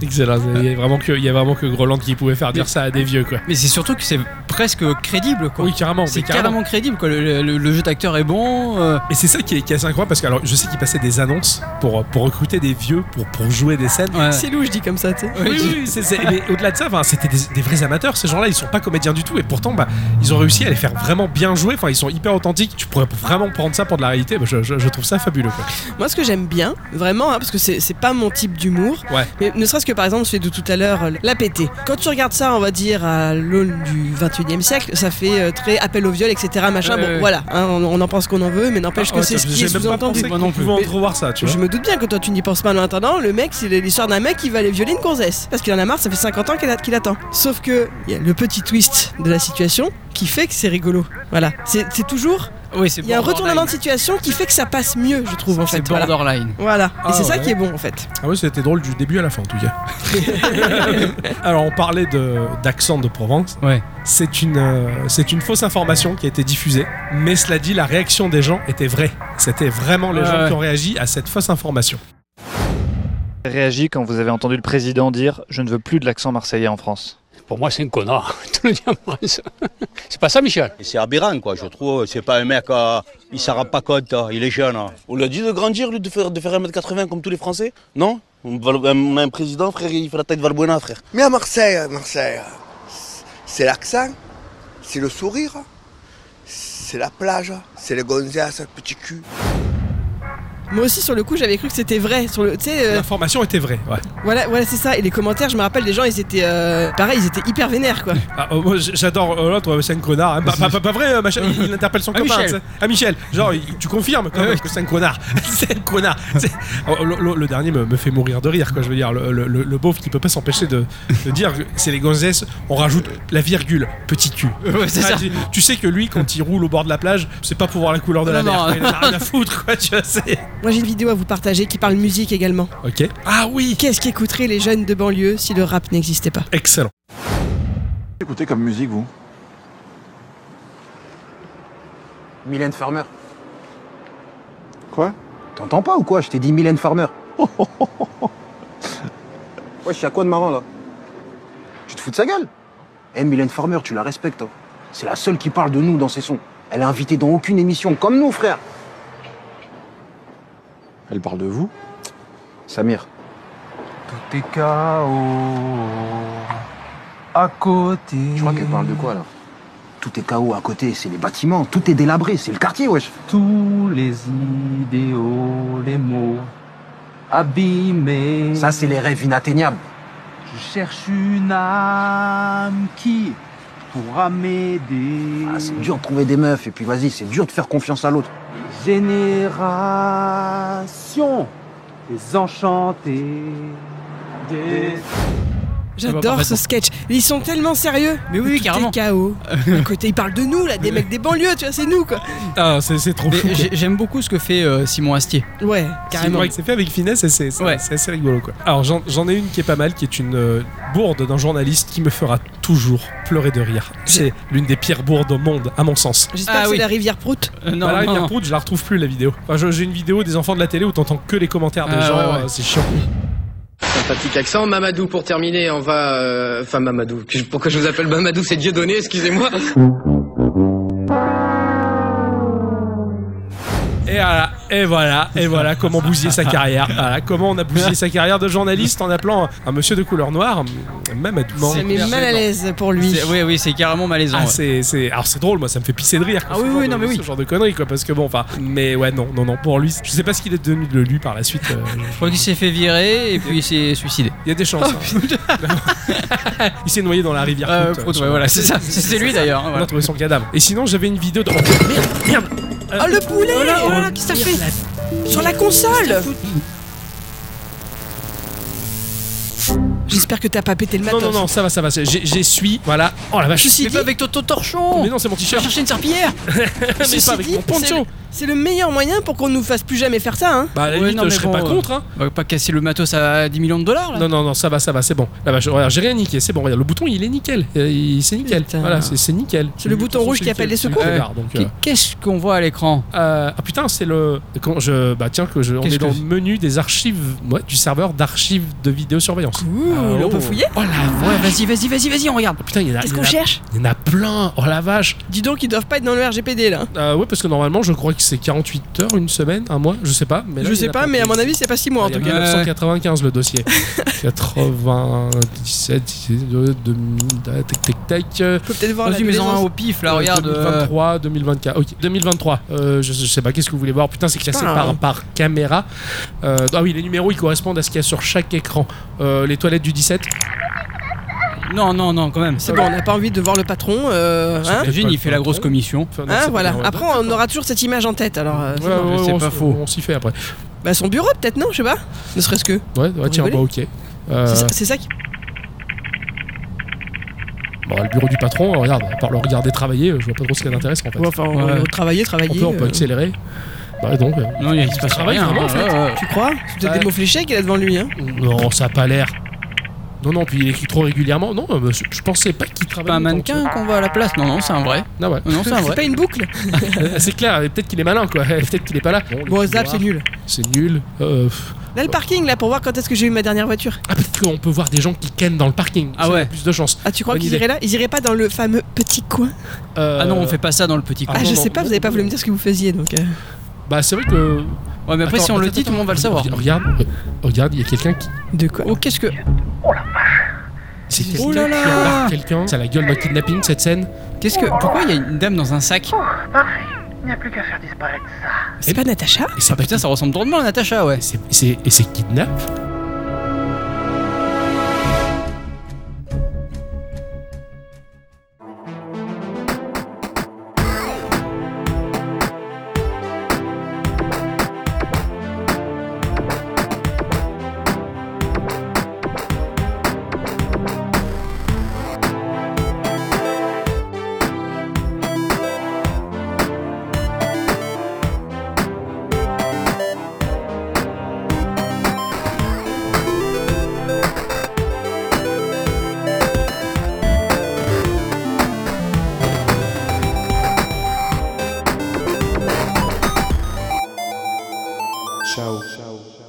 [SPEAKER 2] Excellent. Il y a vraiment que, il y a vraiment que Groland qui pouvait faire dire ça à des vieux, quoi.
[SPEAKER 3] Mais c'est surtout que c'est presque crédible, quoi.
[SPEAKER 2] Oui, carrément.
[SPEAKER 3] C'est
[SPEAKER 2] mais carrément.
[SPEAKER 3] carrément crédible, quoi. Le, le- le jeu d'acteur est bon. euh,
[SPEAKER 2] Et c'est ça qui est, qui est assez incroyable parce que alors, je sais qu'ils passaient des annonces pour, pour recruter des vieux pour, pour jouer des scènes.
[SPEAKER 1] C'est louche, dit comme ça, tu sais.
[SPEAKER 2] Oui, oui, oui, c'est- c'est- mais au-delà de ça, enfin, c'était des, des vrais amateurs. Ces gens-là, ils sont pas comédiens du tout, et pourtant, bah, ils ont réussi à les faire vraiment bien jouer. Enfin, ils sont hyper authentiques. Tu pourrais vraiment prendre ça pour de la réalité. Bah, je, je- je trouve ça fabuleux. quoi.
[SPEAKER 1] Moi, ce que j'aime bien, vraiment, hein, parce que c'est c'est pas mon type d'humour,
[SPEAKER 2] Ouais.
[SPEAKER 1] mais ne serait-ce que par exemple, celui de tout à l'heure, euh, la pété. Quand tu regardes ça, on va dire à l'aune du 21 e siècle, ça fait euh, très appel au viol, etc. Machin.
[SPEAKER 2] Ouais,
[SPEAKER 1] bon,
[SPEAKER 2] ouais.
[SPEAKER 1] voilà, hein, on, on en pense qu'on en veut, mais n'empêche
[SPEAKER 2] Ah,
[SPEAKER 1] que
[SPEAKER 2] ouais,
[SPEAKER 1] c'est
[SPEAKER 2] ça,
[SPEAKER 1] ce qui
[SPEAKER 2] j'ai
[SPEAKER 1] est
[SPEAKER 2] même pas
[SPEAKER 1] sous-entendu.
[SPEAKER 2] pensé qu'on pouvait en
[SPEAKER 1] Mais
[SPEAKER 2] entrevoir ça, tu vois.
[SPEAKER 1] Je me doute bien que toi, tu n'y penses pas. Mais En attendant, le mec, c'est l'histoire d'un mec qui va aller violer une gonzesse parce qu'il en a marre. Ça fait 50 ans qu'il a- qu'il attend. Sauf que il y a le petit twist de la situation qui fait que c'est rigolo. Voilà, c'est c'est toujours.
[SPEAKER 3] Oui, c'est
[SPEAKER 1] Il y a un
[SPEAKER 3] borderline.
[SPEAKER 1] retournement de situation qui fait que ça passe mieux, je trouve, en fait.
[SPEAKER 3] C'est
[SPEAKER 1] Voilà.
[SPEAKER 3] borderline.
[SPEAKER 1] Voilà,
[SPEAKER 2] Ah
[SPEAKER 1] et c'est ça
[SPEAKER 2] ouais.
[SPEAKER 1] qui est bon en fait.
[SPEAKER 2] Ah oui, c'était drôle du début à la fin en tout cas. Alors on parlait de d'accent de Provence.
[SPEAKER 3] Ouais.
[SPEAKER 2] C'est une euh, c'est une fausse information qui a été diffusée, mais cela dit la réaction des gens était vraie. C'était vraiment les
[SPEAKER 9] Ouais,
[SPEAKER 2] gens
[SPEAKER 9] ouais.
[SPEAKER 2] qui ont réagi à cette fausse information.
[SPEAKER 9] réagi quand vous avez entendu le président dire Je ne veux plus de l'accent marseillais en France
[SPEAKER 10] Pour moi, c'est un connard. Tout le diamant, ça. C'est pas ça, Michel
[SPEAKER 11] C'est aberrant, quoi, je trouve. C'est pas un mec, euh, il s'en rend pas compte, euh, il est jeune. On lui a dit de grandir, lui, de faire, de faire 1m80 comme tous les Français Non un, président, frère, il fait la tête Valbuena, frère.
[SPEAKER 12] Mais à Marseille, à Marseille, c'est l'accent, c'est le sourire, c'est la plage, c'est les gonzesses, petit cul.
[SPEAKER 1] Moi aussi, sur le coup, j'avais cru que c'était vrai. Sur le, tu sais, euh,
[SPEAKER 2] L'information était vraie. Ouais.
[SPEAKER 1] voilà, voilà, c'est ça. Et les commentaires, je me rappelle, les gens, ils étaient, euh, pareil, ils étaient hyper vénères, quoi.
[SPEAKER 2] Ah, euh, moi, j- j'adore euh, l'autre, euh, c'est un connard. hein. Pas, pas- pas- pas vrai, euh, machin, il il interpelle son
[SPEAKER 1] Ah,
[SPEAKER 2] copain.
[SPEAKER 1] Michel.
[SPEAKER 2] tu sais. Ah Michel, genre il- tu confirmes quand même que c'est un connard. c'est un connard. tu sais. Oh, Le, le- le dernier me, me fait mourir de rire, quoi. Je veux dire, le, le, le- le beauf qui peut pas s'empêcher de, de dire que c'est les gonzesses, on rajoute la virgule, petit cul. Ah,
[SPEAKER 3] Ouais, c'est ça.
[SPEAKER 2] Tu, tu sais que lui, quand il roule au bord de la plage, c'est pas pour voir la couleur de la
[SPEAKER 1] Non,
[SPEAKER 2] mer.
[SPEAKER 1] non.
[SPEAKER 2] Il en a rien à foutre, quoi, tu vois. c'est-
[SPEAKER 1] Moi, j'ai une vidéo à vous partager qui parle musique également.
[SPEAKER 2] Ok, Ah oui
[SPEAKER 1] Qu'est-ce qu'écouteraient les jeunes de banlieue si le rap n'existait pas
[SPEAKER 2] excellent.
[SPEAKER 12] Écoutez comme musique, vous
[SPEAKER 26] Mylène Farmer.
[SPEAKER 12] Quoi
[SPEAKER 26] T'entends pas ou quoi Je t'ai dit Mylène Farmer. ouais, je suis à quoi de marrant là Tu te fous de sa gueule Eh, Mylène Farmer, tu la respectes. hein. C'est la seule qui parle de nous dans ses sons. Elle est invitée dans aucune émission, comme nous, frère.
[SPEAKER 12] Elle parle de vous
[SPEAKER 26] Samir.
[SPEAKER 12] Tout est à côté.
[SPEAKER 26] Je crois qu'elle parle de quoi là Tout est chaos à côté, c'est les bâtiments, tout est délabré, c'est le quartier, wesh. Tous les idéaux, les mots abîmés. Ça, c'est les rêves inatteignables.
[SPEAKER 12] Je cherche une âme qui pourra m'aider.
[SPEAKER 26] Ah, c'est dur de trouver des meufs, et puis vas-y, c'est dur de faire confiance à l'autre.
[SPEAKER 12] Génération des enchantés.
[SPEAKER 2] Ah bah,
[SPEAKER 1] J'adore ce sketch. Ils sont tellement sérieux. Mais oui, carrément. KO. À côté, ils parlent de nous, là, des mecs des banlieues, tu vois, c'est nous, quoi.
[SPEAKER 2] Ah, c'est c'est trop
[SPEAKER 3] Mais
[SPEAKER 2] fou. quoi.
[SPEAKER 3] j'ai- J'aime beaucoup ce que fait euh, Simon Astier.
[SPEAKER 1] Ouais,
[SPEAKER 2] Carrément. C'est fait avec finesse et c'est c'est- c'est assez rigolo quoi. Alors j'en j'en ai une qui est pas mal, qui est une euh, bourde d'un journaliste qui me fera toujours pleurer de rire. C'est l'une des pires bourdes au monde, à mon sens.
[SPEAKER 1] J'espère
[SPEAKER 27] Ah
[SPEAKER 1] que c'est la rivière Prout.
[SPEAKER 27] Euh,
[SPEAKER 2] Bah, la rivière Prout, je la retrouve plus la vidéo. Enfin, je- J'ai une vidéo des enfants de la télé où t'entends que les commentaires des
[SPEAKER 27] Ah,
[SPEAKER 2] gens,
[SPEAKER 27] ouais, ouais.
[SPEAKER 2] euh, c'est chiant.
[SPEAKER 27] Sympathique accent. Mamadou, pour terminer, on va... euh, Enfin, Mamadou. que- Pourquoi je vous appelle Mamadou C'est Dieu donné, excusez-moi.
[SPEAKER 2] Et voilà, et voilà, et voilà comment bousiller sa carrière. Voilà, comment on a bousillé sa carrière de journaliste en appelant un monsieur de couleur noire, même à
[SPEAKER 1] Ça met mal à l'aise pour lui.
[SPEAKER 3] C'est- Oui, oui, c'est carrément malaisant.
[SPEAKER 2] Ah,
[SPEAKER 3] ouais.
[SPEAKER 2] c'est, c'est- alors c'est drôle, moi ça me fait pisser de rire. quoi,
[SPEAKER 3] Ah
[SPEAKER 2] ce
[SPEAKER 3] oui,
[SPEAKER 2] genre
[SPEAKER 3] oui,
[SPEAKER 2] de-
[SPEAKER 3] non, mais oui.
[SPEAKER 2] Ce genre de conneries quoi, parce que bon, enfin, mais ouais, non, non, non, pour lui, je sais pas ce qu'il est devenu de lui par la suite. euh,
[SPEAKER 3] Je crois qu'il s'est fait virer et puis il s'est suicidé. Ah,
[SPEAKER 2] Il y a des chances. hein. il s'est noyé dans la rivière.
[SPEAKER 3] Euh,
[SPEAKER 2] Prout,
[SPEAKER 3] Prout,
[SPEAKER 2] sur-
[SPEAKER 3] ouais, voilà, c'est ça. C'est- c'est lui, d'ailleurs, hein,
[SPEAKER 2] On a
[SPEAKER 3] voilà.
[SPEAKER 2] trouvé son cadavre. Et sinon, j'avais une vidéo de. Oh, merde, merde.
[SPEAKER 1] Oh,
[SPEAKER 2] Ah,
[SPEAKER 1] le poulet Oh là, qu'est-ce que ça fait Sur la console J'espère que t'as pas pété le
[SPEAKER 2] Non,
[SPEAKER 1] matos.
[SPEAKER 2] non, non, ça va, ça va. c'est- j'ai- J'essuie, voilà. Oh la vache.
[SPEAKER 1] Ceci
[SPEAKER 2] Mais
[SPEAKER 1] dit-
[SPEAKER 2] pas avec
[SPEAKER 1] Toto Torchon
[SPEAKER 2] Mais non, c'est mon t-shirt.
[SPEAKER 1] Chercher une serpillière
[SPEAKER 2] Mais
[SPEAKER 1] Ceci
[SPEAKER 2] pas avec
[SPEAKER 1] dit,
[SPEAKER 2] mon poncho.
[SPEAKER 1] C'est le, c'est le meilleur moyen pour qu'on nous fasse plus jamais faire ça, hein
[SPEAKER 2] Bah, à la
[SPEAKER 1] Ouais,
[SPEAKER 2] limite,
[SPEAKER 1] non, mais
[SPEAKER 2] je serais
[SPEAKER 1] bon,
[SPEAKER 2] pas
[SPEAKER 1] euh,
[SPEAKER 2] contre. Hein.
[SPEAKER 3] On va pas casser le matos à 10 millions de dollars là.
[SPEAKER 2] Non, non, non, ça va, ça va, c'est bon. La vache, regarde, j'ai rien niqué, c'est bon, regarde, le bouton il est nickel. Euh, il- C'est nickel. Voilà, c'est c'est nickel.
[SPEAKER 1] C'est le bouton rouge qui appelle les secours.
[SPEAKER 2] C'est
[SPEAKER 1] Ouais.
[SPEAKER 2] nickel, donc, euh,
[SPEAKER 3] Qu'est-ce qu'on voit à l'écran
[SPEAKER 2] euh, Ah putain, c'est le. Comment je. Bah tiens, que je, on
[SPEAKER 3] Qu'est-ce
[SPEAKER 2] est dans
[SPEAKER 3] que
[SPEAKER 2] le menu des archives ouais, du serveur d'archives de vidéosurveillance. Ah,
[SPEAKER 3] Ouh, on peut fouiller Oh la ouais, vas-y, vas-y, vas-y, vas-y, on regarde.
[SPEAKER 2] Putain, il y en a.
[SPEAKER 1] Qu'est-ce
[SPEAKER 2] il y en
[SPEAKER 1] qu'on
[SPEAKER 2] a-
[SPEAKER 1] cherche
[SPEAKER 2] Il y en a plein. Oh la vache.
[SPEAKER 1] Dis donc, ils doivent pas être dans le RGPD là.
[SPEAKER 2] Euh, ouais, parce que normalement, je crois que c'est 48 heures, une semaine, un mois, je sais pas.
[SPEAKER 3] euh,
[SPEAKER 2] Mais
[SPEAKER 1] je
[SPEAKER 2] là, il y en
[SPEAKER 1] sais
[SPEAKER 2] a
[SPEAKER 1] pas, mais à mon avis, c'est pas 6 mois en
[SPEAKER 2] Bah, Il y a
[SPEAKER 1] tout cas.
[SPEAKER 2] 1995 le dossier. 97, 19, 2000, tac tac tac. euh,
[SPEAKER 1] Faut peut-être voir la
[SPEAKER 3] Vas-y, mais en
[SPEAKER 1] délaisance.
[SPEAKER 3] un au pif là,
[SPEAKER 2] euh,
[SPEAKER 3] regarde. euh,
[SPEAKER 2] 2023, 2024. Ok, 2023. euh, je, je sais pas, qu'est-ce que vous voulez voir Putain, c'est classé
[SPEAKER 3] Putain.
[SPEAKER 2] par, par caméra. Euh, ah oui, les numéros, ils correspondent à ce qu'il y a sur chaque écran. Euh, les toilettes du 17.
[SPEAKER 3] Non, non, non, quand même.
[SPEAKER 1] C'est bon, on n'a pas envie de voir le patron. euh, hein
[SPEAKER 3] Imagine, il fait la grosse commission.
[SPEAKER 2] Enfin, non,
[SPEAKER 1] Hein,
[SPEAKER 2] c'est
[SPEAKER 1] voilà.
[SPEAKER 2] pas-
[SPEAKER 1] Après, on aura toujours cette image en tête. Alors, euh,
[SPEAKER 2] Ouais, ouais, ouais,
[SPEAKER 3] c'est
[SPEAKER 2] on
[SPEAKER 3] pas
[SPEAKER 2] s-
[SPEAKER 3] faux.
[SPEAKER 2] On s'y fait après.
[SPEAKER 1] bah son bureau peut-être non, je sais pas. Ne serait-ce que.
[SPEAKER 2] Ouais, ouais tiens,
[SPEAKER 1] rigoler
[SPEAKER 2] bah, ok. Euh,
[SPEAKER 1] C'est ça- C'est ça qui.
[SPEAKER 2] Bon, Bah, le bureau du patron, euh, regarde, à part le regarder travailler, euh, je vois pas trop ce qu'il y a d'intéressant en fait.
[SPEAKER 1] Enfin, on
[SPEAKER 2] Ouais.
[SPEAKER 1] va travailler, travailler.
[SPEAKER 2] on peut, on peut
[SPEAKER 1] euh,
[SPEAKER 2] accélérer. Bah donc. euh,
[SPEAKER 3] Non, il se passe
[SPEAKER 2] travaille
[SPEAKER 3] rien.
[SPEAKER 2] vraiment, en
[SPEAKER 3] hein,
[SPEAKER 2] fait.
[SPEAKER 3] ouais, ouais.
[SPEAKER 1] Tu crois C'est peut-être
[SPEAKER 2] Ouais.
[SPEAKER 1] des mots fléchés qu'il a devant lui. Hein.
[SPEAKER 2] Non, ça a pas l'air. Non, non, puis il écrit trop régulièrement. Non, euh, je je pensais pas qu'il travaillait.
[SPEAKER 3] Pas un
[SPEAKER 2] autant, tu
[SPEAKER 3] mannequin
[SPEAKER 2] vois.
[SPEAKER 3] qu'on voit à la place. Non, non, c'est un vrai.
[SPEAKER 2] Non, ouais.
[SPEAKER 3] Non, c'est un
[SPEAKER 1] C'est pas
[SPEAKER 3] vrai.
[SPEAKER 1] une boucle.
[SPEAKER 2] Euh, c'est clair, et peut-être qu'il est malin quoi, Et peut-être qu'il est pas là. les
[SPEAKER 1] Bon,
[SPEAKER 2] couloirs,
[SPEAKER 1] Zap, c'est nul.
[SPEAKER 2] C'est nul. Euh, pff.
[SPEAKER 1] Là, le parking, là, pour voir quand est-ce que j'ai eu ma dernière voiture.
[SPEAKER 2] Ah, peut-être qu'on peut voir des gens qui kennent dans le parking.
[SPEAKER 3] Ah
[SPEAKER 2] Ça a
[SPEAKER 3] ouais.
[SPEAKER 2] Plus de chance.
[SPEAKER 1] Ah, tu crois
[SPEAKER 2] Bonne
[SPEAKER 1] qu'ils
[SPEAKER 2] idée.
[SPEAKER 1] iraient là Ils iraient pas dans le fameux petit coin
[SPEAKER 2] Euh,
[SPEAKER 3] Ah non, on fait pas ça dans le petit
[SPEAKER 1] Ah,
[SPEAKER 3] coin.
[SPEAKER 1] je
[SPEAKER 2] non,
[SPEAKER 1] sais
[SPEAKER 2] non.
[SPEAKER 1] pas, vous avez pas voulu me dire ce que vous faisiez donc. euh.
[SPEAKER 2] Bah, c'est vrai que.
[SPEAKER 3] Ouais, mais après,
[SPEAKER 2] Attends,
[SPEAKER 3] si on le
[SPEAKER 2] attends,
[SPEAKER 3] dit, tout le monde va le savoir.
[SPEAKER 2] attends, Regarde, euh, regarde, il y a quelqu'un qui.
[SPEAKER 1] De quoi
[SPEAKER 3] Oh, qu'est-ce que.
[SPEAKER 2] C'est
[SPEAKER 3] Oh là
[SPEAKER 2] quelqu'un qui
[SPEAKER 3] là
[SPEAKER 2] embarque quelqu'un. Ça a la gueule d'un kidnapping cette scène.
[SPEAKER 3] Qu'est-ce que. Pourquoi il y a une dame dans un sac
[SPEAKER 25] Il n'y a plus qu'à faire disparaître ça.
[SPEAKER 1] C'est pas Natacha
[SPEAKER 2] Et c'est
[SPEAKER 3] Ah putain, ça ressemble drôlement à Natacha, ouais.
[SPEAKER 2] C'est- c'est- Et c'est kidnap
[SPEAKER 13] Ciao. Ciao.